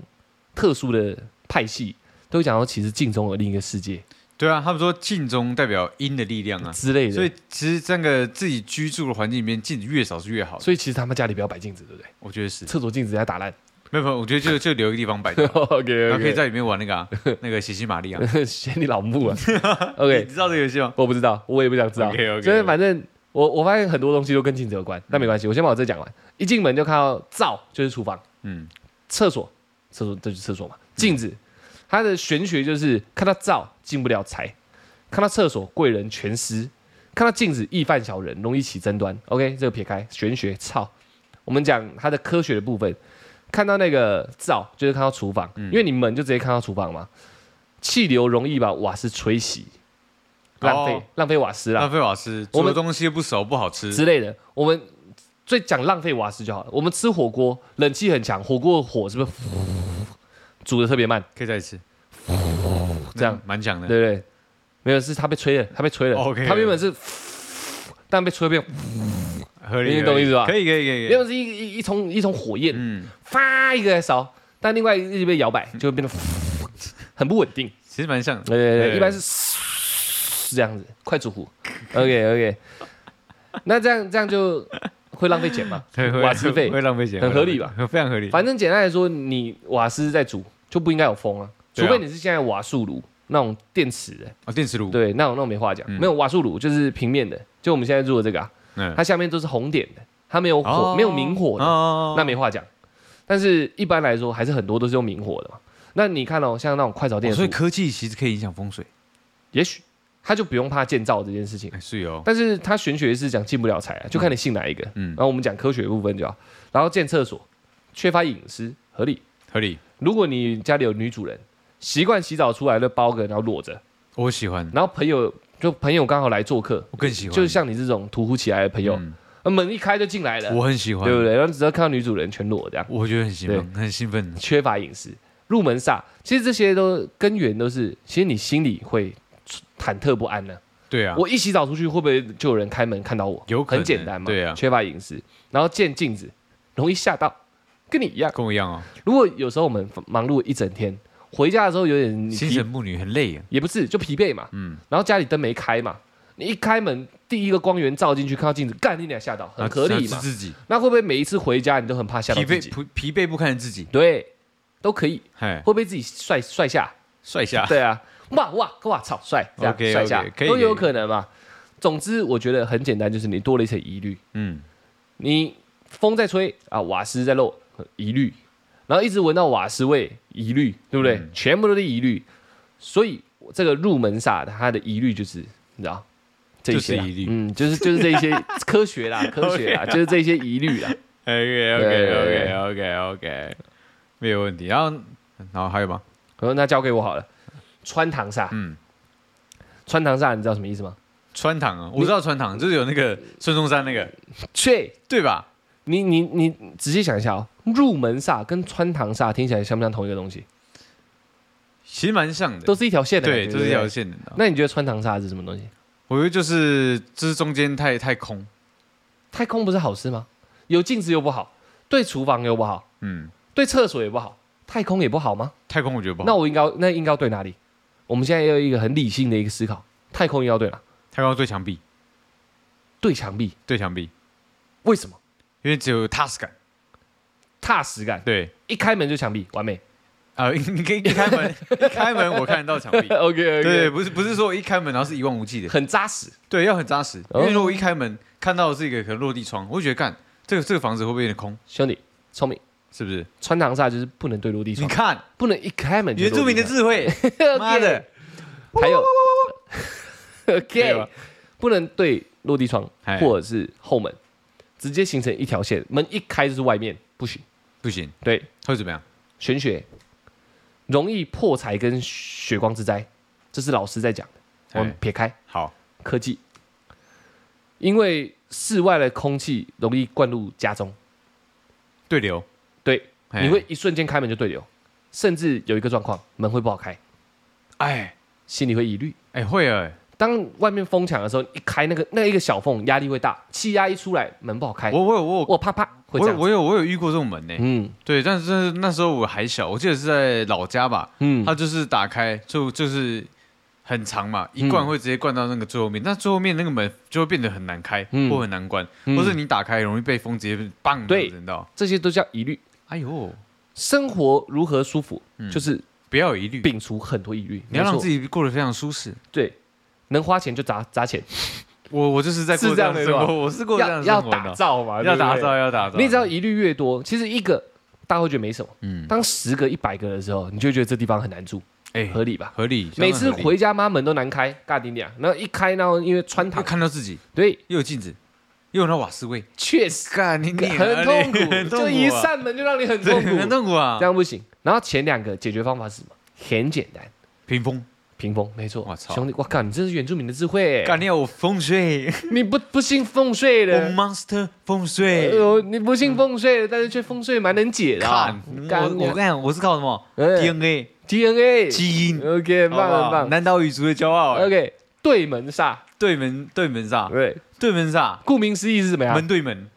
[SPEAKER 1] 特殊的派系，都会讲到其实镜中有另一个世界
[SPEAKER 2] 对啊，他们说镜中代表阴的力量啊，
[SPEAKER 1] 之类的。
[SPEAKER 2] 所以其实这个自己居住的环境里面，镜子越少是越好的。
[SPEAKER 1] 所以其实他们家里不要摆镜子，对不对？
[SPEAKER 2] 我觉得是，
[SPEAKER 1] 厕所镜子在
[SPEAKER 2] (laughs)
[SPEAKER 1] 打烂。 (laughs)
[SPEAKER 2] 没有，没有我觉得就就留一个地方摆着，
[SPEAKER 1] OK
[SPEAKER 2] 然后可以在里面玩那个啊，那个喜西玛利亚。
[SPEAKER 1] (laughs) 嫌你老木啊。
[SPEAKER 2] 你
[SPEAKER 1] OK，
[SPEAKER 2] 知道这个游戏吗？
[SPEAKER 1] 我不知道，我也不想知道。
[SPEAKER 2] OK，OK，OK
[SPEAKER 1] 所以反正我我发现很多东西都跟镜子有关，但没关系，我先把我这讲完。一进门就看到灶就是厨房，
[SPEAKER 2] 嗯，
[SPEAKER 1] 厕所，厕所这就是厕所嘛，镜子，它的玄学就是看到灶进不了财，看到厕所贵人全失，看到镜子易犯小人，容易起争端。OK，这个撇开玄学，操，我们讲它的科学的部分，看到那个灶就是看到厨房，
[SPEAKER 2] 嗯
[SPEAKER 1] 因为你门就直接看到厨房嘛，气流容易把瓦斯吹熄，浪费、
[SPEAKER 2] 哦
[SPEAKER 1] 浪费瓦斯啦
[SPEAKER 2] 浪，费瓦斯，
[SPEAKER 1] 我
[SPEAKER 2] 做的
[SPEAKER 1] 们
[SPEAKER 2] 东西又不熟，不好吃。
[SPEAKER 1] 之类的，我们最讲浪费瓦斯就好了。我们吃火锅，冷气很强，火锅的火是不是煮的特别慢？
[SPEAKER 2] 可以再一次，
[SPEAKER 1] 这样
[SPEAKER 2] 那蛮强
[SPEAKER 1] 对
[SPEAKER 2] 的。
[SPEAKER 1] 不对？没有，是它被吹了，它被吹了。
[SPEAKER 2] 嗯哦 OK，
[SPEAKER 1] 它原本是， (laughs) 但被吹变，
[SPEAKER 2] 合理，
[SPEAKER 1] 你懂
[SPEAKER 2] 合理
[SPEAKER 1] 意思吧
[SPEAKER 2] 可以，可以，可以可
[SPEAKER 1] 原
[SPEAKER 2] 以。
[SPEAKER 1] 本是一一一通一通火焰，
[SPEAKER 2] 嗯，
[SPEAKER 1] 发一个在烧，但另外一直被摇摆，就
[SPEAKER 2] (laughs)
[SPEAKER 1] 会变得很不稳定。
[SPEAKER 2] 其实蛮像的。
[SPEAKER 1] 对对对，
[SPEAKER 2] 对
[SPEAKER 1] 一般是是这样子，快煮壶。OK OK，那这样这样就会浪费
[SPEAKER 2] (laughs)
[SPEAKER 1] 钱嘛
[SPEAKER 2] 会会，
[SPEAKER 1] 瓦斯费
[SPEAKER 2] 会浪费钱，
[SPEAKER 1] 很
[SPEAKER 2] 会浪
[SPEAKER 1] 合理
[SPEAKER 2] 费钱？非常合理。
[SPEAKER 1] 反正简单来说，你瓦斯在煮就不应该有风啊，除
[SPEAKER 2] 对啊
[SPEAKER 1] 非你是现在瓦数炉那种电池的，
[SPEAKER 2] 哦，电磁炉，
[SPEAKER 1] 对，那种那种没话讲。
[SPEAKER 2] 嗯
[SPEAKER 1] 没有瓦数炉就是平面的，就我们现在做的这个啊，
[SPEAKER 2] 嗯，
[SPEAKER 1] 它下面都是红点的，它没有火，
[SPEAKER 2] 哦
[SPEAKER 1] 没有明火的，
[SPEAKER 2] 哦
[SPEAKER 1] 那没话讲。但是一般来说，还是很多都是用明火的嘛。那你看哦，像那种快炒店
[SPEAKER 2] 哦
[SPEAKER 1] 的
[SPEAKER 2] 所
[SPEAKER 1] 炉，
[SPEAKER 2] 以科技其实可以影响风水。
[SPEAKER 1] 也许它就不用怕建造这件事情。
[SPEAKER 2] 哎，是哦，
[SPEAKER 1] 但是它玄学是讲进不了财啊，就看你信哪一个。
[SPEAKER 2] 嗯
[SPEAKER 1] 然后我们讲科学的部分就好。然后建厕所，缺乏隐私，合理。
[SPEAKER 2] 合理，
[SPEAKER 1] 如果你家里有女主人，习惯洗澡出来就包个，然后裸着，
[SPEAKER 2] 我喜欢，
[SPEAKER 1] 然后朋友就朋友刚好来做客，
[SPEAKER 2] 我更喜欢，
[SPEAKER 1] 就是像你这种突如其来的朋友，
[SPEAKER 2] 嗯
[SPEAKER 1] 那门一开就进来了，
[SPEAKER 2] 我很喜欢，
[SPEAKER 1] 对不对？然后只要看到女主人全裸这样，
[SPEAKER 2] 我觉得很兴奋，很兴奋。
[SPEAKER 1] 缺乏隐私，入门煞，其实这些都根源都是，其实你心里会忐忑不安呢、
[SPEAKER 2] 对啊，
[SPEAKER 1] 我一洗澡出去，会不会就有人开门看到我？
[SPEAKER 2] 有可能
[SPEAKER 1] 很简单嘛，
[SPEAKER 2] 对啊
[SPEAKER 1] 缺乏隐私，然后见镜子容易吓到，跟你一样。
[SPEAKER 2] 跟我一样哦，
[SPEAKER 1] 如果有时候我们忙碌一整天，回家的时候有点
[SPEAKER 2] 心
[SPEAKER 1] 疲
[SPEAKER 2] 神不宁，很累啊。
[SPEAKER 1] 也不是，就疲惫嘛。
[SPEAKER 2] 嗯
[SPEAKER 1] 然后家里灯没开嘛，你一开门，第一个光源照进去，看到镜子，干你俩吓到，很合理
[SPEAKER 2] 然
[SPEAKER 1] 嘛
[SPEAKER 2] 后。自自己
[SPEAKER 1] 那会不会每一次回家你都很怕吓到
[SPEAKER 2] 疲
[SPEAKER 1] 自己？
[SPEAKER 2] 惫疲疲惫不堪的自己，
[SPEAKER 1] 对，都可以。
[SPEAKER 2] 哎
[SPEAKER 1] 会，不会自己帅帅下？
[SPEAKER 2] 帅下，(laughs)
[SPEAKER 1] 对啊，哇哇哇，操，帅，这样
[SPEAKER 2] OK，OK，
[SPEAKER 1] 帅下
[SPEAKER 2] 可以
[SPEAKER 1] 都有
[SPEAKER 2] 可以
[SPEAKER 1] 可能嘛。总之，我觉得很简单，就是你多了一层疑虑，
[SPEAKER 2] 嗯，
[SPEAKER 1] 你风在吹啊，瓦斯在漏，疑虑，然后一直闻到瓦斯味，疑虑，对不对？
[SPEAKER 2] 嗯
[SPEAKER 1] 全部都是疑虑，所以这个入门煞它的疑虑就是你知道。这一些啦
[SPEAKER 2] 就是疑虑
[SPEAKER 1] 嗯，就是就是这一些 (laughs) 科
[SPEAKER 2] (laughs)
[SPEAKER 1] 学啦，科学啦，就是这一些疑虑啦。
[SPEAKER 2] OK
[SPEAKER 1] 对
[SPEAKER 2] OK OK OK OK，没有问题。然后然后还有吗？
[SPEAKER 1] 我说那交给我好了，穿堂煞，
[SPEAKER 2] 嗯，
[SPEAKER 1] 穿堂煞，你知道什么意思吗？
[SPEAKER 2] 穿堂啊，我知道穿堂就是有那个孙中山那个，
[SPEAKER 1] 去，
[SPEAKER 2] 对吧？
[SPEAKER 1] 你你你仔细想一下哦，入门煞跟穿堂煞听起来像不像同一个东西？
[SPEAKER 2] 其实蛮像的
[SPEAKER 1] 都，是一条线的感觉，
[SPEAKER 2] 对，就是一条
[SPEAKER 1] 不。
[SPEAKER 2] 线的。
[SPEAKER 1] 那你觉得穿堂煞是什么东西？
[SPEAKER 2] 我觉得就是就是中间太太空，
[SPEAKER 1] 太空不是好事吗？有镜子又不好，对厨房又不好，
[SPEAKER 2] 嗯，
[SPEAKER 1] 对厕所也不好，太空也不好吗？
[SPEAKER 2] 太空我觉得不
[SPEAKER 1] 那
[SPEAKER 2] 好，
[SPEAKER 1] 我应该那应该要对哪里？我们现在要有一个很理性的一个思考，太空应该要对哪？
[SPEAKER 2] 太空对墙壁，
[SPEAKER 1] 对墙壁，
[SPEAKER 2] 对墙壁，
[SPEAKER 1] 为什么？
[SPEAKER 2] 因为只有踏实感。
[SPEAKER 1] 踏实感，
[SPEAKER 2] 对，
[SPEAKER 1] 一开门就墙壁，
[SPEAKER 2] (laughs)
[SPEAKER 1] 完美。
[SPEAKER 2] 啊，你可以一开门，一开门我看得到墙壁。
[SPEAKER 1] OK
[SPEAKER 2] (laughs) 对，，不是不是说一开门然后是一望无际的，
[SPEAKER 1] 很扎实。
[SPEAKER 2] 对，要很扎实。因
[SPEAKER 1] 哦
[SPEAKER 2] 为如果一开门看到的是一个可能落地窗，我会觉得干这个这个房子会不会有点空？
[SPEAKER 1] 兄弟，聪明，
[SPEAKER 2] 是不是？
[SPEAKER 1] 穿堂煞就是不能对落地
[SPEAKER 2] 你
[SPEAKER 1] 窗，
[SPEAKER 2] 看
[SPEAKER 1] 不能一开门就
[SPEAKER 2] 原住民的
[SPEAKER 1] 落
[SPEAKER 2] 智慧，
[SPEAKER 1] 地
[SPEAKER 2] (laughs)
[SPEAKER 1] 窗 (laughs)
[SPEAKER 2] 妈的，
[SPEAKER 1] 还有
[SPEAKER 2] 以
[SPEAKER 1] (laughs) ，OK，
[SPEAKER 2] 吧
[SPEAKER 1] 不能对落地窗
[SPEAKER 2] 啊哎
[SPEAKER 1] 或者是后门，直接形成一条线，门一开就是外面，不行。
[SPEAKER 2] 不行，
[SPEAKER 1] 对，
[SPEAKER 2] 会怎么样？
[SPEAKER 1] 玄学容易破财跟血光之灾，这是老师在讲的。
[SPEAKER 2] 哎
[SPEAKER 1] 我们撇开
[SPEAKER 2] 好，
[SPEAKER 1] 科技，因为室外的空气容易灌入家中，
[SPEAKER 2] 对流，
[SPEAKER 1] 对，
[SPEAKER 2] 哎
[SPEAKER 1] 你会一瞬间开门就对流，甚至有一个状况，门会不好开，
[SPEAKER 2] 哎
[SPEAKER 1] 心里会疑虑。
[SPEAKER 2] 哎会哎，
[SPEAKER 1] 当外面疯抢的时候，一开那个那一个小缝，压力会大，气压一出来，门不好开，
[SPEAKER 2] 我我有我有
[SPEAKER 1] 哎我啪啪
[SPEAKER 2] 我
[SPEAKER 1] 会这
[SPEAKER 2] 有
[SPEAKER 1] 样子。
[SPEAKER 2] 我有我有遇过这种门呢、
[SPEAKER 1] 嗯
[SPEAKER 2] 对，但是那时候我还小，我记得是在老家吧，
[SPEAKER 1] 嗯
[SPEAKER 2] 它就是打开就就是很长嘛，一
[SPEAKER 1] 嗯
[SPEAKER 2] 灌会直接灌到那个最后面，那最后面那个门就会变得很难开、
[SPEAKER 1] 嗯
[SPEAKER 2] 或很难关，
[SPEAKER 1] 嗯
[SPEAKER 2] 或是你打开容易被风直接棒
[SPEAKER 1] 对
[SPEAKER 2] 人到，
[SPEAKER 1] 这些都叫疑虑。
[SPEAKER 2] 哎呦，
[SPEAKER 1] 生活如何舒服，就是
[SPEAKER 2] 不要有疑虑，
[SPEAKER 1] 摒除很多疑虑。
[SPEAKER 2] 嗯你要让
[SPEAKER 1] 没错
[SPEAKER 2] 自己过得非常舒适。
[SPEAKER 1] 对，能花钱就砸砸钱，
[SPEAKER 2] 我我就是在过
[SPEAKER 1] 是这样
[SPEAKER 2] 的
[SPEAKER 1] 的
[SPEAKER 2] 生
[SPEAKER 1] 是
[SPEAKER 2] 活，
[SPEAKER 1] 吧
[SPEAKER 2] 我是过这样
[SPEAKER 1] 要
[SPEAKER 2] 的
[SPEAKER 1] 要
[SPEAKER 2] 生活
[SPEAKER 1] 打
[SPEAKER 2] 的，
[SPEAKER 1] 造嘛，
[SPEAKER 2] 要
[SPEAKER 1] 对不
[SPEAKER 2] 打
[SPEAKER 1] 对
[SPEAKER 2] 造，。要打造。
[SPEAKER 1] 你只要疑虑越多，其实一个大家会觉得没什么，
[SPEAKER 2] 嗯，
[SPEAKER 1] 当十个、一百个的时候，你就会觉得这地方很难住，
[SPEAKER 2] 哎，
[SPEAKER 1] 合理吧？
[SPEAKER 2] 合理，相当
[SPEAKER 1] 每次
[SPEAKER 2] 合理
[SPEAKER 1] 回家妈门都难开，尬丁俩，然后一开，然后因为
[SPEAKER 2] (laughs)
[SPEAKER 1] 穿
[SPEAKER 2] 又
[SPEAKER 1] 堂，
[SPEAKER 2] 看到自己，
[SPEAKER 1] 对，
[SPEAKER 2] 又有镜子，又有那瓦斯味，
[SPEAKER 1] 确实
[SPEAKER 2] 干你你
[SPEAKER 1] 很痛
[SPEAKER 2] 很
[SPEAKER 1] 苦，
[SPEAKER 2] 痛苦
[SPEAKER 1] 就
[SPEAKER 2] 啊
[SPEAKER 1] 一扇门就让你很痛
[SPEAKER 2] 对 (laughs) 很
[SPEAKER 1] 苦，
[SPEAKER 2] 痛苦啊
[SPEAKER 1] 这。样不行。然后前两个解决方法是什
[SPEAKER 2] (laughs)
[SPEAKER 1] 么？很简单，
[SPEAKER 2] 屏风，
[SPEAKER 1] 屏风，没错
[SPEAKER 2] 我。操
[SPEAKER 1] 兄弟，我靠，你这是原住民的智慧，
[SPEAKER 2] 干你要我风水，
[SPEAKER 1] 你不不信风水
[SPEAKER 2] 我
[SPEAKER 1] 的，
[SPEAKER 2] monster 风水。
[SPEAKER 1] 呃，你不信风水，但是却风水蛮能解的啊
[SPEAKER 2] 看，。
[SPEAKER 1] 干
[SPEAKER 2] 我我跟你讲，我是靠什么
[SPEAKER 1] 哎
[SPEAKER 2] DNA
[SPEAKER 1] DNA
[SPEAKER 2] 基因，
[SPEAKER 1] OK，
[SPEAKER 2] 好不好
[SPEAKER 1] 棒很棒
[SPEAKER 2] 南岛语族的骄傲。哎
[SPEAKER 1] ，OK，对门煞，
[SPEAKER 2] 对门对门煞，
[SPEAKER 1] 对，啊
[SPEAKER 2] 对门煞，
[SPEAKER 1] 顾名思义是怎么样？
[SPEAKER 2] 门对门。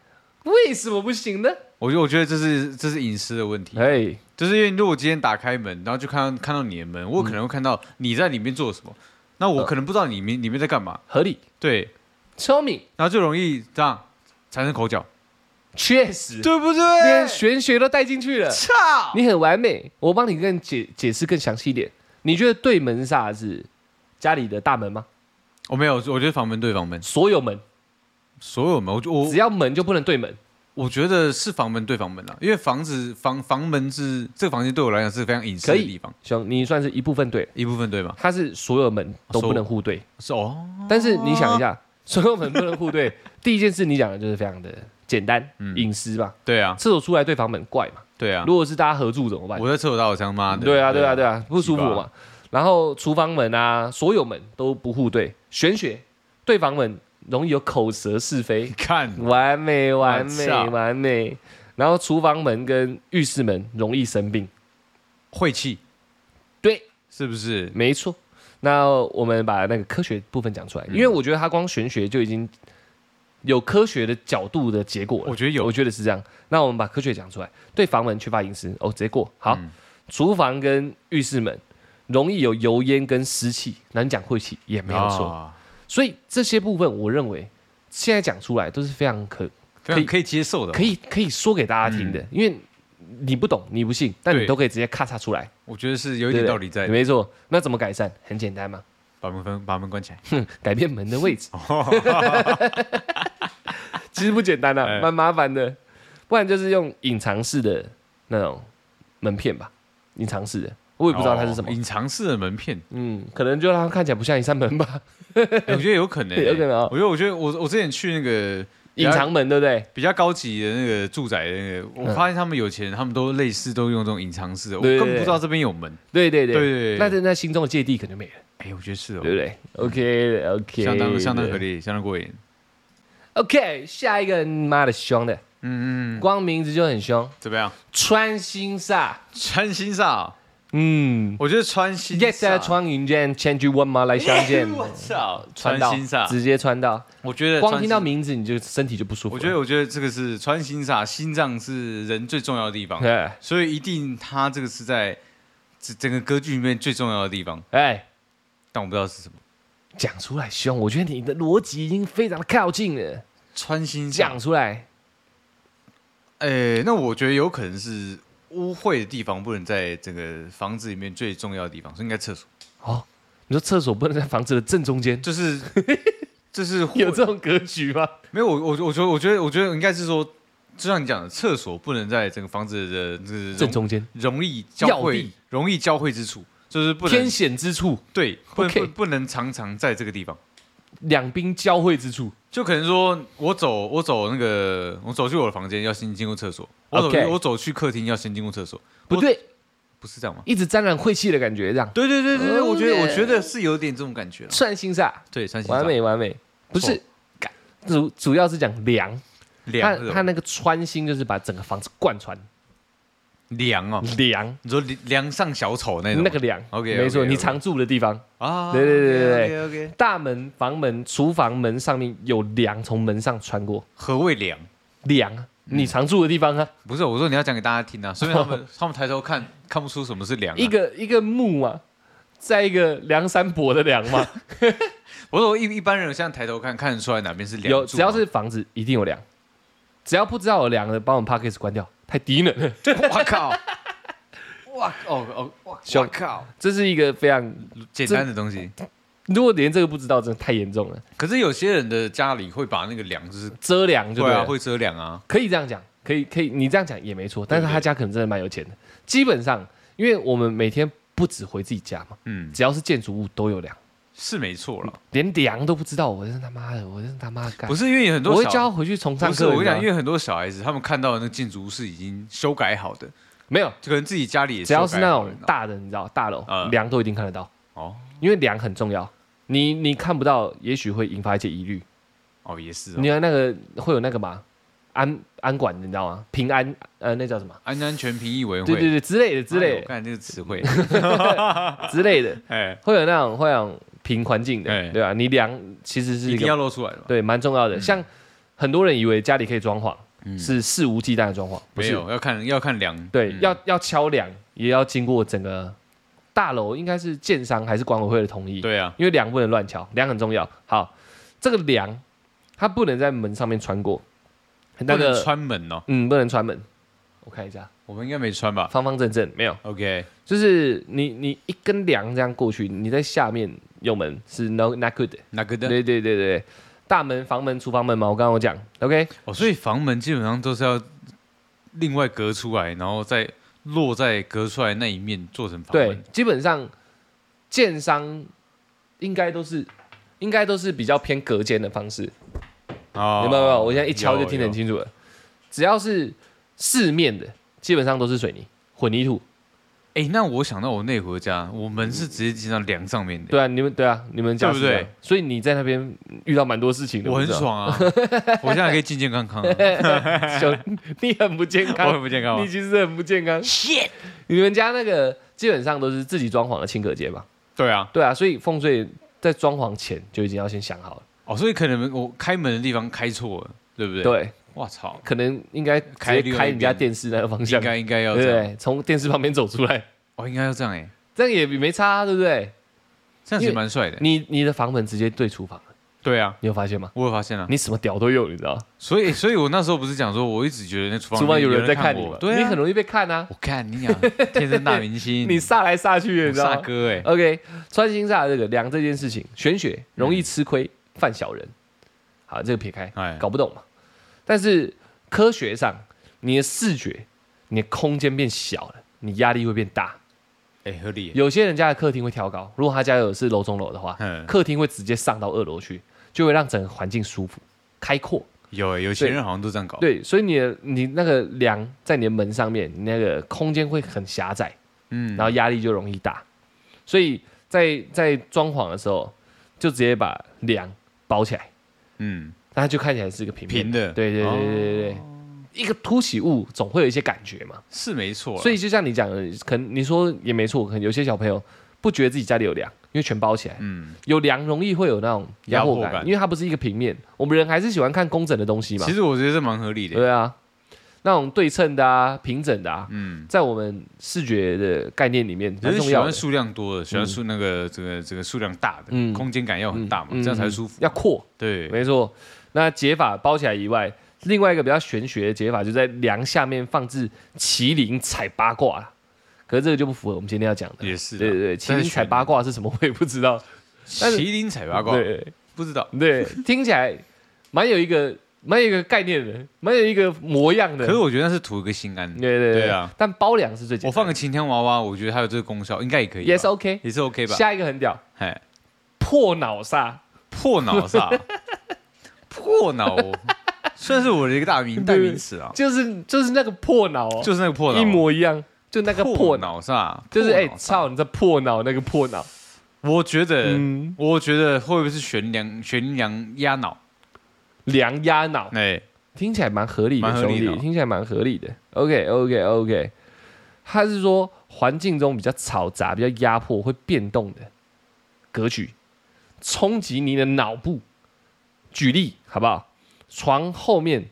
[SPEAKER 1] 为什么不行呢？
[SPEAKER 2] 我觉得我觉得这是这是隐私的问题，
[SPEAKER 1] 哎，
[SPEAKER 2] 就是因为如果今天打开门，然后就看到看到你的门，我
[SPEAKER 1] 嗯
[SPEAKER 2] 可能会看到你在里面做什么，那我可能不知道你里面里面在干嘛，
[SPEAKER 1] 合理，
[SPEAKER 2] 对，
[SPEAKER 1] 聪明，
[SPEAKER 2] 然后就容易这样产生口角，
[SPEAKER 1] 确实，
[SPEAKER 2] 对不
[SPEAKER 1] 连
[SPEAKER 2] 对？
[SPEAKER 1] 玄学都带进去了，
[SPEAKER 2] 操！
[SPEAKER 1] 你很完美。我帮你更解解释更详细一点。你觉得对门煞是家里的大门吗？
[SPEAKER 2] 我没有，我觉得房门对房门，
[SPEAKER 1] 所有门，
[SPEAKER 2] 所有门，我我
[SPEAKER 1] 只要门就不能对门。
[SPEAKER 2] 我觉得是房门对房门啊啦，因为房子房房门是这个房间对我来讲是非常隐私
[SPEAKER 1] 可
[SPEAKER 2] 的
[SPEAKER 1] 以
[SPEAKER 2] 地方，
[SPEAKER 1] 兄，你算是一部分对了，
[SPEAKER 2] 一部分对吗？
[SPEAKER 1] 它是所有门
[SPEAKER 2] 啊
[SPEAKER 1] 都不能互对。
[SPEAKER 2] 是哦，
[SPEAKER 1] 但是你想一下，所有门不能互对，第一件事你讲的就是非常的简单，隐私嘛。
[SPEAKER 2] 对啊，
[SPEAKER 1] 厕所出来对房门怪嘛？
[SPEAKER 2] 对嗯啊，
[SPEAKER 1] 如果是大家合住怎么办？
[SPEAKER 2] 我在厕所打我枪，妈的，
[SPEAKER 1] 对啊，对啊，对啊，不舒服
[SPEAKER 2] 鸡
[SPEAKER 1] 嘛。然后厨房门啊，所有门都不互对，玄学对房门容易有口舌是非，
[SPEAKER 2] 看
[SPEAKER 1] 完美完美
[SPEAKER 2] 操
[SPEAKER 1] 完美。然后厨房门跟浴室门容易生病，
[SPEAKER 2] 晦气
[SPEAKER 1] 对，
[SPEAKER 2] 是不是？
[SPEAKER 1] 没错。那我们把那个科学部分讲
[SPEAKER 2] 嗯
[SPEAKER 1] 出来，因为我觉得它光玄学就已经有科学的角度的结果了。
[SPEAKER 2] 我觉得哦有
[SPEAKER 1] 我觉得是这样。那我们把科学讲出来，对房门缺乏隐私，哦，直接过。好，
[SPEAKER 2] 嗯
[SPEAKER 1] 厨房跟浴室门容易有油烟跟湿气，那你讲晦气也没有错。
[SPEAKER 2] 啊
[SPEAKER 1] 所以这些部分，我认为现在讲出来都是非常可
[SPEAKER 2] 非常
[SPEAKER 1] 可以
[SPEAKER 2] 啊可以接受的。
[SPEAKER 1] 可以可以说给大家听的，因为你不懂，你不信，但你
[SPEAKER 2] 嗯对
[SPEAKER 1] 都可以直接咔嚓出来，
[SPEAKER 2] 我觉得是有
[SPEAKER 1] 有
[SPEAKER 2] 一点道理在的，
[SPEAKER 1] 没错，那怎么改善？很简单嘛，
[SPEAKER 2] 把门分把门关起来。
[SPEAKER 1] 哼，改变门的
[SPEAKER 2] (laughs)
[SPEAKER 1] 位置。
[SPEAKER 2] 哦
[SPEAKER 1] 其实不简单啊，
[SPEAKER 2] 哎
[SPEAKER 1] 蛮麻烦的。不然就是用隐藏式的那种门片吧，隐藏式的，我
[SPEAKER 2] 我
[SPEAKER 1] 也不知道它是什么。
[SPEAKER 2] 哦隐藏式的门
[SPEAKER 1] (laughs)
[SPEAKER 2] 片，
[SPEAKER 1] 嗯，可能就让它看起来不像一扇门
[SPEAKER 2] (laughs)
[SPEAKER 1] 吧，
[SPEAKER 2] 哎我觉得有可能欸，
[SPEAKER 1] 有可能哦
[SPEAKER 2] 我觉得，我觉得我我之前去那个
[SPEAKER 1] 隐藏门对不对？
[SPEAKER 2] 比较高级的那个住宅的那个，我发现他们有钱人，他们都类似都用这种隐藏式的，我
[SPEAKER 1] 对对
[SPEAKER 2] 根
[SPEAKER 1] 对
[SPEAKER 2] 本不知道这边有门。
[SPEAKER 1] 对对对
[SPEAKER 2] 对对对
[SPEAKER 1] 那在那心中的芥蒂可能没了，
[SPEAKER 2] 哎，我觉得是哦
[SPEAKER 1] 对，不对？OK OK，
[SPEAKER 2] 相当相当合。理，相当过瘾。
[SPEAKER 1] OK，下一个妈的凶的，
[SPEAKER 2] 嗯嗯，
[SPEAKER 1] 光名字就很凶，
[SPEAKER 2] 怎么样？
[SPEAKER 1] 穿心煞，
[SPEAKER 2] 穿心煞，
[SPEAKER 1] 嗯
[SPEAKER 2] 我觉得穿心煞，
[SPEAKER 1] ，Yes，在穿云间，千军万马来相见
[SPEAKER 2] 我操，穿
[SPEAKER 1] 穿到
[SPEAKER 2] 心煞，
[SPEAKER 1] 直接穿到，
[SPEAKER 2] 我觉得
[SPEAKER 1] 光
[SPEAKER 2] 穿
[SPEAKER 1] 听到
[SPEAKER 2] 心，
[SPEAKER 1] 名字你就身体就不舒服了。
[SPEAKER 2] 我觉得我觉得这个是穿心煞，心脏是人最重要的地方，
[SPEAKER 1] 哎
[SPEAKER 2] 所以一定它这个是在整整个歌剧里面最重要的地方，
[SPEAKER 1] 哎，
[SPEAKER 2] 但我不知道是什么。
[SPEAKER 1] 讲出来凶，我觉得你的逻辑已经非常的靠近了，
[SPEAKER 2] 穿心煞
[SPEAKER 1] 讲出来
[SPEAKER 2] 诶，那我觉得有可能是污秽的地方不能在整个房子里面最重要的地方，所以应该厕所。
[SPEAKER 1] 哦。你说厕所不能在房子的正中间，
[SPEAKER 2] 就是
[SPEAKER 1] (laughs)
[SPEAKER 2] 就是
[SPEAKER 1] 有
[SPEAKER 2] 会
[SPEAKER 1] 这种格局吗？
[SPEAKER 2] 没有我我我觉得我觉得我觉得应该是说就像你讲的，厕所不能在整个房子的这个
[SPEAKER 1] 正中间，
[SPEAKER 2] 容易交
[SPEAKER 1] 要
[SPEAKER 2] 汇
[SPEAKER 1] 地、
[SPEAKER 2] 容易交汇之处，就是不
[SPEAKER 1] 天
[SPEAKER 2] 能
[SPEAKER 1] 险之处，
[SPEAKER 2] 对，不能
[SPEAKER 1] OK
[SPEAKER 2] 不不能常常在这个地方。
[SPEAKER 1] 两兵交汇之处。
[SPEAKER 2] 就可能说，我走我走那个，我走去我的房间要先经过厕所，我走
[SPEAKER 1] OK
[SPEAKER 2] 我走去客厅要先经过厕所，
[SPEAKER 1] 不对，
[SPEAKER 2] 不是这样吗？
[SPEAKER 1] 一直沾染晦气的感觉，这样
[SPEAKER 2] 对对对对对，
[SPEAKER 1] 哦
[SPEAKER 2] 我觉得
[SPEAKER 1] 耶
[SPEAKER 2] 我觉得是有点这种感觉了。
[SPEAKER 1] 算心煞，
[SPEAKER 2] 对，三星
[SPEAKER 1] 完美完美。不是
[SPEAKER 2] 错，
[SPEAKER 1] 干主主要是讲凉，他
[SPEAKER 2] 凉
[SPEAKER 1] 他那个穿心就是把整个房子贯穿
[SPEAKER 2] 凉哦，
[SPEAKER 1] 凉，
[SPEAKER 2] 你说凉凉上小丑那种
[SPEAKER 1] 那个凉
[SPEAKER 2] OK，OK，
[SPEAKER 1] 没错，
[SPEAKER 2] OK，OK
[SPEAKER 1] 你常住的地方，
[SPEAKER 2] 啊？
[SPEAKER 1] 对对对对对
[SPEAKER 2] o k
[SPEAKER 1] 大门、房门、厨房门上面有梁从门上穿过，
[SPEAKER 2] 何谓凉？
[SPEAKER 1] 梁啊
[SPEAKER 2] 嗯
[SPEAKER 1] 你常住的地方啊，
[SPEAKER 2] 不是，我说你要讲给大家听啊，所以他们 (laughs) 他们抬头看看不出什么是凉啊。
[SPEAKER 1] 一个一个木啊，在一个梁山伯的梁
[SPEAKER 2] (laughs)
[SPEAKER 1] 嘛，
[SPEAKER 2] 我说一一般人现在抬头看看得出来哪边是凉柱吗，啊
[SPEAKER 1] 有只要是房子一定有梁，只要不知道有梁的，帮我们 p a c k a g e 关掉，太低能了，
[SPEAKER 2] (laughs) 我
[SPEAKER 1] (laughs)
[SPEAKER 2] 靠，哇哦哦哇
[SPEAKER 1] 凶
[SPEAKER 2] 靠，
[SPEAKER 1] 这是一个非常，
[SPEAKER 2] 简单的东西。
[SPEAKER 1] 如果连这个不知道，真的太严重了，
[SPEAKER 2] 可是有些人的家里会把那个凉就是
[SPEAKER 1] 遮梁就
[SPEAKER 2] 对啊，
[SPEAKER 1] 了
[SPEAKER 2] 会遮凉啊，
[SPEAKER 1] 可以这样讲，可以可以，你这样讲也没错，但是他家可能真的蛮有钱的，基本上，因为我们每天不只回自己家嘛，
[SPEAKER 2] 嗯，
[SPEAKER 1] 只要是建筑物都有梁。
[SPEAKER 2] 是没错了。
[SPEAKER 1] 连梁都不知道，我真他妈的，我真他妈干
[SPEAKER 2] 不。是因为有很多
[SPEAKER 1] 我会
[SPEAKER 2] 小
[SPEAKER 1] 叫他回去重上
[SPEAKER 2] 不是
[SPEAKER 1] 课。
[SPEAKER 2] 我跟你讲，因
[SPEAKER 1] 为
[SPEAKER 2] 为很多小孩子他们看到的那个建筑物是已经修改好的，
[SPEAKER 1] 没有，
[SPEAKER 2] 就可能自己家里也
[SPEAKER 1] 只要
[SPEAKER 2] 修
[SPEAKER 1] 是
[SPEAKER 2] 改
[SPEAKER 1] 那
[SPEAKER 2] 好了
[SPEAKER 1] 种大的，你知道大楼
[SPEAKER 2] 嗯
[SPEAKER 1] 梁都一定看得到，
[SPEAKER 2] 哦
[SPEAKER 1] 因为梁很重要。你你看不到，也许会引发一些疑虑。
[SPEAKER 2] 哦也是哦
[SPEAKER 1] 你看那个会有那个嘛安安管，你知道吗？平安呃那叫什么？
[SPEAKER 2] 安安全评议委员会哎
[SPEAKER 1] 对对对，之类的之类的
[SPEAKER 2] 看这个词
[SPEAKER 1] (laughs)
[SPEAKER 2] 汇，
[SPEAKER 1] 之类的，
[SPEAKER 2] 哎，
[SPEAKER 1] 会有那种会有平环境
[SPEAKER 2] 哎
[SPEAKER 1] 的，对吧？啊你梁其实是
[SPEAKER 2] 一
[SPEAKER 1] 一
[SPEAKER 2] 定
[SPEAKER 1] 个
[SPEAKER 2] 要嗯露出来嘛，
[SPEAKER 1] 对蛮重要的。像很多人以为家里可以装潢，是肆无忌惮的装潢，
[SPEAKER 2] 嗯
[SPEAKER 1] 不
[SPEAKER 2] 没
[SPEAKER 1] 是
[SPEAKER 2] 有要看要看梁，
[SPEAKER 1] 对，
[SPEAKER 2] 嗯
[SPEAKER 1] 要要敲梁，也要经过整个大楼，应该是建商还是管委会的同意，
[SPEAKER 2] 对啊，
[SPEAKER 1] 因为梁不能乱敲，梁很重要。好，这个梁它不能在门上面穿过，那
[SPEAKER 2] 不能
[SPEAKER 1] 个
[SPEAKER 2] 穿门哦，
[SPEAKER 1] 嗯不能穿门。我看一下，
[SPEAKER 2] 我们应该没穿吧
[SPEAKER 1] 方方正正没有，
[SPEAKER 2] ？OK，
[SPEAKER 1] 就是你你一根梁这样过去，你在下面有门是 no not good 的。
[SPEAKER 2] 哪个的？
[SPEAKER 1] 对对对对，大门、房门、厨房门嘛，我刚刚我讲，OK，
[SPEAKER 2] 哦，所以房门基本上都是要另外隔出来，然后再落在隔出来那一面做成房
[SPEAKER 1] 对
[SPEAKER 2] 门。，
[SPEAKER 1] 基本上建商应该都是应该都是比较偏隔间的方式，
[SPEAKER 2] 啊
[SPEAKER 1] 有没有？有没有我现在一敲就听得很。
[SPEAKER 2] 有有
[SPEAKER 1] 清楚了。只要是四面的，基本上都是水泥、混凝土。
[SPEAKER 2] 哎、那我想到我内湖的家，我门是直接进到梁上面的，
[SPEAKER 1] 对啊，你们对啊，你们家
[SPEAKER 2] 对不
[SPEAKER 1] 是这样
[SPEAKER 2] 对？
[SPEAKER 1] 所以你在那边遇到蛮多事情的，
[SPEAKER 2] 我很
[SPEAKER 1] 知道。
[SPEAKER 2] 爽
[SPEAKER 1] (laughs)
[SPEAKER 2] 啊！我现在还可以健健康康、啊，
[SPEAKER 1] 兄，你很不健
[SPEAKER 2] 我
[SPEAKER 1] 康
[SPEAKER 2] 很，不健康啊
[SPEAKER 1] 你
[SPEAKER 2] 吗？
[SPEAKER 1] 其实很不健康。你们家那个基本上都是自己装潢的轻隔间吧？
[SPEAKER 2] 对啊，
[SPEAKER 1] 对啊，所以风水在装潢前就已经要先想好了。
[SPEAKER 2] 哦，所以可能我开门的地方开错了，对不对？，
[SPEAKER 1] 对，
[SPEAKER 2] 我操，
[SPEAKER 1] 可能应该直
[SPEAKER 2] 开
[SPEAKER 1] 接
[SPEAKER 2] 另外
[SPEAKER 1] 开
[SPEAKER 2] 一
[SPEAKER 1] 人家
[SPEAKER 2] 边
[SPEAKER 1] 电视那个方
[SPEAKER 2] 应
[SPEAKER 1] 向，对
[SPEAKER 2] 该应该要
[SPEAKER 1] 不
[SPEAKER 2] 这样，
[SPEAKER 1] 对？从电视旁边走出
[SPEAKER 2] (laughs)
[SPEAKER 1] 来，
[SPEAKER 2] 哦，应该要这样哎、
[SPEAKER 1] 这样也比没差啊、对不对？
[SPEAKER 2] 这样其
[SPEAKER 1] 因
[SPEAKER 2] 实
[SPEAKER 1] 为
[SPEAKER 2] 蛮帅的欸。
[SPEAKER 1] 你你的房门直接对厨房，
[SPEAKER 2] 对啊，
[SPEAKER 1] 你有发现吗？
[SPEAKER 2] 我有发现啊，
[SPEAKER 1] 你什么屌都有，你知道？
[SPEAKER 2] 所以所以我那时候不是讲说，我一直觉得那厨房
[SPEAKER 1] 厨房
[SPEAKER 2] 里
[SPEAKER 1] 有
[SPEAKER 2] 有
[SPEAKER 1] 人在
[SPEAKER 2] 看
[SPEAKER 1] 看你
[SPEAKER 2] 我
[SPEAKER 1] 嘛，
[SPEAKER 2] 对、啊，
[SPEAKER 1] 你很容易被看啊，
[SPEAKER 2] 我看你讲天生大明星，
[SPEAKER 1] (laughs) 你煞来煞去的，
[SPEAKER 2] 我
[SPEAKER 1] 你知道
[SPEAKER 2] 煞
[SPEAKER 1] 吗
[SPEAKER 2] 哥哎、
[SPEAKER 1] ？OK，穿心煞这个量这件事情，玄学容易吃亏，犯小人。好，这个撇开，
[SPEAKER 2] 嗯哎，
[SPEAKER 1] 搞不懂嘛。但是科学上，你的视觉，你的空间变小了，你压力会变大。
[SPEAKER 2] 哎、合理欸、
[SPEAKER 1] 有些人家的客厅会调高，如果他家有是楼中楼的话，
[SPEAKER 2] 嗯，
[SPEAKER 1] 客厅会直接上到二楼去，就会让整个环境舒服、开阔。
[SPEAKER 2] 有欸有些
[SPEAKER 1] 对
[SPEAKER 2] 人好像都这样搞，
[SPEAKER 1] 对，所以你的你那个梁在你的门上面，你那个空间会很狭窄，
[SPEAKER 2] 嗯
[SPEAKER 1] 然后压力就容易大。所以在在装潢的时候，就直接把梁包起来，
[SPEAKER 2] 嗯，
[SPEAKER 1] 那它就看起来是一个平面
[SPEAKER 2] 平的
[SPEAKER 1] 对对对对对对，一个凸起物总会有一些感觉嘛。
[SPEAKER 2] 是没错啦，
[SPEAKER 1] 所以就像你讲的，可能你说也没错，可能有些小朋友不觉得自己家里有梁，因为全包起来，
[SPEAKER 2] 嗯，
[SPEAKER 1] 有梁容易会有那种压迫
[SPEAKER 2] 压迫
[SPEAKER 1] 感，
[SPEAKER 2] 感
[SPEAKER 1] 因为它不是一个平面。我们人还是喜欢看工整的东西嘛
[SPEAKER 2] 其，实我觉得这蛮合理的，
[SPEAKER 1] 对啊，那种对称的啊、平整的啊，
[SPEAKER 2] 嗯，
[SPEAKER 1] 在我们视觉的概念里面
[SPEAKER 2] 人
[SPEAKER 1] 很
[SPEAKER 2] 是
[SPEAKER 1] 重
[SPEAKER 2] 喜
[SPEAKER 1] 要
[SPEAKER 2] 欢
[SPEAKER 1] 的，
[SPEAKER 2] 数量多的，喜欢数那个这个这个数量大的，
[SPEAKER 1] 嗯
[SPEAKER 2] 空间感要很大嘛，
[SPEAKER 1] 嗯
[SPEAKER 2] 这样才舒服，
[SPEAKER 1] 要阔，
[SPEAKER 2] 对，
[SPEAKER 1] 没错。那解法包起来以外，另外一个比较玄学的解法，就在梁下面放置麒麟踩八卦啦。可是这个就不符合我们今天要讲的。
[SPEAKER 2] 也是啦，
[SPEAKER 1] 对对对，麒
[SPEAKER 2] 但
[SPEAKER 1] 麟
[SPEAKER 2] 是
[SPEAKER 1] 踩八卦是什么我也不知道。但是
[SPEAKER 2] 麒麟踩八卦，
[SPEAKER 1] 对
[SPEAKER 2] 不知道，
[SPEAKER 1] 对，听起来蛮有一个蛮有一个概念的，蛮有一个模样的。
[SPEAKER 2] 可是我觉得那是图一个心安。
[SPEAKER 1] 对对
[SPEAKER 2] 对啊，
[SPEAKER 1] 但包两是最简单的。
[SPEAKER 2] 我放个晴天娃娃，我觉得它有这个功效，应该也可以吧。
[SPEAKER 1] yes OK，
[SPEAKER 2] 也是 OK 吧？
[SPEAKER 1] 下一个很屌，
[SPEAKER 2] 哎，
[SPEAKER 1] 破脑杀。
[SPEAKER 2] 破脑
[SPEAKER 1] (laughs)
[SPEAKER 2] 是吧？破脑算是我的一个大名代名词啊，
[SPEAKER 1] 就是就是那个破脑哦，
[SPEAKER 2] 就是那个破脑，
[SPEAKER 1] 一模一样，就那个破
[SPEAKER 2] 破
[SPEAKER 1] 脑，
[SPEAKER 2] 脑是吧？
[SPEAKER 1] 就是
[SPEAKER 2] 破
[SPEAKER 1] 哎、
[SPEAKER 2] 脑煞！
[SPEAKER 1] 操，你这破脑那个破脑，
[SPEAKER 2] 我觉得，
[SPEAKER 1] 嗯，
[SPEAKER 2] 我觉得会不会是悬梁悬梁压脑？
[SPEAKER 1] 梁压脑，
[SPEAKER 2] 哎，
[SPEAKER 1] 听起来蛮合理的，
[SPEAKER 2] 蛮合理的
[SPEAKER 1] 兄弟，听起来蛮合理的。OK OK OK，他是说环境中比较嘈杂、比较压迫、会变动的格局，冲击你的脑部。举例好不好？床后面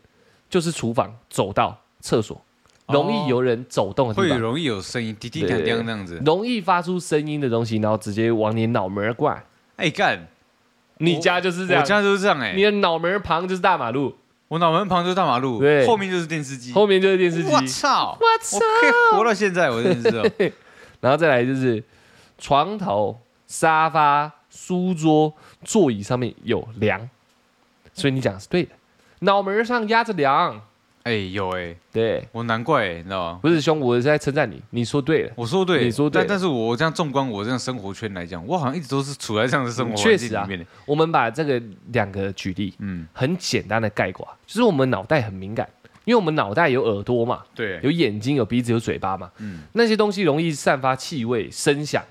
[SPEAKER 1] 就是厨房、走道、厕所，容易有人走动的地
[SPEAKER 2] 哦会
[SPEAKER 1] 方。
[SPEAKER 2] 容易有声音，滴滴
[SPEAKER 1] 哦对
[SPEAKER 2] 当当那样子。
[SPEAKER 1] 容易发出声音的东西，然后直接往你脑门儿挂。
[SPEAKER 2] 哎干，
[SPEAKER 1] 你家就是这
[SPEAKER 2] 我
[SPEAKER 1] 样，
[SPEAKER 2] 家就是这样
[SPEAKER 1] 你
[SPEAKER 2] 哎，
[SPEAKER 1] 的脑门儿旁就是大马路，
[SPEAKER 2] 我脑门旁就是大马路
[SPEAKER 1] 对，
[SPEAKER 2] 后面就是电视机。
[SPEAKER 1] 后面就是电视机。
[SPEAKER 2] 我操！
[SPEAKER 1] 我
[SPEAKER 2] 我
[SPEAKER 1] 操！
[SPEAKER 2] 可以活到现在，我真的是
[SPEAKER 1] (laughs)
[SPEAKER 2] 哦。
[SPEAKER 1] 然后再来就是床头、沙发、书桌、座椅上面有梁，所以你讲的是对的。脑门儿上压着梁，
[SPEAKER 2] 哎有哎，
[SPEAKER 1] 对，
[SPEAKER 2] 我难怪哎，你知道吗？
[SPEAKER 1] 不是兄，我是在称赞你，你说对了。
[SPEAKER 2] 我说对，
[SPEAKER 1] 你说对
[SPEAKER 2] 但但是我这样纵观我这样生活圈来讲，我好像一直都是处在这样的生活
[SPEAKER 1] 确
[SPEAKER 2] 环
[SPEAKER 1] 实
[SPEAKER 2] 境
[SPEAKER 1] 啊
[SPEAKER 2] 里面的。
[SPEAKER 1] 我们把这个两个举例，
[SPEAKER 2] 嗯，
[SPEAKER 1] 很简单的概括，就是我们脑袋很敏感，因为我们脑袋有耳朵嘛，
[SPEAKER 2] 对，
[SPEAKER 1] 有眼睛、有鼻子、有嘴巴嘛，
[SPEAKER 2] 嗯，
[SPEAKER 1] 那些东西容易散发气味、声响、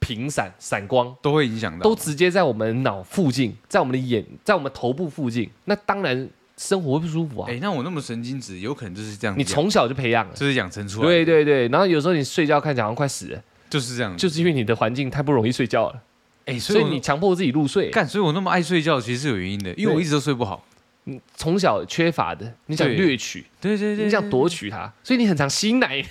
[SPEAKER 1] 频闪、闪光，
[SPEAKER 2] 都会影响到
[SPEAKER 1] 都。直接在我们脑附近，在我们的眼，在我们头部附近，那当然生活会不舒服啊。
[SPEAKER 2] 哎，那我那么神经质，有可能就是这样子养，
[SPEAKER 1] 你从小就培养了，
[SPEAKER 2] 就是啊嗯养成出来，
[SPEAKER 1] 对，对对。然后有时候你睡觉看起来好像快死了，
[SPEAKER 2] 就是这样。
[SPEAKER 1] 就是因为你的环境太不容易睡觉了，
[SPEAKER 2] 哎，所
[SPEAKER 1] 所
[SPEAKER 2] 以
[SPEAKER 1] 以
[SPEAKER 2] 我
[SPEAKER 1] 你强迫自己入睡，
[SPEAKER 2] 干，所以我那么爱睡觉，其实是有原因的，因为
[SPEAKER 1] 对
[SPEAKER 2] 我一直都睡不好。
[SPEAKER 1] 你从小缺乏的，你想
[SPEAKER 2] 对
[SPEAKER 1] 掠取，
[SPEAKER 2] 对对
[SPEAKER 1] 你想夺取它，所以你很常吸
[SPEAKER 2] (laughs)
[SPEAKER 1] 奶，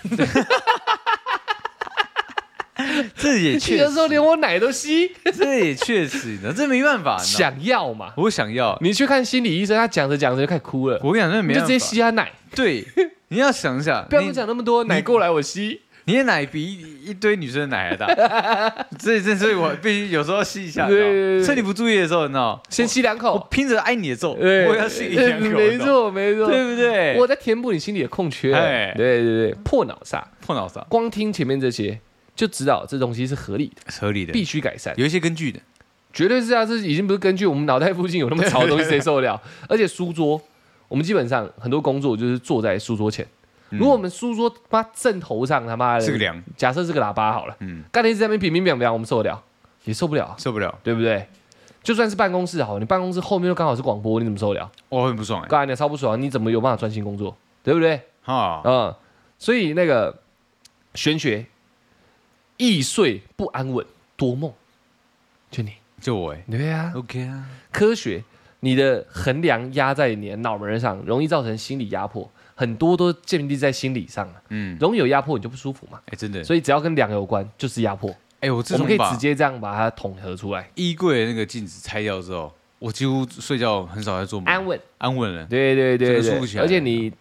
[SPEAKER 2] 这也
[SPEAKER 1] 有
[SPEAKER 2] 确
[SPEAKER 1] 的时候
[SPEAKER 2] 实，
[SPEAKER 1] 连我奶都吸，
[SPEAKER 2] 这也确实，你知道，这没办法。你知道
[SPEAKER 1] 想要嘛。
[SPEAKER 2] 我想要，
[SPEAKER 1] 你去看心理医生，他讲着讲着就开始哭了，
[SPEAKER 2] 我跟你讲，那没
[SPEAKER 1] 你就
[SPEAKER 2] 办法。
[SPEAKER 1] 直接吸他奶， (laughs)
[SPEAKER 2] 对，你要想一下，
[SPEAKER 1] 不要跟
[SPEAKER 2] 你
[SPEAKER 1] 我讲那么多，奶过来我吸。
[SPEAKER 2] 你的奶比一堆女生的奶还大，
[SPEAKER 1] (laughs)
[SPEAKER 2] 所以这所以我必须有时候要吸一下，你知道
[SPEAKER 1] 对对对
[SPEAKER 2] 趁你不注意的时候，你知道，
[SPEAKER 1] 先吸两
[SPEAKER 2] 我
[SPEAKER 1] 口，
[SPEAKER 2] 拼着挨你的揍，
[SPEAKER 1] 对，
[SPEAKER 2] 我也要吸一两口，
[SPEAKER 1] (laughs) 没
[SPEAKER 2] 你知道，
[SPEAKER 1] 错没错，
[SPEAKER 2] 对不对？
[SPEAKER 1] 我在填补你心里的空缺。
[SPEAKER 2] 哎
[SPEAKER 1] 对对对，破脑煞，
[SPEAKER 2] 破脑勺，
[SPEAKER 1] 光听前面这些就知道这东西是合理的，
[SPEAKER 2] 合理的，
[SPEAKER 1] 必须改善，
[SPEAKER 2] 有一些根据的，
[SPEAKER 1] 绝对是啊，这已经不是根据我们脑袋附
[SPEAKER 2] (laughs)
[SPEAKER 1] 近有那么吵的东西谁受得了？而且书桌，我们基本上很多工作就是坐在书桌前，如果我们书桌他妈正头上他妈的
[SPEAKER 2] 嗯是个，梁，
[SPEAKER 1] 假设是个喇叭好了，
[SPEAKER 2] 嗯，
[SPEAKER 1] 刚才一直在那边平平平平，我们受得了？也受不了啊。
[SPEAKER 2] 受不了，
[SPEAKER 1] 对不对？就算是办公室好，你办公室后面又刚好是广播，你怎么受得了？
[SPEAKER 2] 我很不爽哎，
[SPEAKER 1] 刚才你超不爽，你怎么有办法专心工作？对不对？
[SPEAKER 2] 哈，
[SPEAKER 1] 嗯，所以那个玄学，易睡不安稳，多梦，就你。
[SPEAKER 2] 就我哎
[SPEAKER 1] 对啊，
[SPEAKER 2] ，OK 啊，
[SPEAKER 1] 科学，你的衡量压在你的脑门上，容易造成心理压迫，很多都建立在心理上了。
[SPEAKER 2] 嗯，
[SPEAKER 1] 容易有压迫，你就不舒服嘛。
[SPEAKER 2] 哎，真的，
[SPEAKER 1] 所以只要跟两有关，就是压迫。
[SPEAKER 2] 哎，我自
[SPEAKER 1] 我
[SPEAKER 2] 从
[SPEAKER 1] 们可以直
[SPEAKER 2] 把
[SPEAKER 1] 接这样把它统合出来，
[SPEAKER 2] 衣柜的那个镜子拆掉之后，我几乎睡觉很少在做
[SPEAKER 1] 安
[SPEAKER 2] 梦，
[SPEAKER 1] 稳。
[SPEAKER 2] 安稳了，
[SPEAKER 1] 对对
[SPEAKER 2] 这嗯
[SPEAKER 1] 对
[SPEAKER 2] 个
[SPEAKER 1] 对
[SPEAKER 2] 舒服起来
[SPEAKER 1] 而且你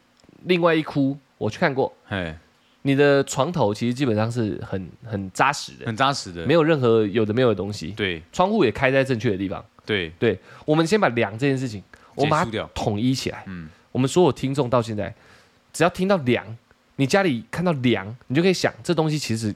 [SPEAKER 1] 另外一哭，我去看过，
[SPEAKER 2] 哎，
[SPEAKER 1] 你的床头其实基本上是很很扎实的，
[SPEAKER 2] 很扎实的
[SPEAKER 1] 没，有任何有的没有的东西。
[SPEAKER 2] 对
[SPEAKER 1] 窗户也开在正确的地方。
[SPEAKER 2] 对，
[SPEAKER 1] 对，我们先把两这件事情，我们把
[SPEAKER 2] 结束
[SPEAKER 1] 它
[SPEAKER 2] 掉，
[SPEAKER 1] 统一起来。
[SPEAKER 2] 嗯，
[SPEAKER 1] 我们所有听众到现在，只要听到梁，你家里看到梁，你就可以想，这东西其实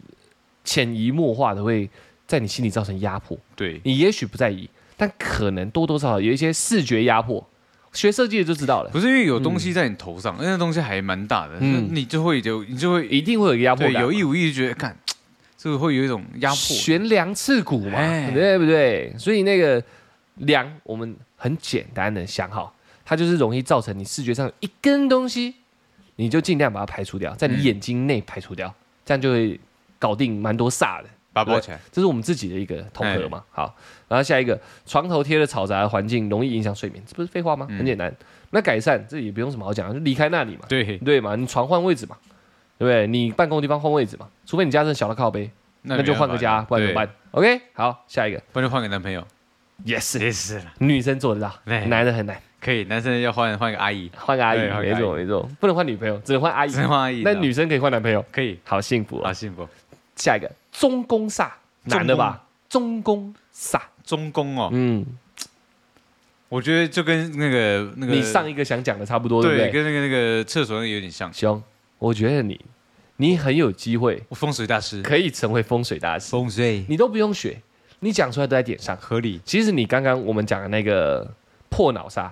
[SPEAKER 1] 潜移默化的会在你心里造成压迫。
[SPEAKER 2] 对。
[SPEAKER 1] 你也许不在意，但可能多多少少有一些视觉压迫。学设计的就知道了，
[SPEAKER 2] 不是因为有东西在你头上，因为那东西还蛮大的，
[SPEAKER 1] 嗯
[SPEAKER 2] 那你就会有你就会
[SPEAKER 1] 一定会有一个压迫
[SPEAKER 2] 对
[SPEAKER 1] 感嘛。
[SPEAKER 2] 有意无意就觉得，看这个会有一种压迫，
[SPEAKER 1] 悬梁刺股嘛，
[SPEAKER 2] 哎
[SPEAKER 1] 对不对？所以那个梁，我们很简单的想好，它就是容易造成你视觉上有一根东西，你就尽量把它排除掉，在你
[SPEAKER 2] 嗯
[SPEAKER 1] 眼睛内排除掉，这样就会搞定蛮多煞的。
[SPEAKER 2] 把它包起来。
[SPEAKER 1] 这是我们自己的一个统合嘛。
[SPEAKER 2] 哎
[SPEAKER 1] 好，然后下一个，床头贴的嘈杂的环境容易影响睡眠，这不是废话吗？
[SPEAKER 2] 嗯
[SPEAKER 1] 很简单，那改善这也不用什么好讲，就离开那里嘛，
[SPEAKER 2] 对，
[SPEAKER 1] 对嘛？你床换位置嘛，对不对？你办公地方换位置嘛，除非你家真的小到靠背，
[SPEAKER 2] 那
[SPEAKER 1] 那就换个家，不然怎么
[SPEAKER 2] 办？
[SPEAKER 1] 办？OK，好，下一个
[SPEAKER 2] 对不然就换个男朋友。
[SPEAKER 1] ，yes，
[SPEAKER 2] 也是了，
[SPEAKER 1] 女生做得到，
[SPEAKER 2] 对
[SPEAKER 1] 男的很难，
[SPEAKER 2] 可以，男生要换换个阿姨，
[SPEAKER 1] 换个阿姨，
[SPEAKER 2] 对换个
[SPEAKER 1] 没
[SPEAKER 2] 哎阿姨
[SPEAKER 1] 错没错，不能换女朋友，只能换阿姨
[SPEAKER 2] 只。能换阿姨。
[SPEAKER 1] 那
[SPEAKER 2] 你知
[SPEAKER 1] 女生可以换男朋友
[SPEAKER 2] 道，可以，
[SPEAKER 1] 好幸福
[SPEAKER 2] 好
[SPEAKER 1] 啊！
[SPEAKER 2] 幸福。
[SPEAKER 1] 下一个中宫煞，
[SPEAKER 2] 中宫
[SPEAKER 1] 男的吧？中宫煞，
[SPEAKER 2] 中宫哦，
[SPEAKER 1] 嗯，
[SPEAKER 2] 我觉得就跟那个那个
[SPEAKER 1] 你上一个想讲的差不多，对不
[SPEAKER 2] 对
[SPEAKER 1] 对？
[SPEAKER 2] 跟那个那个厕所那个有点像，
[SPEAKER 1] 兄，我觉得你你很有机会
[SPEAKER 2] 我风水大师，
[SPEAKER 1] 可以成为风水大师，
[SPEAKER 2] 风水
[SPEAKER 1] 你都不用学，你讲出来都在点上。
[SPEAKER 2] 合理，
[SPEAKER 1] 其实你刚刚我们讲的那个破脑煞，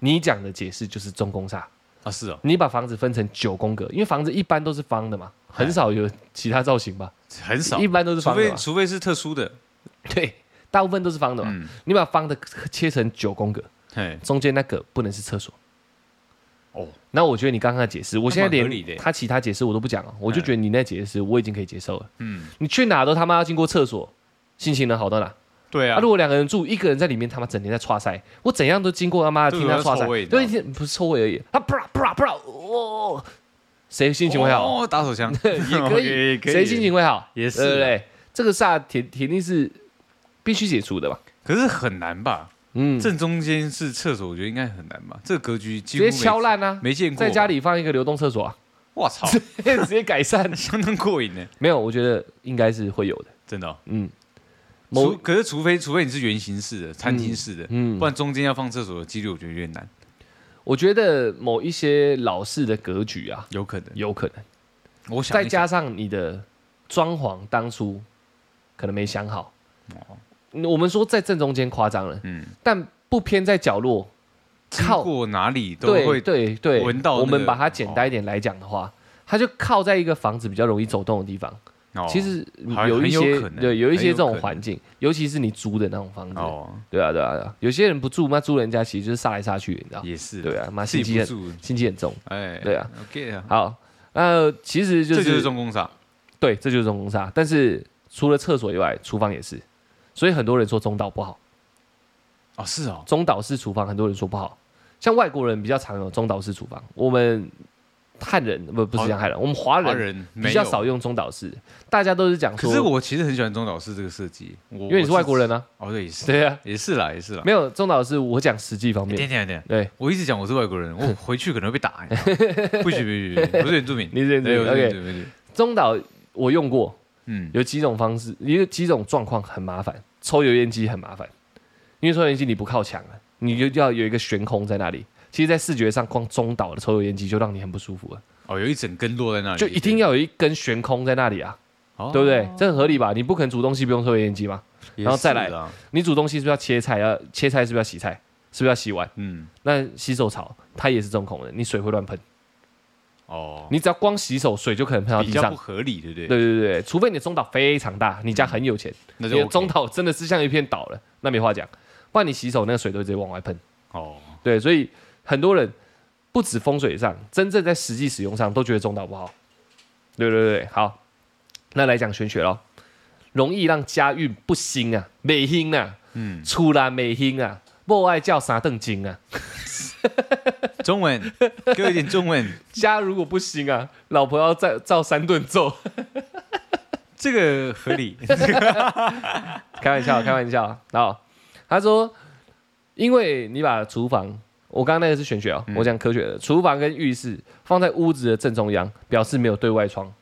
[SPEAKER 1] 你讲的解释就是中宫煞。
[SPEAKER 2] 啊是哦，
[SPEAKER 1] 你把房子分成九宫格，因为房子一般都是方的嘛，很少有其他造型吧，
[SPEAKER 2] 很哎少
[SPEAKER 1] 一，般都是
[SPEAKER 2] 除
[SPEAKER 1] 方的
[SPEAKER 2] 非
[SPEAKER 1] 嘛。
[SPEAKER 2] 除非是特殊的，
[SPEAKER 1] (laughs) 对，大部分都是方的嘛。
[SPEAKER 2] 嗯，
[SPEAKER 1] 你把方的切成九宫格，
[SPEAKER 2] 嘿，
[SPEAKER 1] 中间那个不能是厕所。
[SPEAKER 2] 哦，
[SPEAKER 1] 那我觉得你刚刚的解释，我现在
[SPEAKER 2] 那蛮合理的哎
[SPEAKER 1] 连他其他解释我都不讲了，我就觉得你那解释我已经可以接受了。
[SPEAKER 2] 嗯，
[SPEAKER 1] 你去哪都他妈要经过厕所，心情能好到哪？
[SPEAKER 2] 对
[SPEAKER 1] 啊，
[SPEAKER 2] 啊
[SPEAKER 1] 如，果两个人住，一个人在里面，他妈整天在刷塞，我怎样都经过他妈的
[SPEAKER 2] 对
[SPEAKER 1] 听他
[SPEAKER 2] 我在
[SPEAKER 1] 刷
[SPEAKER 2] 臭
[SPEAKER 1] 塞，
[SPEAKER 2] 味哦
[SPEAKER 1] 对，
[SPEAKER 2] 你
[SPEAKER 1] 不是臭味而已，他啪啦啪啦啪啦，哦，谁心情会
[SPEAKER 2] (laughs)
[SPEAKER 1] 好？
[SPEAKER 2] 哦，打手
[SPEAKER 1] (laughs)
[SPEAKER 2] 枪
[SPEAKER 1] 也可
[SPEAKER 2] OK，
[SPEAKER 1] 以，谁心情会好？
[SPEAKER 2] 也是啊
[SPEAKER 1] 对不对？这个煞铁铁定是必须解除的嘛，
[SPEAKER 2] 可是很难吧？
[SPEAKER 1] 嗯，直
[SPEAKER 2] 正中间是厕所，我觉得应该很难吧？这个格局几乎
[SPEAKER 1] 接
[SPEAKER 2] 没
[SPEAKER 1] 敲烂啊，
[SPEAKER 2] 没见过，
[SPEAKER 1] 在家，里放一个流动厕所 (laughs) 啊，
[SPEAKER 2] 我操，
[SPEAKER 1] 直接改善。
[SPEAKER 2] 相当过瘾呢，
[SPEAKER 1] 没有，我觉得应该是会有的，
[SPEAKER 2] 真的哦。
[SPEAKER 1] 嗯，
[SPEAKER 2] 除
[SPEAKER 1] 某
[SPEAKER 2] 可是除非除非你是圆形式的、餐厅式的，
[SPEAKER 1] 嗯
[SPEAKER 2] 不，然中间要放厕所的几率，我觉得有点难，
[SPEAKER 1] 我觉得某一些老式的格局啊，
[SPEAKER 2] 有可能。
[SPEAKER 1] 有可能。
[SPEAKER 2] 我想
[SPEAKER 1] 再
[SPEAKER 2] 一想，
[SPEAKER 1] 加上你的装潢当初可能没想好。
[SPEAKER 2] 哦
[SPEAKER 1] 嗯我们说在正中间夸张了，
[SPEAKER 2] 嗯，
[SPEAKER 1] 但不偏在角落，
[SPEAKER 2] 经
[SPEAKER 1] 靠
[SPEAKER 2] 过哪里都
[SPEAKER 1] 对
[SPEAKER 2] 会
[SPEAKER 1] 对对，
[SPEAKER 2] 闻到那
[SPEAKER 1] 我
[SPEAKER 2] 个
[SPEAKER 1] 们把它简单一点来讲的话，它就靠在一个房子比较容易走动的地方。
[SPEAKER 2] 哦
[SPEAKER 1] 其实
[SPEAKER 2] 好
[SPEAKER 1] 有一
[SPEAKER 2] 很
[SPEAKER 1] 些
[SPEAKER 2] 有可能
[SPEAKER 1] 对有一些
[SPEAKER 2] 很有
[SPEAKER 1] 这种
[SPEAKER 2] 可能
[SPEAKER 1] 环境，尤其是你租的那种房子，
[SPEAKER 2] 哦，
[SPEAKER 1] 对啊对啊对啊，有些人不住，那租人家其实就是杀来杀去，你知道？
[SPEAKER 2] 也是
[SPEAKER 1] 对啊，妈
[SPEAKER 2] 自
[SPEAKER 1] 心
[SPEAKER 2] 己
[SPEAKER 1] 机
[SPEAKER 2] 不
[SPEAKER 1] 很
[SPEAKER 2] 住，
[SPEAKER 1] 心机很重。
[SPEAKER 2] 哎，
[SPEAKER 1] 对啊
[SPEAKER 2] ，OK 啊，
[SPEAKER 1] 好，那其实就
[SPEAKER 2] 这
[SPEAKER 1] 是
[SPEAKER 2] 就是重工厂，
[SPEAKER 1] 对，这就是中宫煞。但是除了厕所以外，厨房也是，所以很多人说中岛不好，
[SPEAKER 2] 哦，是哦，
[SPEAKER 1] 中岛式厨房很多人说不好。像外国人比较常有中岛式厨房，我们汉人不不是讲汉人，我们华
[SPEAKER 2] 华
[SPEAKER 1] 人
[SPEAKER 2] 人没
[SPEAKER 1] 比较
[SPEAKER 2] 有
[SPEAKER 1] 少。用中岛式，大家都是讲说，
[SPEAKER 2] 可是我其实很喜欢中岛式这个设计，因
[SPEAKER 1] 因为你是外国人啊，
[SPEAKER 2] 哦， (laughs) 对，也是，
[SPEAKER 1] 对啊，
[SPEAKER 2] 也是啦，也是啦。
[SPEAKER 1] 没有中岛式，我讲实际方
[SPEAKER 2] 欸
[SPEAKER 1] 面，
[SPEAKER 2] 等一下等一下，
[SPEAKER 1] 对
[SPEAKER 2] 我一直讲我是外国人，我
[SPEAKER 1] (laughs)
[SPEAKER 2] 回去可能会被打。你知道吗不许不许，不许我是原住民，
[SPEAKER 1] 你是原住
[SPEAKER 2] 对
[SPEAKER 1] 民
[SPEAKER 2] 我是
[SPEAKER 1] OK
[SPEAKER 2] 原住民。原住民
[SPEAKER 1] 中岛我用过，
[SPEAKER 2] 嗯，
[SPEAKER 1] 有几种方式，有几种状况很麻烦，抽油烟机很麻烦，因为抽油烟机你不靠墙啊，你就要有一个悬空在那里。其实，在视觉上，光中岛的抽油烟机就让你很不舒服了，
[SPEAKER 2] 哦，有一整根落在那里，
[SPEAKER 1] 就一定要有一根悬空在那里啊，
[SPEAKER 2] 哦，
[SPEAKER 1] 对不对？这很合理吧？你不可能煮东西不用抽油烟机嘛？
[SPEAKER 2] 也
[SPEAKER 1] 然后再来
[SPEAKER 2] 是啦，
[SPEAKER 1] 你煮东西是不是要切菜？要切菜是不是要洗菜？是不是要洗碗？
[SPEAKER 2] 嗯，
[SPEAKER 1] 那洗手槽它也是中孔的，你水会乱喷，
[SPEAKER 2] 哦，
[SPEAKER 1] 你只要光洗手，水就可能喷到
[SPEAKER 2] 比
[SPEAKER 1] 地
[SPEAKER 2] 较不
[SPEAKER 1] 上。
[SPEAKER 2] 合理，对不对？
[SPEAKER 1] 对对对，对除非你的中岛非常大，你家很有钱，
[SPEAKER 2] 那
[SPEAKER 1] 你
[SPEAKER 2] 就
[SPEAKER 1] 的
[SPEAKER 2] OK
[SPEAKER 1] 中岛真的是像一片岛了，那没话讲。不然你洗手那个水都会直接往外喷。
[SPEAKER 2] 哦，
[SPEAKER 1] 对，所以很多人不止风水上，真正在实际使用上都觉得中岛不好。对对对，好，那来讲玄学咯，容易让家运不兴啊，美兴啊，
[SPEAKER 2] 嗯，
[SPEAKER 1] 出啦美兴啊，莫爱叫啥邓经啊，
[SPEAKER 2] 中文，给我一点中
[SPEAKER 1] (laughs)
[SPEAKER 2] 文。
[SPEAKER 1] 家如果不兴啊，老婆要再造三顿咒。
[SPEAKER 2] 这个合理，
[SPEAKER 1] 开玩
[SPEAKER 2] (laughs)
[SPEAKER 1] 笑，开玩笑。然后他说，因为你把厨房，我刚刚那个是玄学哦，
[SPEAKER 2] 嗯
[SPEAKER 1] 我讲科学的，厨房跟浴室放在屋子的正中央，表示没有对外窗，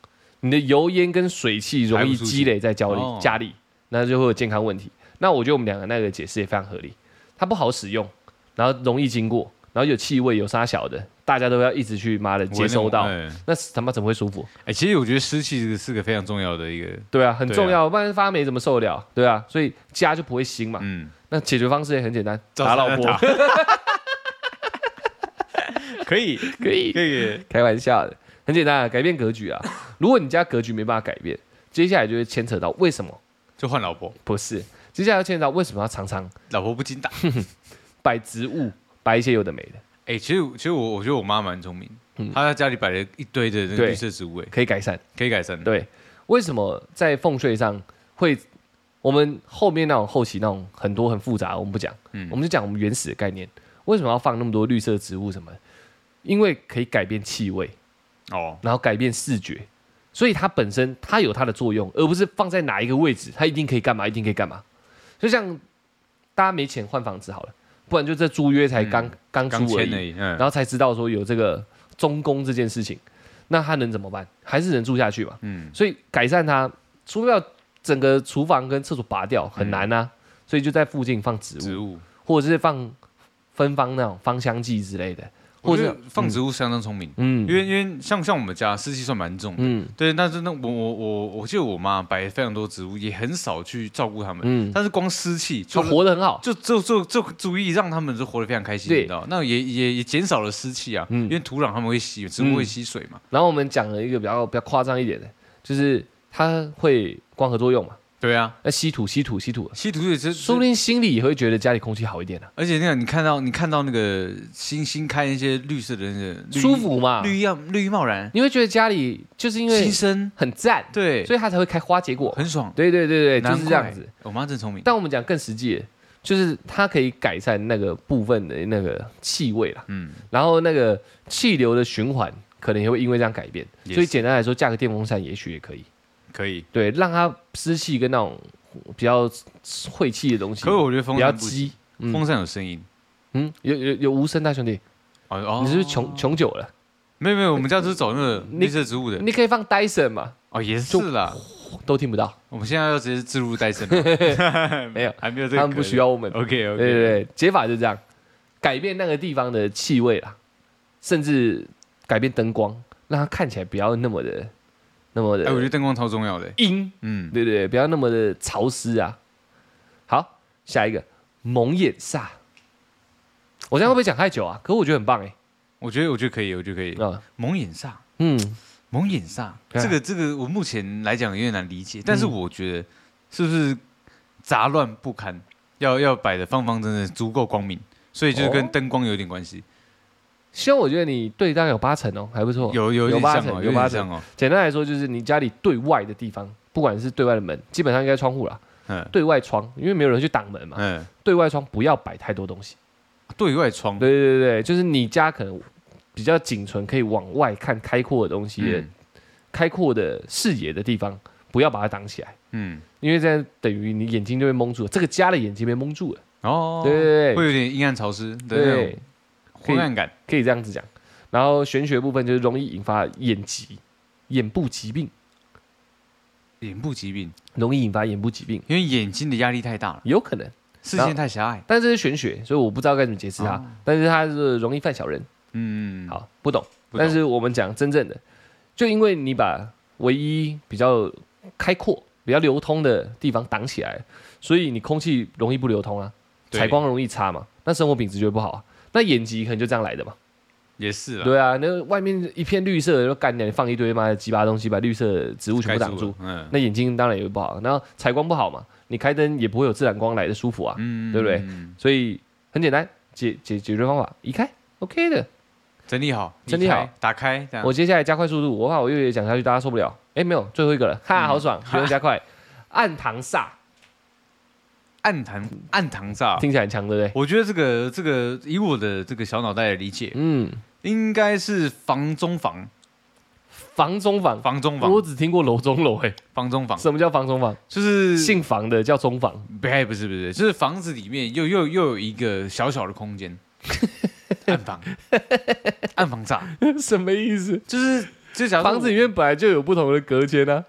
[SPEAKER 1] 你的油烟跟水汽容易积累在家里，
[SPEAKER 2] 哦
[SPEAKER 1] 家里那就会有健康问题。那我觉得我们两个那个解释也非常合理，它不好使用，然后容易经过，然后有气味，有沙小的，大家都要一直去妈的 (laughs) 接收到，
[SPEAKER 2] 哎、
[SPEAKER 1] 那他妈怎么会舒服？
[SPEAKER 2] 哎其实我觉得湿气这个是个非常重要的一个，
[SPEAKER 1] 对啊，很
[SPEAKER 2] 对啊
[SPEAKER 1] 重要，不然发霉怎么受得了？对啊，所以家就不会兴嘛。
[SPEAKER 2] 嗯，
[SPEAKER 1] 那解决方式也很简单，
[SPEAKER 2] 找
[SPEAKER 1] 打老婆
[SPEAKER 2] 打可以，
[SPEAKER 1] (laughs) 可以，
[SPEAKER 2] 可以，
[SPEAKER 1] 开玩笑的，很简单啊，改变格局啊。如果你家格局没办法改变，接下来就会牵扯到为什么
[SPEAKER 2] 就换老婆，
[SPEAKER 1] 不是，接下来要牵扯到为什么要常常
[SPEAKER 2] 老婆不经打。
[SPEAKER 1] 摆植物，摆一些有的没的，
[SPEAKER 2] 哎、其实其实我我觉得我妈蛮聪明，她在家里摆了一堆的那个
[SPEAKER 1] 嗯对
[SPEAKER 2] 绿色植物、哎，
[SPEAKER 1] 可以改善。
[SPEAKER 2] 可以改善的。
[SPEAKER 1] 对，为什么在风水上会？我们后面那种后期那种很多很复杂，我们不讲，
[SPEAKER 2] 嗯
[SPEAKER 1] 我们就讲我们原始的概念。为什么要放那么多绿色植物什么的？因为可以改变气味，
[SPEAKER 2] 哦，
[SPEAKER 1] 然后改变视觉，所以它本身它有它的作用，而不是放在哪一个位置，它一定可以干嘛，一定可以干嘛。就像大家没钱换房子好了，不然就这租约才刚、刚
[SPEAKER 2] 嗯刚
[SPEAKER 1] 租而
[SPEAKER 2] 签
[SPEAKER 1] 已，
[SPEAKER 2] 而已，嗯
[SPEAKER 1] 然，后才知道说有这个中工这件事情，那他能怎么办？还是能住下去嘛。
[SPEAKER 2] 嗯，
[SPEAKER 1] 所以改善它，除了整个厨房跟厕所拔掉很难啊，所以就在附近放植物，
[SPEAKER 2] 嗯植物
[SPEAKER 1] 或者是放芬芳那种芳香剂之类的，
[SPEAKER 2] 或
[SPEAKER 1] 或
[SPEAKER 2] 者
[SPEAKER 1] 者
[SPEAKER 2] 放植物相当聪明，
[SPEAKER 1] 嗯
[SPEAKER 2] 因为因为像像我们家湿气算蛮重的，
[SPEAKER 1] 嗯
[SPEAKER 2] 对，但是那我我我我记得我妈摆非常多植物，也很少去照顾它们，
[SPEAKER 1] 嗯，
[SPEAKER 2] 但是光湿气
[SPEAKER 1] 就
[SPEAKER 2] 就
[SPEAKER 1] 活得很好，
[SPEAKER 2] 就就就就足以让他们就活得非常开心，
[SPEAKER 1] 对
[SPEAKER 2] 你知道？那也也也减少了湿气啊，
[SPEAKER 1] 嗯
[SPEAKER 2] 因为土壤他们会吸，植物会吸水嘛，
[SPEAKER 1] 然后我们讲了一个比较比较夸张一点的，就是它会光合作用嘛，
[SPEAKER 2] 对啊，
[SPEAKER 1] 那吸土吸土吸土，
[SPEAKER 2] 吸土也是，
[SPEAKER 1] 说不定心里也会觉得家里空气好一点啊，
[SPEAKER 2] 而且那个你看到你看到那个星星看一些绿色的那个绿
[SPEAKER 1] 舒服嘛，
[SPEAKER 2] 绿意绿意盎然，
[SPEAKER 1] 你会觉得家里就是因为
[SPEAKER 2] 新生
[SPEAKER 1] 很赞，
[SPEAKER 2] 对，
[SPEAKER 1] 所以它才会开花结果。
[SPEAKER 2] 很爽，
[SPEAKER 1] 对对对对，就是这
[SPEAKER 2] 难
[SPEAKER 1] 样
[SPEAKER 2] 怪
[SPEAKER 1] 子。。
[SPEAKER 2] 我妈真聪明，
[SPEAKER 1] 但我们讲更实际的，就是它可以改善那个部分的那个气味啦，
[SPEAKER 2] 嗯，
[SPEAKER 1] 然后那个气流的循环可能也会因为这样改变。
[SPEAKER 2] 也
[SPEAKER 1] 所以
[SPEAKER 2] 是
[SPEAKER 1] 简单来说，加个电风扇也许也可以，
[SPEAKER 2] 可以。
[SPEAKER 1] 对，让它湿气跟那种比较晦气的东西
[SPEAKER 2] 可是我觉得
[SPEAKER 1] 比
[SPEAKER 2] 风
[SPEAKER 1] 较
[SPEAKER 2] 扇不行，
[SPEAKER 1] 激。嗯
[SPEAKER 2] 风扇有声音。
[SPEAKER 1] 嗯，有有有无声大兄弟，
[SPEAKER 2] 哦哦，
[SPEAKER 1] 你是不是穷穷久了？
[SPEAKER 2] 没有没有，我们家就是找那个
[SPEAKER 1] 你
[SPEAKER 2] 绿色植物的。
[SPEAKER 1] 你可以放 Dyson 嘛，
[SPEAKER 2] 哦，也是啦，
[SPEAKER 1] 都听不到，
[SPEAKER 2] 我们现在要直接置入戴森了，
[SPEAKER 1] (laughs) 没有，
[SPEAKER 2] (laughs) 还没有这个，
[SPEAKER 1] 他们不需。要我们。
[SPEAKER 2] OK
[SPEAKER 1] 对
[SPEAKER 2] OK，
[SPEAKER 1] 对对，解法就这样，改变那个地方的气味啦，甚至改变灯光，让它看起来不要那么的那么的
[SPEAKER 2] 哎，我觉得灯光超重要的。
[SPEAKER 1] 阴，
[SPEAKER 2] 嗯，
[SPEAKER 1] 对对对，不要那么的潮湿啊。好，下一个蒙眼煞，我这样会不会讲太久啊？可我觉得很棒哎、
[SPEAKER 2] 我觉得我觉得可以，我觉得可以。
[SPEAKER 1] 啊，
[SPEAKER 2] 蒙眼煞，
[SPEAKER 1] 嗯，
[SPEAKER 2] 蒙眼煞，
[SPEAKER 1] 对啊嗯
[SPEAKER 2] 这个这个我目前来讲有点难理解，但是我觉得是不是杂乱不堪，要要摆的方方正正，足够光明，所以就是跟
[SPEAKER 1] 哦
[SPEAKER 2] 灯光有点关系，
[SPEAKER 1] 希望我觉得你对大概有八成哦，还不错。
[SPEAKER 2] 有有有
[SPEAKER 1] 有
[SPEAKER 2] 点
[SPEAKER 1] 八
[SPEAKER 2] 像
[SPEAKER 1] 成
[SPEAKER 2] 哦，
[SPEAKER 1] 有
[SPEAKER 2] 有
[SPEAKER 1] 八
[SPEAKER 2] 点像
[SPEAKER 1] 成
[SPEAKER 2] 哦，
[SPEAKER 1] 简单来说，就是你家里对外的地方，不管是对外的门，基本上应该窗户啦，
[SPEAKER 2] 嗯
[SPEAKER 1] 对外窗，因为没有人去挡门嘛，
[SPEAKER 2] 嗯，
[SPEAKER 1] 对外窗不要摆太多东西。
[SPEAKER 2] 对外窗，
[SPEAKER 1] 对对对对，就是你家可能比较仅存可以往外看开阔的东西的、
[SPEAKER 2] 嗯
[SPEAKER 1] 开阔的视野的地方，不要把它挡起来，
[SPEAKER 2] 嗯，
[SPEAKER 1] 因为这样等于你眼睛就被蒙住了，这个家的眼睛被蒙住了。
[SPEAKER 2] 哦，
[SPEAKER 1] 对对对
[SPEAKER 2] 会有点阴暗潮湿的那种
[SPEAKER 1] 对，可以
[SPEAKER 2] 昏暗感，
[SPEAKER 1] 可以这样子讲。然后玄学部分就是容易引发眼疾、眼部疾病，
[SPEAKER 2] 眼部疾病，
[SPEAKER 1] 容易引发眼部疾病，
[SPEAKER 2] 因为眼睛的压力太大了，
[SPEAKER 1] 有可能。
[SPEAKER 2] 视线太狭隘，
[SPEAKER 1] 但这是玄学，所以我不知道该怎么解释它。
[SPEAKER 2] 哦
[SPEAKER 1] 但是它是容易犯小人，
[SPEAKER 2] 嗯，
[SPEAKER 1] 好不懂。
[SPEAKER 2] 不懂
[SPEAKER 1] 但是我们讲真正的，就因为你把唯一比较开阔、比较流通的地方挡起来，所以你空气容易不流通啊，
[SPEAKER 2] 对
[SPEAKER 1] 采光容易差嘛，那生活品质就会不好啊。那眼疾可能就这样来的嘛，
[SPEAKER 2] 也是了，
[SPEAKER 1] 对啊，那外面一片绿色的，就干掉，你放一堆妈的鸡巴东西，把绿色的植物
[SPEAKER 2] 盖
[SPEAKER 1] 全部挡住
[SPEAKER 2] 了，，嗯
[SPEAKER 1] 那眼睛当然也会不好。然后采光不好嘛，你开灯也不会有自然光来的舒服啊。
[SPEAKER 2] 嗯
[SPEAKER 1] 对不对
[SPEAKER 2] 嗯
[SPEAKER 1] 所以很简单，解解解决方法移开，OK 的。
[SPEAKER 2] 整理好，
[SPEAKER 1] 整理好哦
[SPEAKER 2] 离开，打开，这样
[SPEAKER 1] 我接下来加快速度，我怕我越讲下去大家受不了。哎，没有，最后一个了，哈，好爽，不用加快。 (laughs) 暗堂煞
[SPEAKER 2] 暗堂暗堂煞，
[SPEAKER 1] 嗯听起来很强，对不对？
[SPEAKER 2] 我觉得这个这个以我的这个小脑袋的理解，
[SPEAKER 1] 嗯，
[SPEAKER 2] 应该是房中房，
[SPEAKER 1] 房中房，
[SPEAKER 2] 房中房，
[SPEAKER 1] 我只听过楼中楼，哎，
[SPEAKER 2] 房中房，
[SPEAKER 1] 什么叫房中房？
[SPEAKER 2] 就是
[SPEAKER 1] 姓房的叫中房，
[SPEAKER 2] 不是不是不是，就是房子里面又又又有一个小小的空
[SPEAKER 1] (laughs)
[SPEAKER 2] 间，暗房，暗房煞，
[SPEAKER 1] (laughs) 什么意思？
[SPEAKER 2] 就是就假如
[SPEAKER 1] 房子里面本来就有不同的隔间啊。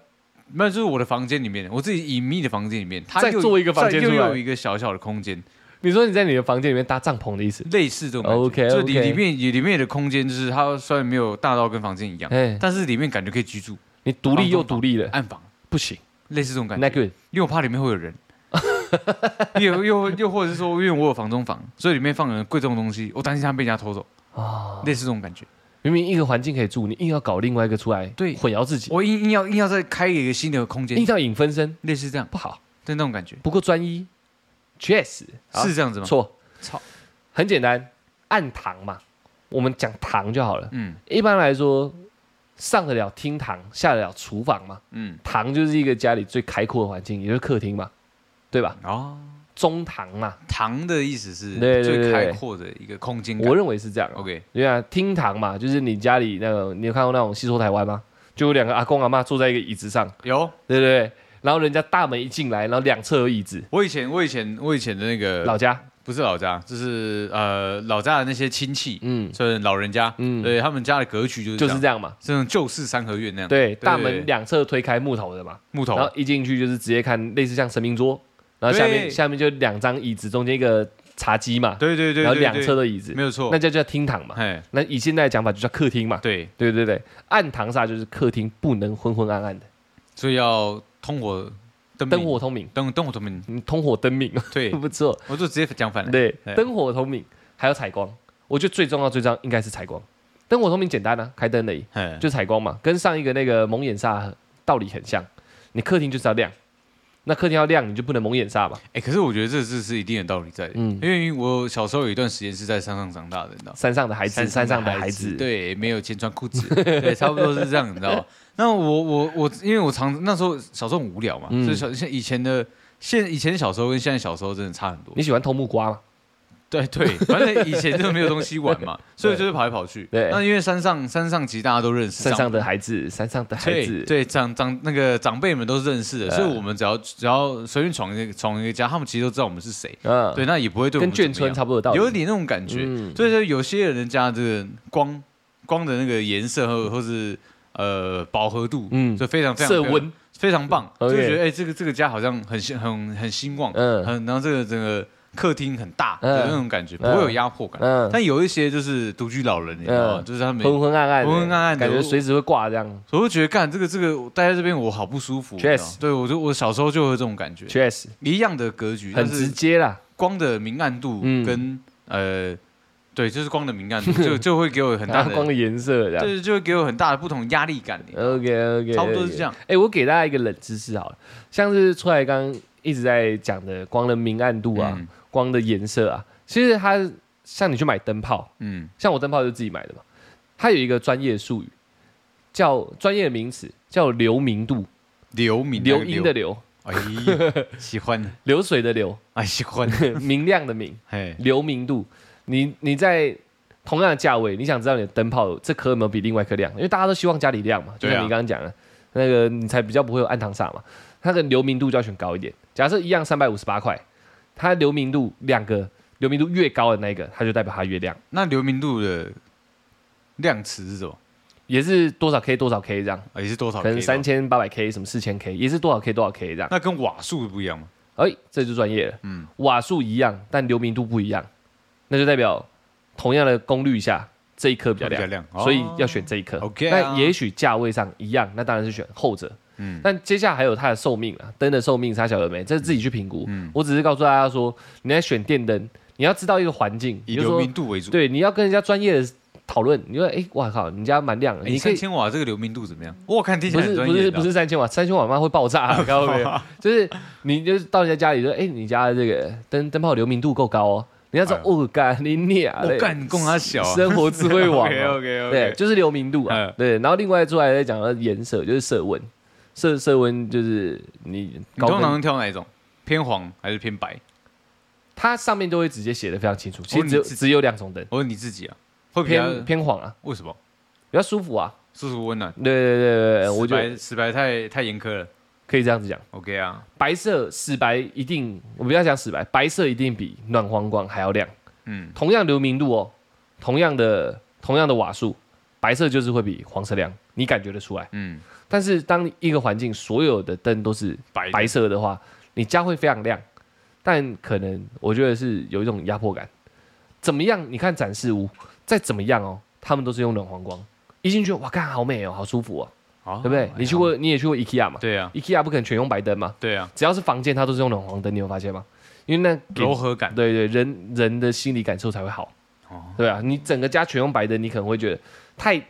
[SPEAKER 2] 没有，就是我的房间里面，我自己隐秘的房间里面，它
[SPEAKER 1] 再
[SPEAKER 2] 又
[SPEAKER 1] 做一个房间
[SPEAKER 2] 再
[SPEAKER 1] 出来
[SPEAKER 2] 又有一个小小的空间，
[SPEAKER 1] 你说你在你的房间里面搭帐篷的意思？
[SPEAKER 2] 类似这种感觉
[SPEAKER 1] OK，
[SPEAKER 2] 就里
[SPEAKER 1] OK
[SPEAKER 2] 里面里面的空间，就是它虽然没有大到跟房间一样，
[SPEAKER 1] 哎，
[SPEAKER 2] 但是里面感觉可以居住，
[SPEAKER 1] 你独立又
[SPEAKER 2] 房中
[SPEAKER 1] 独立了，
[SPEAKER 2] 暗房，
[SPEAKER 1] 啊不行
[SPEAKER 2] 类似这种感觉
[SPEAKER 1] ，not。good。
[SPEAKER 2] 因为我怕里面会有
[SPEAKER 1] (laughs)
[SPEAKER 2] 人，又又又或者是说，因为我有房中房，所以里面放了贵重的东西，我担心他被人家偷走
[SPEAKER 1] 哦
[SPEAKER 2] 啊，类似这种感觉。
[SPEAKER 1] 明明一个环境可以住，你硬要搞另外一个出来，
[SPEAKER 2] 对
[SPEAKER 1] 混淆自己，
[SPEAKER 2] 我硬硬要硬要再开一个新的空间
[SPEAKER 1] 硬，要引分身，
[SPEAKER 2] 类似这样，
[SPEAKER 1] 不好。
[SPEAKER 2] 就那种感觉，
[SPEAKER 1] 不够专一，确实好
[SPEAKER 2] 是这样子吗？
[SPEAKER 1] 错。
[SPEAKER 2] 操，
[SPEAKER 1] 很简单，按堂嘛，我们讲堂就好了。
[SPEAKER 2] 嗯
[SPEAKER 1] 一般来说，上得了厅堂，下得了厨房嘛。
[SPEAKER 2] 嗯，
[SPEAKER 1] 堂就是一个家里最开阔的环境，也就是客厅嘛，对吧？
[SPEAKER 2] 哦，
[SPEAKER 1] 中堂嘛，
[SPEAKER 2] 堂的意思是
[SPEAKER 1] 对对对
[SPEAKER 2] 最
[SPEAKER 1] 对
[SPEAKER 2] 开阔的一个空间感。
[SPEAKER 1] 我认为是这样。
[SPEAKER 2] OK，
[SPEAKER 1] 对啊，厅堂嘛，就是你家里那个，你有看过那种《戏说台湾》吗？就有两个阿公阿妈坐在一个椅子上，
[SPEAKER 2] 有
[SPEAKER 1] 对不对？然后人家大门一进来，然后两侧有椅子。
[SPEAKER 2] 我以前我以前我以前的那个
[SPEAKER 1] 老家，
[SPEAKER 2] 不是老家，就是呃老家的那些亲戚，
[SPEAKER 1] 嗯，
[SPEAKER 2] 就是老人家，
[SPEAKER 1] 嗯
[SPEAKER 2] 对他们家的格局就是
[SPEAKER 1] 就是
[SPEAKER 2] 这样
[SPEAKER 1] 这样嘛。
[SPEAKER 2] 这种旧式三合院那样，
[SPEAKER 1] 对，大
[SPEAKER 2] 对
[SPEAKER 1] 门两侧推开木头的嘛，
[SPEAKER 2] 木头
[SPEAKER 1] 然后一进去就是直接看类似像神明桌，然后下面
[SPEAKER 2] 对
[SPEAKER 1] 下面就两张椅子，中间一个茶几嘛，
[SPEAKER 2] 对对对，
[SPEAKER 1] 然后
[SPEAKER 2] 对
[SPEAKER 1] 两
[SPEAKER 2] 对
[SPEAKER 1] 侧的椅子
[SPEAKER 2] 没，有错
[SPEAKER 1] 那，就叫厅堂嘛。
[SPEAKER 2] 哎，
[SPEAKER 1] 那以现在的讲法就叫客厅嘛。
[SPEAKER 2] 对，
[SPEAKER 1] 对对对，暗堂煞就是客厅不能昏昏暗暗的，
[SPEAKER 2] 所以要通火灯
[SPEAKER 1] 灯
[SPEAKER 2] 明
[SPEAKER 1] 火通明，
[SPEAKER 2] 灯灯火通明，
[SPEAKER 1] 嗯，通火灯明，
[SPEAKER 2] 对
[SPEAKER 1] (laughs) ，不错。
[SPEAKER 2] 我就直接讲反了，
[SPEAKER 1] 对
[SPEAKER 2] 哎，
[SPEAKER 1] 灯火通明，还有采光。我觉得最重要最重要应该是采光。灯火通明简单啊，开灯而已，
[SPEAKER 2] 哎，
[SPEAKER 1] 就采光嘛，跟上一个那个蒙眼煞道理很像。你客厅就是要亮，那客厅要亮，你就不能蒙眼煞嘛。
[SPEAKER 2] 哎，可是我觉得这这是一定的道理在的，
[SPEAKER 1] 嗯
[SPEAKER 2] 因为我小时候有一段时间是在山上长大的，你知道吗。
[SPEAKER 1] 山上的孩子，山上的孩
[SPEAKER 2] 孩
[SPEAKER 1] 子，
[SPEAKER 2] 对，没有钱穿裤
[SPEAKER 1] (laughs)
[SPEAKER 2] 子，对，差不多是这样，你知道吗？那我我我，因为我常那时候小时候很无聊嘛，
[SPEAKER 1] 嗯
[SPEAKER 2] 所以小像以前的现以前小时候跟现在小时候真的差很多
[SPEAKER 1] 你。喜欢偷木瓜吗？
[SPEAKER 2] 对对，反正以前就没有东西玩
[SPEAKER 1] (laughs)
[SPEAKER 2] 嘛，所以就是跑来跑去。
[SPEAKER 1] 对
[SPEAKER 2] 那因为山上山上其实大家都认识，
[SPEAKER 1] 山上的孩子，山上的孩
[SPEAKER 2] 对
[SPEAKER 1] 子，嗯
[SPEAKER 2] 对长长那个长辈们都是认识的，
[SPEAKER 1] 对
[SPEAKER 2] 所以我们只要只要随便闯一个闯一个家，他们其实都知道我们是谁。
[SPEAKER 1] 嗯，
[SPEAKER 2] 对，那也不会对我
[SPEAKER 1] 跟
[SPEAKER 2] 们
[SPEAKER 1] 眷
[SPEAKER 2] 怎么
[SPEAKER 1] 村
[SPEAKER 2] 样
[SPEAKER 1] 差不多的道理，
[SPEAKER 2] 有一点那种感觉。
[SPEAKER 1] 嗯
[SPEAKER 2] 所以说，有些人家的光光的那个颜色或或是呃饱和度，
[SPEAKER 1] 嗯
[SPEAKER 2] 嗯，就非常非常
[SPEAKER 1] 色温，嗯
[SPEAKER 2] 非常棒，就
[SPEAKER 1] OK
[SPEAKER 2] 会觉得哎、这个这个家好像很兴很很兴旺，
[SPEAKER 1] 嗯
[SPEAKER 2] 很然后这个整个客厅很大
[SPEAKER 1] 嗯
[SPEAKER 2] 的那种感觉，不会有压迫感。
[SPEAKER 1] 嗯，
[SPEAKER 2] 但有一些就是独居老人，你知道吗？就是他们，
[SPEAKER 1] 昏昏暗暗的，
[SPEAKER 2] 昏昏暗暗的
[SPEAKER 1] 感觉随时会挂这样，
[SPEAKER 2] 我会觉得干这个这个我待在这边我好不舒服，你知道吗
[SPEAKER 1] 确实
[SPEAKER 2] 对我就我小时候就会有这种感觉，
[SPEAKER 1] 确实
[SPEAKER 2] 一样的格局，
[SPEAKER 1] 很
[SPEAKER 2] 但是
[SPEAKER 1] 直接啦，
[SPEAKER 2] 光的明暗度
[SPEAKER 1] 嗯
[SPEAKER 2] 跟、呃，对，就是光的明暗度， (laughs) 就就会给我很大
[SPEAKER 1] 然
[SPEAKER 2] (laughs) 的
[SPEAKER 1] 后光的颜色这样
[SPEAKER 2] 对，就会给我很大的不同压力感。
[SPEAKER 1] ，OK OK，
[SPEAKER 2] 差不多是这样。
[SPEAKER 1] 哎，我给大家一个冷知识好了，像是出来刚刚一直在讲的光的明暗度啊
[SPEAKER 2] 嗯，
[SPEAKER 1] 光的颜色啊，其实它像你去买灯泡，
[SPEAKER 2] 嗯，
[SPEAKER 1] 像我灯泡就是自己买的嘛，它有一个专业术语，叫专业名词叫流明度，
[SPEAKER 2] 流明
[SPEAKER 1] 流音的，流，
[SPEAKER 2] 那个流哎，喜欢，
[SPEAKER 1] 流水的流， (laughs)
[SPEAKER 2] 哎，喜欢，
[SPEAKER 1] 明亮的明，
[SPEAKER 2] 嘿，
[SPEAKER 1] 流明度。你你在同样的价位，你想知道你的灯泡这颗有没有比另外一颗亮？因为大家都希望家里亮嘛，就
[SPEAKER 2] 对啊
[SPEAKER 1] 像你刚刚讲的，那个你才比较不会有暗堂煞嘛。它的流明度就要选高一点。假设一样三百五十八块，它流明度两个流明度越高的那一个，它就代表它越亮，
[SPEAKER 2] 那流明度的量词是什么？也
[SPEAKER 1] 也是多少 K 多少 K 这样。
[SPEAKER 2] 啊也是多少？
[SPEAKER 1] 可能三。千八百 K 什么四千 K 也是多少 K 多少 K 这样，
[SPEAKER 2] 那跟瓦数不一样吗？
[SPEAKER 1] 哎、这就专业了。
[SPEAKER 2] 嗯
[SPEAKER 1] 瓦数一样，但流明度不一样，那就代表同样的功率下这一颗比较亮，
[SPEAKER 2] 比较亮哦
[SPEAKER 1] 所以要选这一颗。
[SPEAKER 2] OK 啊
[SPEAKER 1] 那也许价位上一样，那当然是选后者。
[SPEAKER 2] 嗯
[SPEAKER 1] 但接下来还有它的寿命啊，灯的寿命差小了没，这是自己去评估。
[SPEAKER 2] 嗯
[SPEAKER 1] 我只是告诉大家说，你在选电灯，你要知道一个环境，
[SPEAKER 2] 以
[SPEAKER 1] 比如
[SPEAKER 2] 流
[SPEAKER 1] 说
[SPEAKER 2] 明度为主。
[SPEAKER 1] 对，你要跟人家专业的讨论，你说哎，诶哇靠，你家蛮亮的，
[SPEAKER 2] 哎，
[SPEAKER 1] 你可以
[SPEAKER 2] 三千瓦这个流明度怎么样？我看听起
[SPEAKER 1] 不
[SPEAKER 2] 来很
[SPEAKER 1] 是
[SPEAKER 2] 专
[SPEAKER 1] 不
[SPEAKER 2] 业
[SPEAKER 1] 是
[SPEAKER 2] 的啊
[SPEAKER 1] 不是三千瓦，三千瓦妈会爆炸、
[SPEAKER 2] (laughs)
[SPEAKER 1] 啊，各位。就是你就是到人家家里说，哎、你家的这个灯灯泡流明度够高哦，人家说
[SPEAKER 2] 哎，
[SPEAKER 1] 哦，干你娘嘞，
[SPEAKER 2] 我哦干，供他小啊。
[SPEAKER 1] 生活智慧网、
[SPEAKER 2] OK (laughs)
[SPEAKER 1] 啊，
[SPEAKER 2] OK
[SPEAKER 1] 对，
[SPEAKER 2] OK。
[SPEAKER 1] 就是流明度啊
[SPEAKER 2] 嗯，
[SPEAKER 1] 对。然后另外出来再讲到颜色，就是色温，色色温就是你
[SPEAKER 2] 你
[SPEAKER 1] 高
[SPEAKER 2] 通
[SPEAKER 1] 温，
[SPEAKER 2] 常挑哪一种？偏黄还是偏白？
[SPEAKER 1] 它上面都会直接写的非常清楚，其实
[SPEAKER 2] 哦
[SPEAKER 1] 只有、
[SPEAKER 2] 你自己
[SPEAKER 1] 只有两种灯，
[SPEAKER 2] 我问你自己啊，会比较
[SPEAKER 1] 偏偏黄啊，
[SPEAKER 2] 为什么？
[SPEAKER 1] 比较舒服啊，
[SPEAKER 2] 舒服温暖。
[SPEAKER 1] 对对对对对，呃我
[SPEAKER 2] 死
[SPEAKER 1] 觉
[SPEAKER 2] 白
[SPEAKER 1] 得
[SPEAKER 2] 死白太太严苛了。
[SPEAKER 1] 可以这样子讲。
[SPEAKER 2] OK 啊，
[SPEAKER 1] 白色死白一定，我不要讲死白，白色一定比暖黄光还要亮。
[SPEAKER 2] 嗯，
[SPEAKER 1] 同样流明度哦，同样的同样的瓦数，白色就是会比黄色亮，你感觉得出来。
[SPEAKER 2] 嗯，
[SPEAKER 1] 但是当一个环境所有的灯都是
[SPEAKER 2] 白
[SPEAKER 1] 白色的话，你家会非常亮，但可能我觉得是有一种压迫感。怎么样？你看展示屋再怎么样哦，他们都是用暖黄光，一进去哇，看好美哦，好舒服哦，
[SPEAKER 2] 好，
[SPEAKER 1] 对不对
[SPEAKER 2] 哎？
[SPEAKER 1] 你去？过，你也去过 IKEA 嘛
[SPEAKER 2] 对啊，
[SPEAKER 1] ？IKEA 不可能全用白灯嘛，
[SPEAKER 2] 对啊，
[SPEAKER 1] 只要是房间它都是用暖黄灯，你有发现吗？因为那给
[SPEAKER 2] 柔和感。
[SPEAKER 1] 对对，人人的心理感受才会好。
[SPEAKER 2] 哦
[SPEAKER 1] 对啊，你整个家全用白的，你可能会觉得太，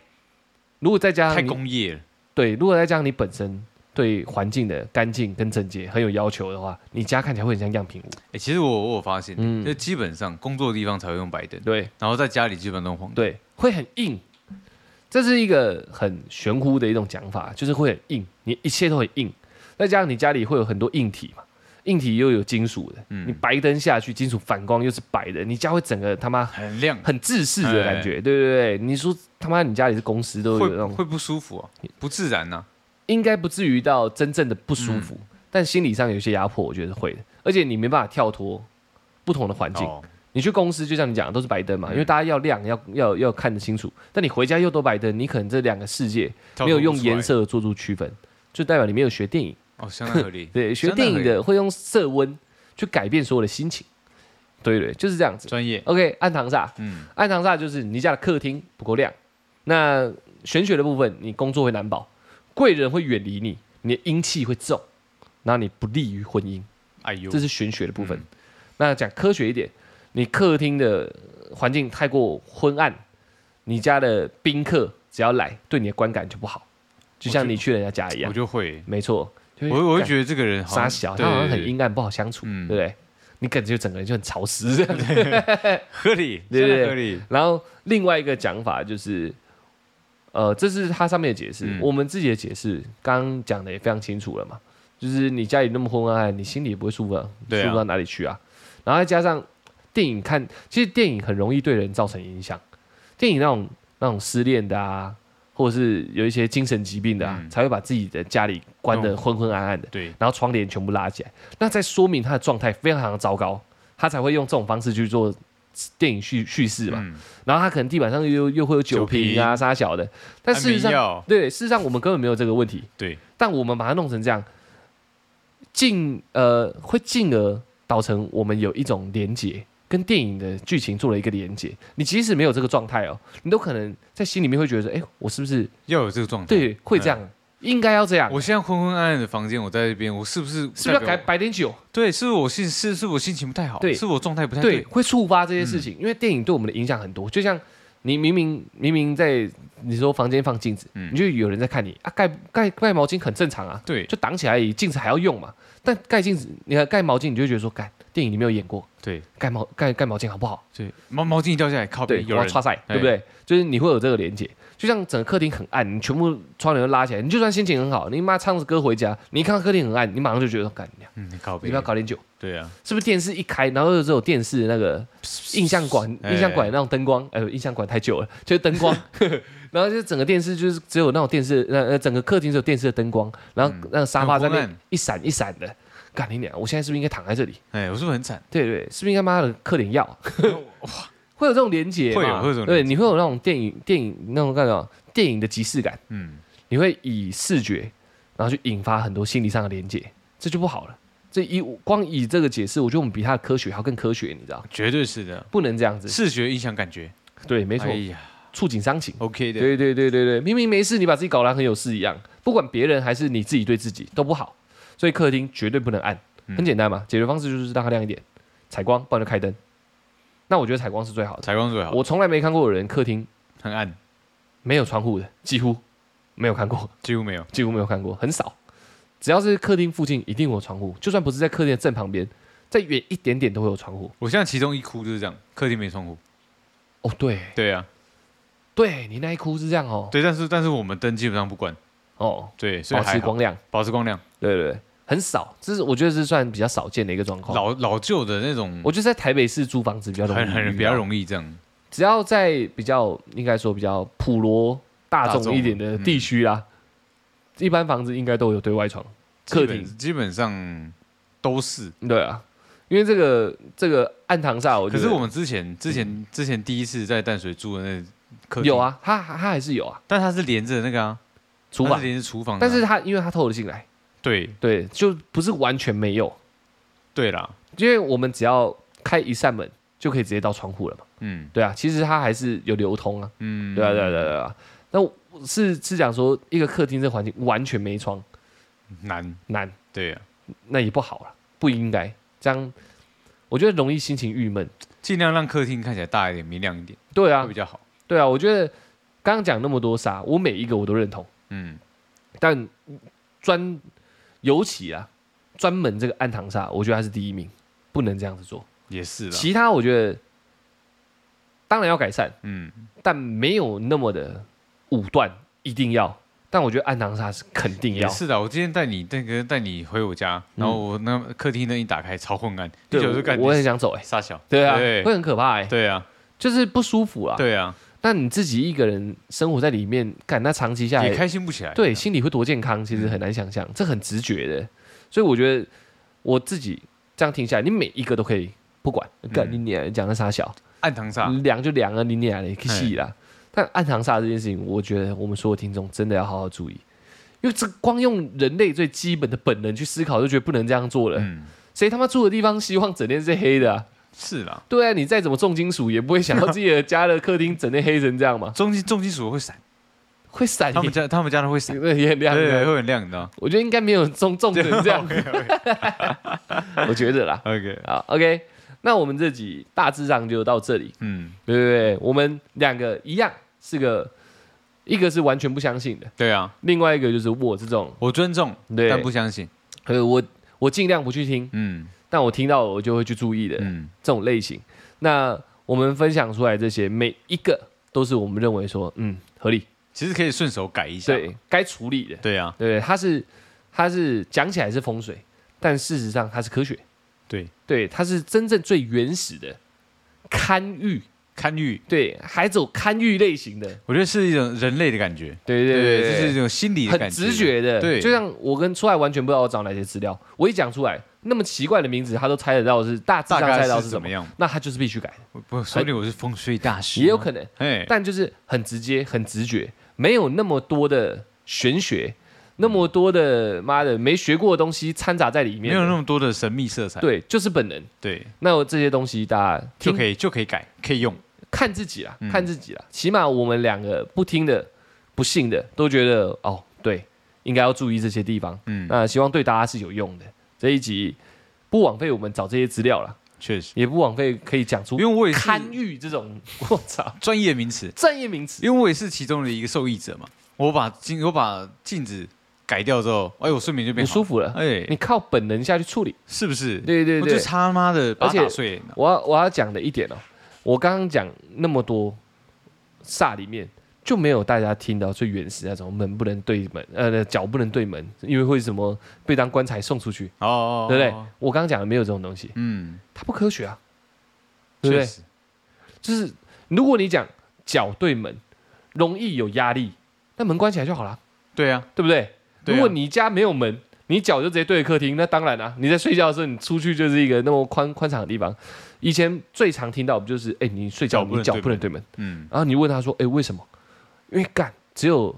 [SPEAKER 1] 如果再加
[SPEAKER 2] 太
[SPEAKER 1] 上啊你
[SPEAKER 2] 工业了，
[SPEAKER 1] 对，如果再加上你本身对环境的干净跟整洁很有要求的话，你家看起来会很像样品屋。
[SPEAKER 2] 哎，其实我我有发现
[SPEAKER 1] 嗯，
[SPEAKER 2] 就基本上工作的地方才会用白灯，
[SPEAKER 1] 对
[SPEAKER 2] 然后在家里基本上都用黄灯。
[SPEAKER 1] 对，会很硬，这是一个很玄乎的一种讲法，就是会很硬，你一切都很硬。再加上你家里会有很多硬体嘛，硬体又有金属的，
[SPEAKER 2] 嗯
[SPEAKER 1] 你白灯下去，金属反光又是白的，你家会整个他妈
[SPEAKER 2] 很亮，
[SPEAKER 1] 很自视的感觉，对对对。你说他妈你家里是公司都有那
[SPEAKER 2] 哎会
[SPEAKER 1] 种
[SPEAKER 2] 会不舒服啊，不自然呐。
[SPEAKER 1] 应该不至于到真正的不舒服，
[SPEAKER 2] 嗯
[SPEAKER 1] 但心理上有一些压迫，我觉得是会的。而且你没办法跳脱不同的环境，
[SPEAKER 2] 哦
[SPEAKER 1] 你去公司就像你讲的都是白灯嘛，因为大家要亮，要要要看得清楚。但你回家又都白灯，你可能这两个世界没有用颜色做出区分，就代表你没有学电影。。
[SPEAKER 2] (laughs) 哦，相当合理
[SPEAKER 1] 对，学
[SPEAKER 2] 真的
[SPEAKER 1] 电
[SPEAKER 2] 很
[SPEAKER 1] 影的会用色温去改变所有的心情。对对，就是这样子。
[SPEAKER 2] 专业，
[SPEAKER 1] OK，暗堂煞，
[SPEAKER 2] 嗯，
[SPEAKER 1] 暗堂煞就是你家的客厅不够亮。那玄学的部分，你工作会难保，贵人会远离你，你的阴气会重，然后你不利于婚姻，
[SPEAKER 2] 哎呦，
[SPEAKER 1] 这是玄学的部分。
[SPEAKER 2] 嗯
[SPEAKER 1] 那讲科学一点，你客厅的环境太过昏暗，你家的宾客只要来，对你的观感就不好，就像
[SPEAKER 2] 我就
[SPEAKER 1] 你去人家家一
[SPEAKER 2] 我
[SPEAKER 1] 样，
[SPEAKER 2] 就会，
[SPEAKER 1] 没错。就
[SPEAKER 2] 我我会
[SPEAKER 1] 干
[SPEAKER 2] 觉得这个人好
[SPEAKER 1] 傻
[SPEAKER 2] 像
[SPEAKER 1] 小，
[SPEAKER 2] 对
[SPEAKER 1] 他好像
[SPEAKER 2] 对
[SPEAKER 1] 很
[SPEAKER 2] 对
[SPEAKER 1] 阴暗，不好相处，对
[SPEAKER 2] 嗯
[SPEAKER 1] 不对？你感觉整个人就很潮湿这样子。
[SPEAKER 2] 合理，
[SPEAKER 1] 对对
[SPEAKER 2] 真的
[SPEAKER 1] 对
[SPEAKER 2] 合理，
[SPEAKER 1] 然后另外一个讲法就是，呃，这是他上面的解释，
[SPEAKER 2] 嗯
[SPEAKER 1] 我们自己的解释，刚刚讲的也非常清楚了嘛。就是你家里那么昏暗，你心里也不会舒服啊，
[SPEAKER 2] 对啊
[SPEAKER 1] 舒服到哪里去啊？然后再加上电影看，其实电影很容易对人造成影响。电影那种那种失恋的啊，或者是有一些精神疾病的啊，
[SPEAKER 2] 嗯
[SPEAKER 1] 才会把自己的家里关
[SPEAKER 2] 那
[SPEAKER 1] 得
[SPEAKER 2] 种
[SPEAKER 1] 昏昏暗暗的。
[SPEAKER 2] 对，
[SPEAKER 1] 然后窗帘全部拉起来，那在说明他的状态非常的糟糕，他才会用这种方式去做电影叙叙事嘛。
[SPEAKER 2] 嗯，
[SPEAKER 1] 然后他可能地板上又又会有酒瓶啊、沙小的，但事实
[SPEAKER 2] 安眠
[SPEAKER 1] 上，
[SPEAKER 2] 药
[SPEAKER 1] 对，事实上我们根本没有这个问题，
[SPEAKER 2] 对，
[SPEAKER 1] 但我们把它弄成这样，进呃会进而导成我们有一种连结，跟电影的剧情做了一个连结。你即使没有这个状态哦，你都可能在心里面会觉得说，哎，我是不是
[SPEAKER 2] 要有这个状态。，
[SPEAKER 1] 对会这样？应该要这样，
[SPEAKER 2] 嗯我现在昏昏暗暗的房间，我在这边，我是不是
[SPEAKER 1] 是不是要
[SPEAKER 2] 代
[SPEAKER 1] 改
[SPEAKER 2] 表？
[SPEAKER 1] 摆点酒？
[SPEAKER 2] 对，是不是我心是是不是我心情不太好，
[SPEAKER 1] 对
[SPEAKER 2] 是不是我状态不太
[SPEAKER 1] 对，
[SPEAKER 2] 哎对，嗯
[SPEAKER 1] 会触发这些事情，因为电影对我们的影响很多。就像你明明明明在你说房间放镜子，
[SPEAKER 2] 嗯
[SPEAKER 1] 你就有人在看你啊，盖盖盖毛巾很正常啊，
[SPEAKER 2] 对
[SPEAKER 1] 就挡起来而已，镜子还要用嘛。但盖镜子，你看盖毛巾，你就会觉得说，盖电影里没有演过，
[SPEAKER 2] 对
[SPEAKER 1] 盖毛盖盖毛巾好不好？
[SPEAKER 2] 对，毛毛巾一掉下来，靠
[SPEAKER 1] 对，
[SPEAKER 2] 边，哦有人
[SPEAKER 1] 刷塞，对不对？就是你会有这个连接。就像整个客厅很暗，你全部窗帘都拉起来，你就算心情很好，你妈唱着歌回家，你一看到客厅很暗，你马上就觉得，干你娘，
[SPEAKER 2] 嗯，靠
[SPEAKER 1] 你
[SPEAKER 2] 边
[SPEAKER 1] 不要，搞点酒。
[SPEAKER 2] 对啊，
[SPEAKER 1] 是不是电视一开，然后又只有电视那个印象馆、
[SPEAKER 2] 哎
[SPEAKER 1] 印象馆那种灯光，哎、呦，印象馆太久了， (laughs) 就是灯光，然后就整个电视就是只有那种电视，那呃整个客厅只有电视的灯光，然后那个沙发在
[SPEAKER 2] 很
[SPEAKER 1] 那
[SPEAKER 2] 昏暗
[SPEAKER 1] 一闪一闪的，干你娘！我现在是不是应该躺在这里？
[SPEAKER 2] 哎，我是不是很惨？
[SPEAKER 1] 对对，是不是应该妈的嗑 (laughs) 点药？
[SPEAKER 2] 哦哇，
[SPEAKER 1] 会有这种连结嘛
[SPEAKER 2] 会有会有这种连结
[SPEAKER 1] 对，你会有那种电影电影那种干什么电影的即视感，
[SPEAKER 2] 嗯，
[SPEAKER 1] 你会以视觉，然后去引发很多心理上的连结，这就不好了。这以光以这个解释，我觉得我们比它的科学还要更科学，你知道吗？
[SPEAKER 2] 绝对是的，
[SPEAKER 1] 不能这样子。
[SPEAKER 2] 视觉影响感觉，
[SPEAKER 1] 对，没错
[SPEAKER 2] 哎，呀
[SPEAKER 1] 触景伤情。
[SPEAKER 2] ，OK 的，
[SPEAKER 1] 对对对对对，明明没事，你把自己搞得很有事一样，不管别人还是你自己对自己都不好，所以客厅绝对不能暗，
[SPEAKER 2] 嗯
[SPEAKER 1] 很简单嘛，解决方式就是让它亮一点，采光，不然就开灯。那我觉得采光是最好的，
[SPEAKER 2] 采光最好，
[SPEAKER 1] 我从来没看过有人客厅
[SPEAKER 2] 很暗，
[SPEAKER 1] 没有窗户的，几乎没有看过，
[SPEAKER 2] 几乎没有，
[SPEAKER 1] 几乎没有看过，很少。只要是客厅附近，一定有窗户，就算不是在客厅的正旁边，再远一点点都会有窗户。
[SPEAKER 2] 我现在其中一哭就是这样，客厅没窗户，
[SPEAKER 1] 哦，对，
[SPEAKER 2] 对啊，
[SPEAKER 1] 对你那一哭是这样哦，
[SPEAKER 2] 对，但是但是我们灯基本上不关，
[SPEAKER 1] 哦，
[SPEAKER 2] 对，所以
[SPEAKER 1] 保
[SPEAKER 2] 还
[SPEAKER 1] 持
[SPEAKER 2] 好
[SPEAKER 1] 光，亮。
[SPEAKER 2] 保持光亮，
[SPEAKER 1] 对对，对，很少，这是我觉得是算比较少见的一个状况。
[SPEAKER 2] 老老旧的那种，
[SPEAKER 1] 我觉得在台北市租房子比较容易啊遇
[SPEAKER 2] 很
[SPEAKER 1] 到，
[SPEAKER 2] 很比较容易这样，
[SPEAKER 1] 只要在比较应该说比较普罗大
[SPEAKER 2] 大
[SPEAKER 1] 众
[SPEAKER 2] 众嗯
[SPEAKER 1] 一点的地区啊，一般房子应该都有对外窗、客
[SPEAKER 2] 基本
[SPEAKER 1] 厅，
[SPEAKER 2] 基本上都是。
[SPEAKER 1] 对啊，因为这个这个暗堂煞，我觉
[SPEAKER 2] 可
[SPEAKER 1] 得嗯
[SPEAKER 2] 是我们之前之前之前第一次在淡水住的那客厅
[SPEAKER 1] 有，啊，它它还是有啊，
[SPEAKER 2] 但它是连着那个啊，
[SPEAKER 1] 厨
[SPEAKER 2] 它
[SPEAKER 1] 房
[SPEAKER 2] 是，连着厨房的啊，
[SPEAKER 1] 但是它因为它透了进来，
[SPEAKER 2] 对
[SPEAKER 1] 对，就不是完全没有，
[SPEAKER 2] 对啦，
[SPEAKER 1] 因为我们只要开一扇门就可以直接到窗户了嘛，
[SPEAKER 2] 嗯
[SPEAKER 1] 对啊，其实它还是有流通啊。
[SPEAKER 2] 嗯，
[SPEAKER 1] 对啊，对啊，对啊，对啊。那我是是讲说，一个客厅这环境完全没窗，
[SPEAKER 2] 难，
[SPEAKER 1] 难，
[SPEAKER 2] 对啊，
[SPEAKER 1] 那也不好了，不应该这样。我觉得容易心情郁闷。
[SPEAKER 2] 尽量让客厅看起来大一点，明亮一点
[SPEAKER 1] 对
[SPEAKER 2] 会
[SPEAKER 1] 啊
[SPEAKER 2] 比，较好。
[SPEAKER 1] 对啊，我觉得刚刚讲那么多啥，我每一个我都认同，
[SPEAKER 2] 嗯，
[SPEAKER 1] 但专尤其啊，专门这个暗堂煞，我觉得它是第一名，不能这样子做。
[SPEAKER 2] 也是啦，
[SPEAKER 1] 其他我觉得当然要改善，
[SPEAKER 2] 嗯，
[SPEAKER 1] 但没有那么的武断，一定要。但我觉得暗堂煞是肯定
[SPEAKER 2] 也
[SPEAKER 1] 要，嗯
[SPEAKER 2] 是的。我今天带你带个带你回我家，然后我那客厅灯一打开，超昏暗，一
[SPEAKER 1] 对
[SPEAKER 2] 脚就感，
[SPEAKER 1] 我我很
[SPEAKER 2] 觉
[SPEAKER 1] 想走哎、
[SPEAKER 2] 傻小，
[SPEAKER 1] 对啊，
[SPEAKER 2] 对
[SPEAKER 1] 会很可怕哎、
[SPEAKER 2] 对啊，
[SPEAKER 1] 就是不舒服啊。，
[SPEAKER 2] 对啊，
[SPEAKER 1] 那你自己一个人生活在里面，干那长期下
[SPEAKER 2] 也
[SPEAKER 1] 来，
[SPEAKER 2] 开心不起来。
[SPEAKER 1] 对心理会多健康，其实很难想
[SPEAKER 2] 嗯
[SPEAKER 1] 象，这很直觉的。所以我觉得我自己这样听下来，你每一个都可以不管，干
[SPEAKER 2] 嗯
[SPEAKER 1] 你娘讲的傻小，
[SPEAKER 2] 暗堂煞，
[SPEAKER 1] 凉就凉啊，你娘的去戏啦。但暗藏煞这件事情，我觉得我们所有听众真的要好好注意，因为这光用人类最基本的本能去思考，就觉得不能这样做了。
[SPEAKER 2] 嗯，
[SPEAKER 1] 谁他妈住的地方希望整天是黑的、啊？
[SPEAKER 2] 是啦，
[SPEAKER 1] 对啊，你再怎么重金属，也不会想到自己的家的客厅整天黑成这样嘛，
[SPEAKER 2] 重金重金属会闪，
[SPEAKER 1] 会闪
[SPEAKER 2] 他们
[SPEAKER 1] 也 (laughs)
[SPEAKER 2] 家他们家的会闪，
[SPEAKER 1] 也很哎亮
[SPEAKER 2] 对
[SPEAKER 1] 的。
[SPEAKER 2] 会很亮的。
[SPEAKER 1] 我觉得应该没有
[SPEAKER 2] (laughs)
[SPEAKER 1] 重重成这样， (laughs) 我觉得啦。
[SPEAKER 2] OK，
[SPEAKER 1] 好，OK，那我们这集大致上就到这里，
[SPEAKER 2] 嗯，
[SPEAKER 1] 对对对，我们两个一样是个，一个是完全不相信的，
[SPEAKER 2] 对啊，
[SPEAKER 1] 另外一个就是我这种，
[SPEAKER 2] 我尊重，
[SPEAKER 1] 嗯对
[SPEAKER 2] 但不相信。
[SPEAKER 1] 呃，我我尽量不去听，
[SPEAKER 2] 嗯
[SPEAKER 1] 但我听到我就会去注意的
[SPEAKER 2] 嗯，
[SPEAKER 1] 这种类型。那我们分享出来这些，每一个都是我们认为说，嗯，合理，
[SPEAKER 2] 其实可以顺手改一下。
[SPEAKER 1] 对该处理的，
[SPEAKER 2] 对啊，
[SPEAKER 1] 对，它是它是讲起来是风水，但事实上它是科学，
[SPEAKER 2] 对，
[SPEAKER 1] 对，它是真正最原始的堪舆，
[SPEAKER 2] 堪舆，
[SPEAKER 1] 对，还走堪舆类型的，
[SPEAKER 2] 我觉得是一种人类的感觉，
[SPEAKER 1] 对对对
[SPEAKER 2] 这是一种心理的
[SPEAKER 1] 很
[SPEAKER 2] 感觉，
[SPEAKER 1] 直觉的，
[SPEAKER 2] 对
[SPEAKER 1] 就像我跟出来完全不知道我找哪些资料，我一讲出来那么奇怪的名字，他都猜得到是大致
[SPEAKER 2] 大
[SPEAKER 1] 上猜
[SPEAKER 2] 概
[SPEAKER 1] 得到
[SPEAKER 2] 是
[SPEAKER 1] 是什
[SPEAKER 2] 怎
[SPEAKER 1] 么
[SPEAKER 2] 么，嗯样？
[SPEAKER 1] 那他就是必须改的，
[SPEAKER 2] 不不，说不定我是风水大师，
[SPEAKER 1] 也有可能，
[SPEAKER 2] 能，哎，
[SPEAKER 1] 但就是很直接、很直觉，没有那么多的玄学，那么多的妈的没学过的东西掺杂在里
[SPEAKER 2] 没
[SPEAKER 1] 面的，
[SPEAKER 2] 有那么多的神秘色彩，
[SPEAKER 1] 对，就是本能。
[SPEAKER 2] 对，
[SPEAKER 1] 那这些东西大家
[SPEAKER 2] 就
[SPEAKER 1] 听
[SPEAKER 2] 可以就可以改，可以用，
[SPEAKER 1] 看自己啦
[SPEAKER 2] 嗯，
[SPEAKER 1] 看自己啦。起码我们两个不听的、不信的，都觉得哦，对，应该要注意这些地方。
[SPEAKER 2] 嗯，
[SPEAKER 1] 那希望对大家是有用的。这一集不枉费我们找这些资料了，
[SPEAKER 2] 确实，
[SPEAKER 1] 也不枉费可以讲出
[SPEAKER 2] 因为我也是
[SPEAKER 1] 堪舆这种，我 (laughs) 操，
[SPEAKER 2] 专业名词，
[SPEAKER 1] 专业名词。
[SPEAKER 2] 因为我也是其中的一个受益者嘛。我把镜我把镜子改掉之后，哎，我睡眠就
[SPEAKER 1] 不
[SPEAKER 2] 变好
[SPEAKER 1] 舒服了，
[SPEAKER 2] 哎，
[SPEAKER 1] 你靠本能下去处理。
[SPEAKER 2] 是不是？
[SPEAKER 1] 对对
[SPEAKER 2] 我就
[SPEAKER 1] 对，
[SPEAKER 2] 他妈的把它打碎了。
[SPEAKER 1] 我要我要讲的一点哦，我刚刚讲那么多煞里面就没有大家听到最原始那种门不能对门，呃，脚不能对门，因为会什么被当棺材送出去，
[SPEAKER 2] 哦哦，哦
[SPEAKER 1] 对不对？？我刚刚讲的没有这种东西，
[SPEAKER 2] 嗯，
[SPEAKER 1] 它不科学啊，对不
[SPEAKER 2] 确
[SPEAKER 1] 对？
[SPEAKER 2] 实，
[SPEAKER 1] 就是如果你讲脚对门，容易有压力，那门关起来就好了，
[SPEAKER 2] 对啊。
[SPEAKER 1] 对不对？
[SPEAKER 2] 对啊
[SPEAKER 1] 如果你家没有门，你脚就直接对着客厅，那当然啦、你在睡觉的时候，你出去就是一个那么宽宽敞的地方。以前最常听到不就是，哎、你睡觉
[SPEAKER 2] 脚不
[SPEAKER 1] 你
[SPEAKER 2] 能
[SPEAKER 1] 脚
[SPEAKER 2] 对
[SPEAKER 1] 不能对门，
[SPEAKER 2] 嗯，
[SPEAKER 1] 然后你问他说，哎、为什么？因为干只有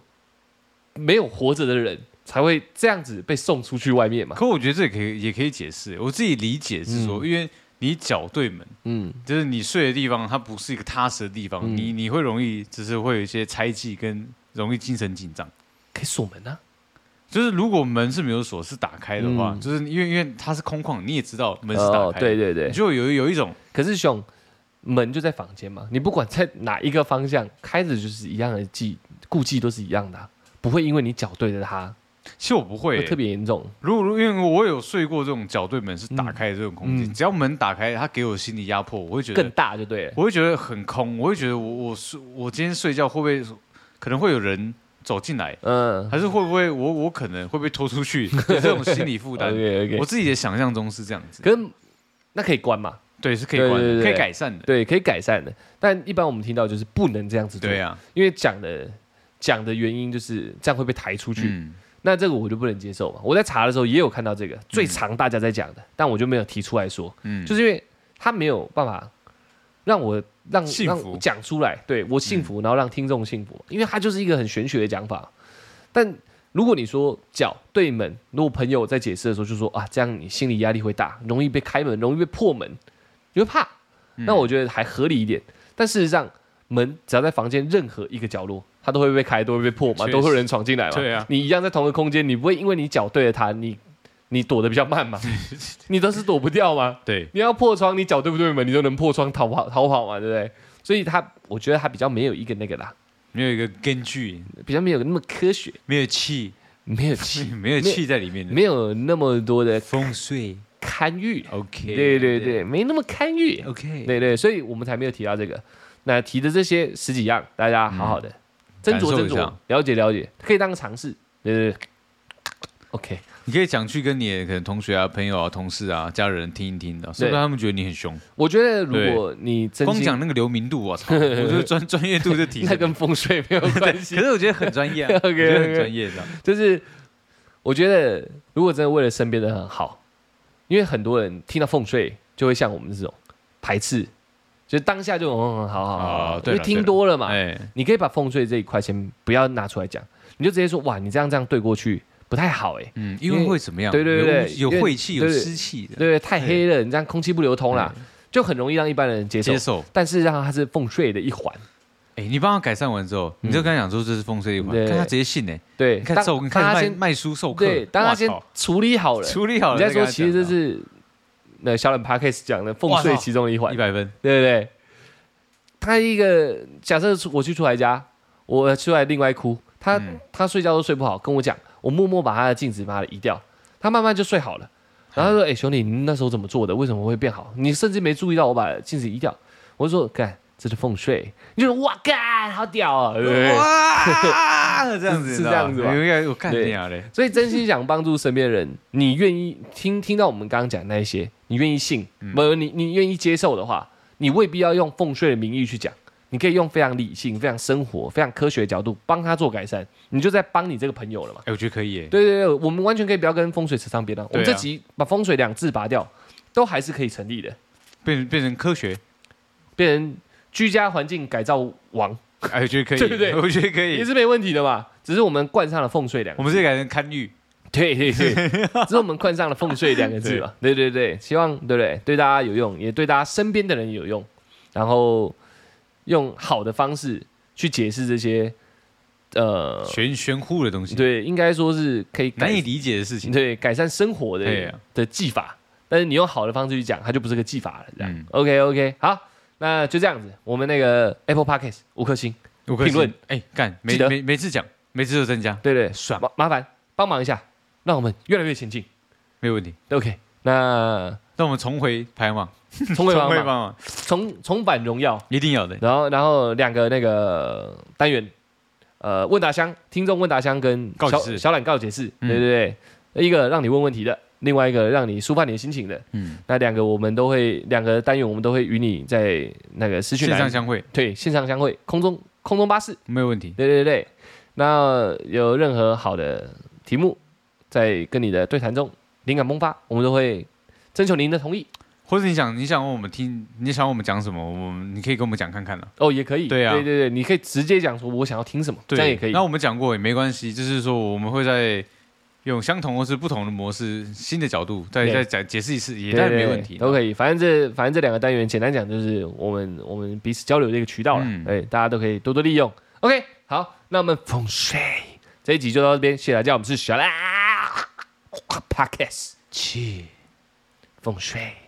[SPEAKER 1] 没有活着的人才会这样子被送出去外面嘛。
[SPEAKER 2] 可我觉得这也可以，也可以解释。我自己理解是说，因为你脚对门，
[SPEAKER 1] 嗯，
[SPEAKER 2] 就是你睡的地方，它不是一个踏实的地方，
[SPEAKER 1] 嗯
[SPEAKER 2] 你你会容易就是会有一些猜忌跟容易精神紧张。
[SPEAKER 1] 可以锁门啊。
[SPEAKER 2] 就是如果门是没有锁，是打开的话，
[SPEAKER 1] 嗯
[SPEAKER 2] 就是因为因为它是空旷，你也知道门是打开的，
[SPEAKER 1] 哦对对对
[SPEAKER 2] 你，就有有一种
[SPEAKER 1] 可是熊门就在房间嘛，你不管在哪一个方向开着就是一样的忌顾忌都是一样的啊、不会因为你脚对着它
[SPEAKER 2] 其实我不会、
[SPEAKER 1] 会特别严重。
[SPEAKER 2] 如果如果因为我有睡过这种脚对门是打开的这种空间，
[SPEAKER 1] 嗯嗯
[SPEAKER 2] 只要门打开，它给我心理压迫，我会觉
[SPEAKER 1] 更
[SPEAKER 2] 得
[SPEAKER 1] 大就对了。
[SPEAKER 2] 我会觉得很空，我会觉得我我睡我今天睡觉会不会可能会有人走进来，
[SPEAKER 1] 嗯
[SPEAKER 2] 还是会不会我我可能会被拖出去， (laughs) 有这种心理负
[SPEAKER 1] (laughs)
[SPEAKER 2] 担。
[SPEAKER 1] ，OK
[SPEAKER 2] 我
[SPEAKER 1] OK。
[SPEAKER 2] 自己的想象中是这样子，
[SPEAKER 1] 嗯可是那可以关嘛？
[SPEAKER 2] 对，是可以关的，
[SPEAKER 1] 对对对
[SPEAKER 2] 可以改善的，
[SPEAKER 1] 对，可以改善的。但一般我们听到就是不能这样子做，
[SPEAKER 2] 对啊，
[SPEAKER 1] 因为讲的讲的原因就是这样会被抬出去。
[SPEAKER 2] 嗯，
[SPEAKER 1] 那这个我就不能接受嘛。我在查的时候也有看到这个，最常大家在讲的，但我就没有提出来说，
[SPEAKER 2] 嗯
[SPEAKER 1] 就是因为他没有办法让我让
[SPEAKER 2] 幸
[SPEAKER 1] 让
[SPEAKER 2] 福嗯
[SPEAKER 1] 我讲出来，对我幸福，然后让听众幸福，因为它就是一个很玄学的讲法。但如果你说脚对门，如果朋友在解释的时候就说啊，这样你心理压力会大，容易被开门，容易被破门，你会怕。
[SPEAKER 2] 嗯
[SPEAKER 1] 那我觉得还合理一点，但事实上。门只要在房间任何一个角落，它都会被开，都会被破嘛，
[SPEAKER 2] 确实
[SPEAKER 1] 都会有人闯进来嘛。
[SPEAKER 2] 对啊
[SPEAKER 1] 你一样在同一个空间，你不会因为你脚对着它，你你躲得比较
[SPEAKER 2] (laughs)
[SPEAKER 1] 慢嘛？你都是躲不掉吗？
[SPEAKER 2] 对，
[SPEAKER 1] 你要破窗，你脚对不对门，你都能破窗逃跑逃跑嘛，对不对？所以他，我觉得他比较没有一个那个啦，
[SPEAKER 2] 没有一个根据，
[SPEAKER 1] 比较没有那么科学， (laughs)
[SPEAKER 2] 没有气， (laughs)
[SPEAKER 1] 没有气，
[SPEAKER 2] 没有气在里面的
[SPEAKER 1] 没有那么多的
[SPEAKER 2] 风水
[SPEAKER 1] 堪舆，
[SPEAKER 2] ，OK，
[SPEAKER 1] 对对对，没那么堪舆，
[SPEAKER 2] ，OK，
[SPEAKER 1] 对对，所以我们才没有提到这个。那提的这些十几样，大家好好的
[SPEAKER 2] 嗯
[SPEAKER 1] 斟酌
[SPEAKER 2] 感受
[SPEAKER 1] 斟
[SPEAKER 2] 一
[SPEAKER 1] 酌
[SPEAKER 2] 下，
[SPEAKER 1] 了解了解，可以当个尝试，对对对。OK，
[SPEAKER 2] 你可以讲去跟你的可能同学啊、朋友啊、同事啊、家人听一听的，说不定他们觉得你很凶。
[SPEAKER 1] 我觉得如果你真
[SPEAKER 2] 光
[SPEAKER 1] 心，
[SPEAKER 2] 讲那个流明度，我
[SPEAKER 1] (laughs)
[SPEAKER 2] 操，我觉得专专业度就提
[SPEAKER 1] 那
[SPEAKER 2] 升。
[SPEAKER 1] 跟风水没有
[SPEAKER 2] (laughs)
[SPEAKER 1] 关系
[SPEAKER 2] 可。是我觉得很专业啊，我
[SPEAKER 1] (laughs) OK，OK
[SPEAKER 2] 觉得很专业的。
[SPEAKER 1] 就是我觉得，如果真的为了身边的人很好，因为很多人听到风水就会像我们这种排斥，就当下就嗯，嗯好好好好，
[SPEAKER 2] 哦
[SPEAKER 1] 因
[SPEAKER 2] 对
[SPEAKER 1] 为
[SPEAKER 2] 了
[SPEAKER 1] 听多了嘛，
[SPEAKER 2] 哎，
[SPEAKER 1] 你可以把风水这一块先不要拿出来讲，你就直接说哇，你这样这样对过去不太好哎、欸
[SPEAKER 2] 嗯，因为会怎么样？
[SPEAKER 1] 对对对对
[SPEAKER 2] 有有晦气，
[SPEAKER 1] 因为
[SPEAKER 2] 有湿气的。
[SPEAKER 1] 对不对？太黑了，你这样空气不流通啦，就很容易让一般人接受
[SPEAKER 2] 哎接。受。
[SPEAKER 1] 但是让它是风水的一环，
[SPEAKER 2] 哎、你帮他改善完之后，你就跟他讲说这是风水一环，
[SPEAKER 1] 嗯对
[SPEAKER 2] 看他直接信哎、
[SPEAKER 1] 对，
[SPEAKER 2] 你看
[SPEAKER 1] 当
[SPEAKER 2] 授，你
[SPEAKER 1] 当
[SPEAKER 2] 看
[SPEAKER 1] 他
[SPEAKER 2] 卖
[SPEAKER 1] 先
[SPEAKER 2] 卖书授课，
[SPEAKER 1] 对，当他
[SPEAKER 2] 哇
[SPEAKER 1] 先
[SPEAKER 2] 操
[SPEAKER 1] 处理好了，
[SPEAKER 2] 处理好了
[SPEAKER 1] 你再
[SPEAKER 2] 再
[SPEAKER 1] 说，
[SPEAKER 2] 跟他讲，
[SPEAKER 1] 其实这是那小冷 p a c k a s 讲的风
[SPEAKER 2] 哇
[SPEAKER 1] 水
[SPEAKER 2] 操
[SPEAKER 1] 其中的一环
[SPEAKER 2] 啊一，百分，
[SPEAKER 1] 对不对？他一个假设我去出来家，我出来另外哭，他、
[SPEAKER 2] 嗯
[SPEAKER 1] 他睡觉都睡不好，跟我讲，我默默把他的镜子把它移掉，他慢慢就睡好了。然后他说：“
[SPEAKER 2] 嗯
[SPEAKER 1] 哎、兄弟，你那时候怎么做的？为什么会变好？你甚至没注意到我把镜子移掉。”我就说：“干，这是风水。”你就说：“哇，干，好屌啊！”对不对？ (laughs)
[SPEAKER 2] 哇，这样子你
[SPEAKER 1] 是
[SPEAKER 2] 知道
[SPEAKER 1] 这样子吧
[SPEAKER 2] 吗？应该我看
[SPEAKER 1] 对
[SPEAKER 2] 你啊嘞，
[SPEAKER 1] 所以真心想帮助身边的人，你愿意听听到我们刚刚讲的那一些，你愿意信，没有你你愿意接受的话，你未必要用奉税的名义去讲，你可以用非常理性、非常生活、非常科学的角度帮他做改善，你就在帮你这个朋友了嘛
[SPEAKER 2] 哎、。我觉得可以哎、
[SPEAKER 1] 对对对，我们完全可以不要跟风水扯上边了、我们
[SPEAKER 2] 对
[SPEAKER 1] 这
[SPEAKER 2] 啊
[SPEAKER 1] 集把风水两字拔掉，都还是可以成立的，
[SPEAKER 2] 变成变成科学，
[SPEAKER 1] 变成居家环境改造王
[SPEAKER 2] 哎、我觉得可以，
[SPEAKER 1] (laughs) 对不对
[SPEAKER 2] 我觉得可
[SPEAKER 1] 也
[SPEAKER 2] 以，
[SPEAKER 1] 是没问题的嘛。只是我们冠上了奉税两个字
[SPEAKER 2] 我们是改成看玉，
[SPEAKER 1] (laughs) 对对对，
[SPEAKER 2] (laughs)
[SPEAKER 1] 只是我们冠上了“奉税”两个字嘛。对对对，希望对不对？对大家有用，也对大家身边的人有用。然后用好的方式去解释这些，呃，
[SPEAKER 2] 玄玄乎的东西，
[SPEAKER 1] 对，应该说是可以改
[SPEAKER 2] 难以理解的事情，
[SPEAKER 1] 对改善生活
[SPEAKER 2] 对
[SPEAKER 1] 的
[SPEAKER 2] 啊
[SPEAKER 1] 的技法。但是你用好的方式去讲，它就不是个技法了。这样
[SPEAKER 2] 嗯
[SPEAKER 1] ，OK OK，好，那就这样子。我们那个 Apple Podcast 五颗星，
[SPEAKER 2] 五颗星
[SPEAKER 1] 评论，
[SPEAKER 2] 哎、干，每
[SPEAKER 1] 记得
[SPEAKER 2] 每每次讲，每次都增加，
[SPEAKER 1] 对对，
[SPEAKER 2] 爽
[SPEAKER 1] 麻麻烦帮忙一下，让我们越来越前进。
[SPEAKER 2] 没有问题。
[SPEAKER 1] OK，那
[SPEAKER 2] 那我们重回排行榜，
[SPEAKER 1] 重回
[SPEAKER 2] 重
[SPEAKER 1] 帮
[SPEAKER 2] 回
[SPEAKER 1] 忙
[SPEAKER 2] 排。行榜，
[SPEAKER 1] 重重返荣耀，
[SPEAKER 2] 一定有的。
[SPEAKER 1] 然后然后两个那个单元，呃，问答箱、听众问答箱跟
[SPEAKER 2] 告
[SPEAKER 1] 小
[SPEAKER 2] 解室
[SPEAKER 1] 小懒告解室，
[SPEAKER 2] 嗯
[SPEAKER 1] 对对对，一个让你问问题的，另外一个让你抒发你的心情的，
[SPEAKER 2] 嗯，
[SPEAKER 1] 那两个我们都会，两个单元我们都会与你在那个私讯
[SPEAKER 2] 线
[SPEAKER 1] 栏
[SPEAKER 2] 上相会
[SPEAKER 1] 对线上相会，空中空中巴士，
[SPEAKER 2] 没有问题。
[SPEAKER 1] 对对对，那有任何好的题目，在跟你的对谈中灵感迸发，我们都会征求您的同意
[SPEAKER 2] 或者你想你想问我们听，你想我们讲什么，我们你可以跟我们讲看看了。
[SPEAKER 1] 哦，也可以，
[SPEAKER 2] 对啊
[SPEAKER 1] 对对对，你可以直接讲说我想要听什么，这
[SPEAKER 2] 对，
[SPEAKER 1] 样也可以
[SPEAKER 2] 那。我们讲过也没关系，就是说我们会在用相同或是不同的模式、新的角度再
[SPEAKER 1] 对
[SPEAKER 2] 再讲解释一次，也
[SPEAKER 1] 对
[SPEAKER 2] 当然
[SPEAKER 1] 对
[SPEAKER 2] 没
[SPEAKER 1] 对
[SPEAKER 2] 问题。
[SPEAKER 1] 都可以。反正这反正这两个单元，简单讲就是我们我们彼此交流的一个渠道了，
[SPEAKER 2] 嗯
[SPEAKER 1] 对，大家都可以多多利用。OK，好，那我们风水这一集就到这边，谢谢大家，我们是小啦 Podcast 去风水。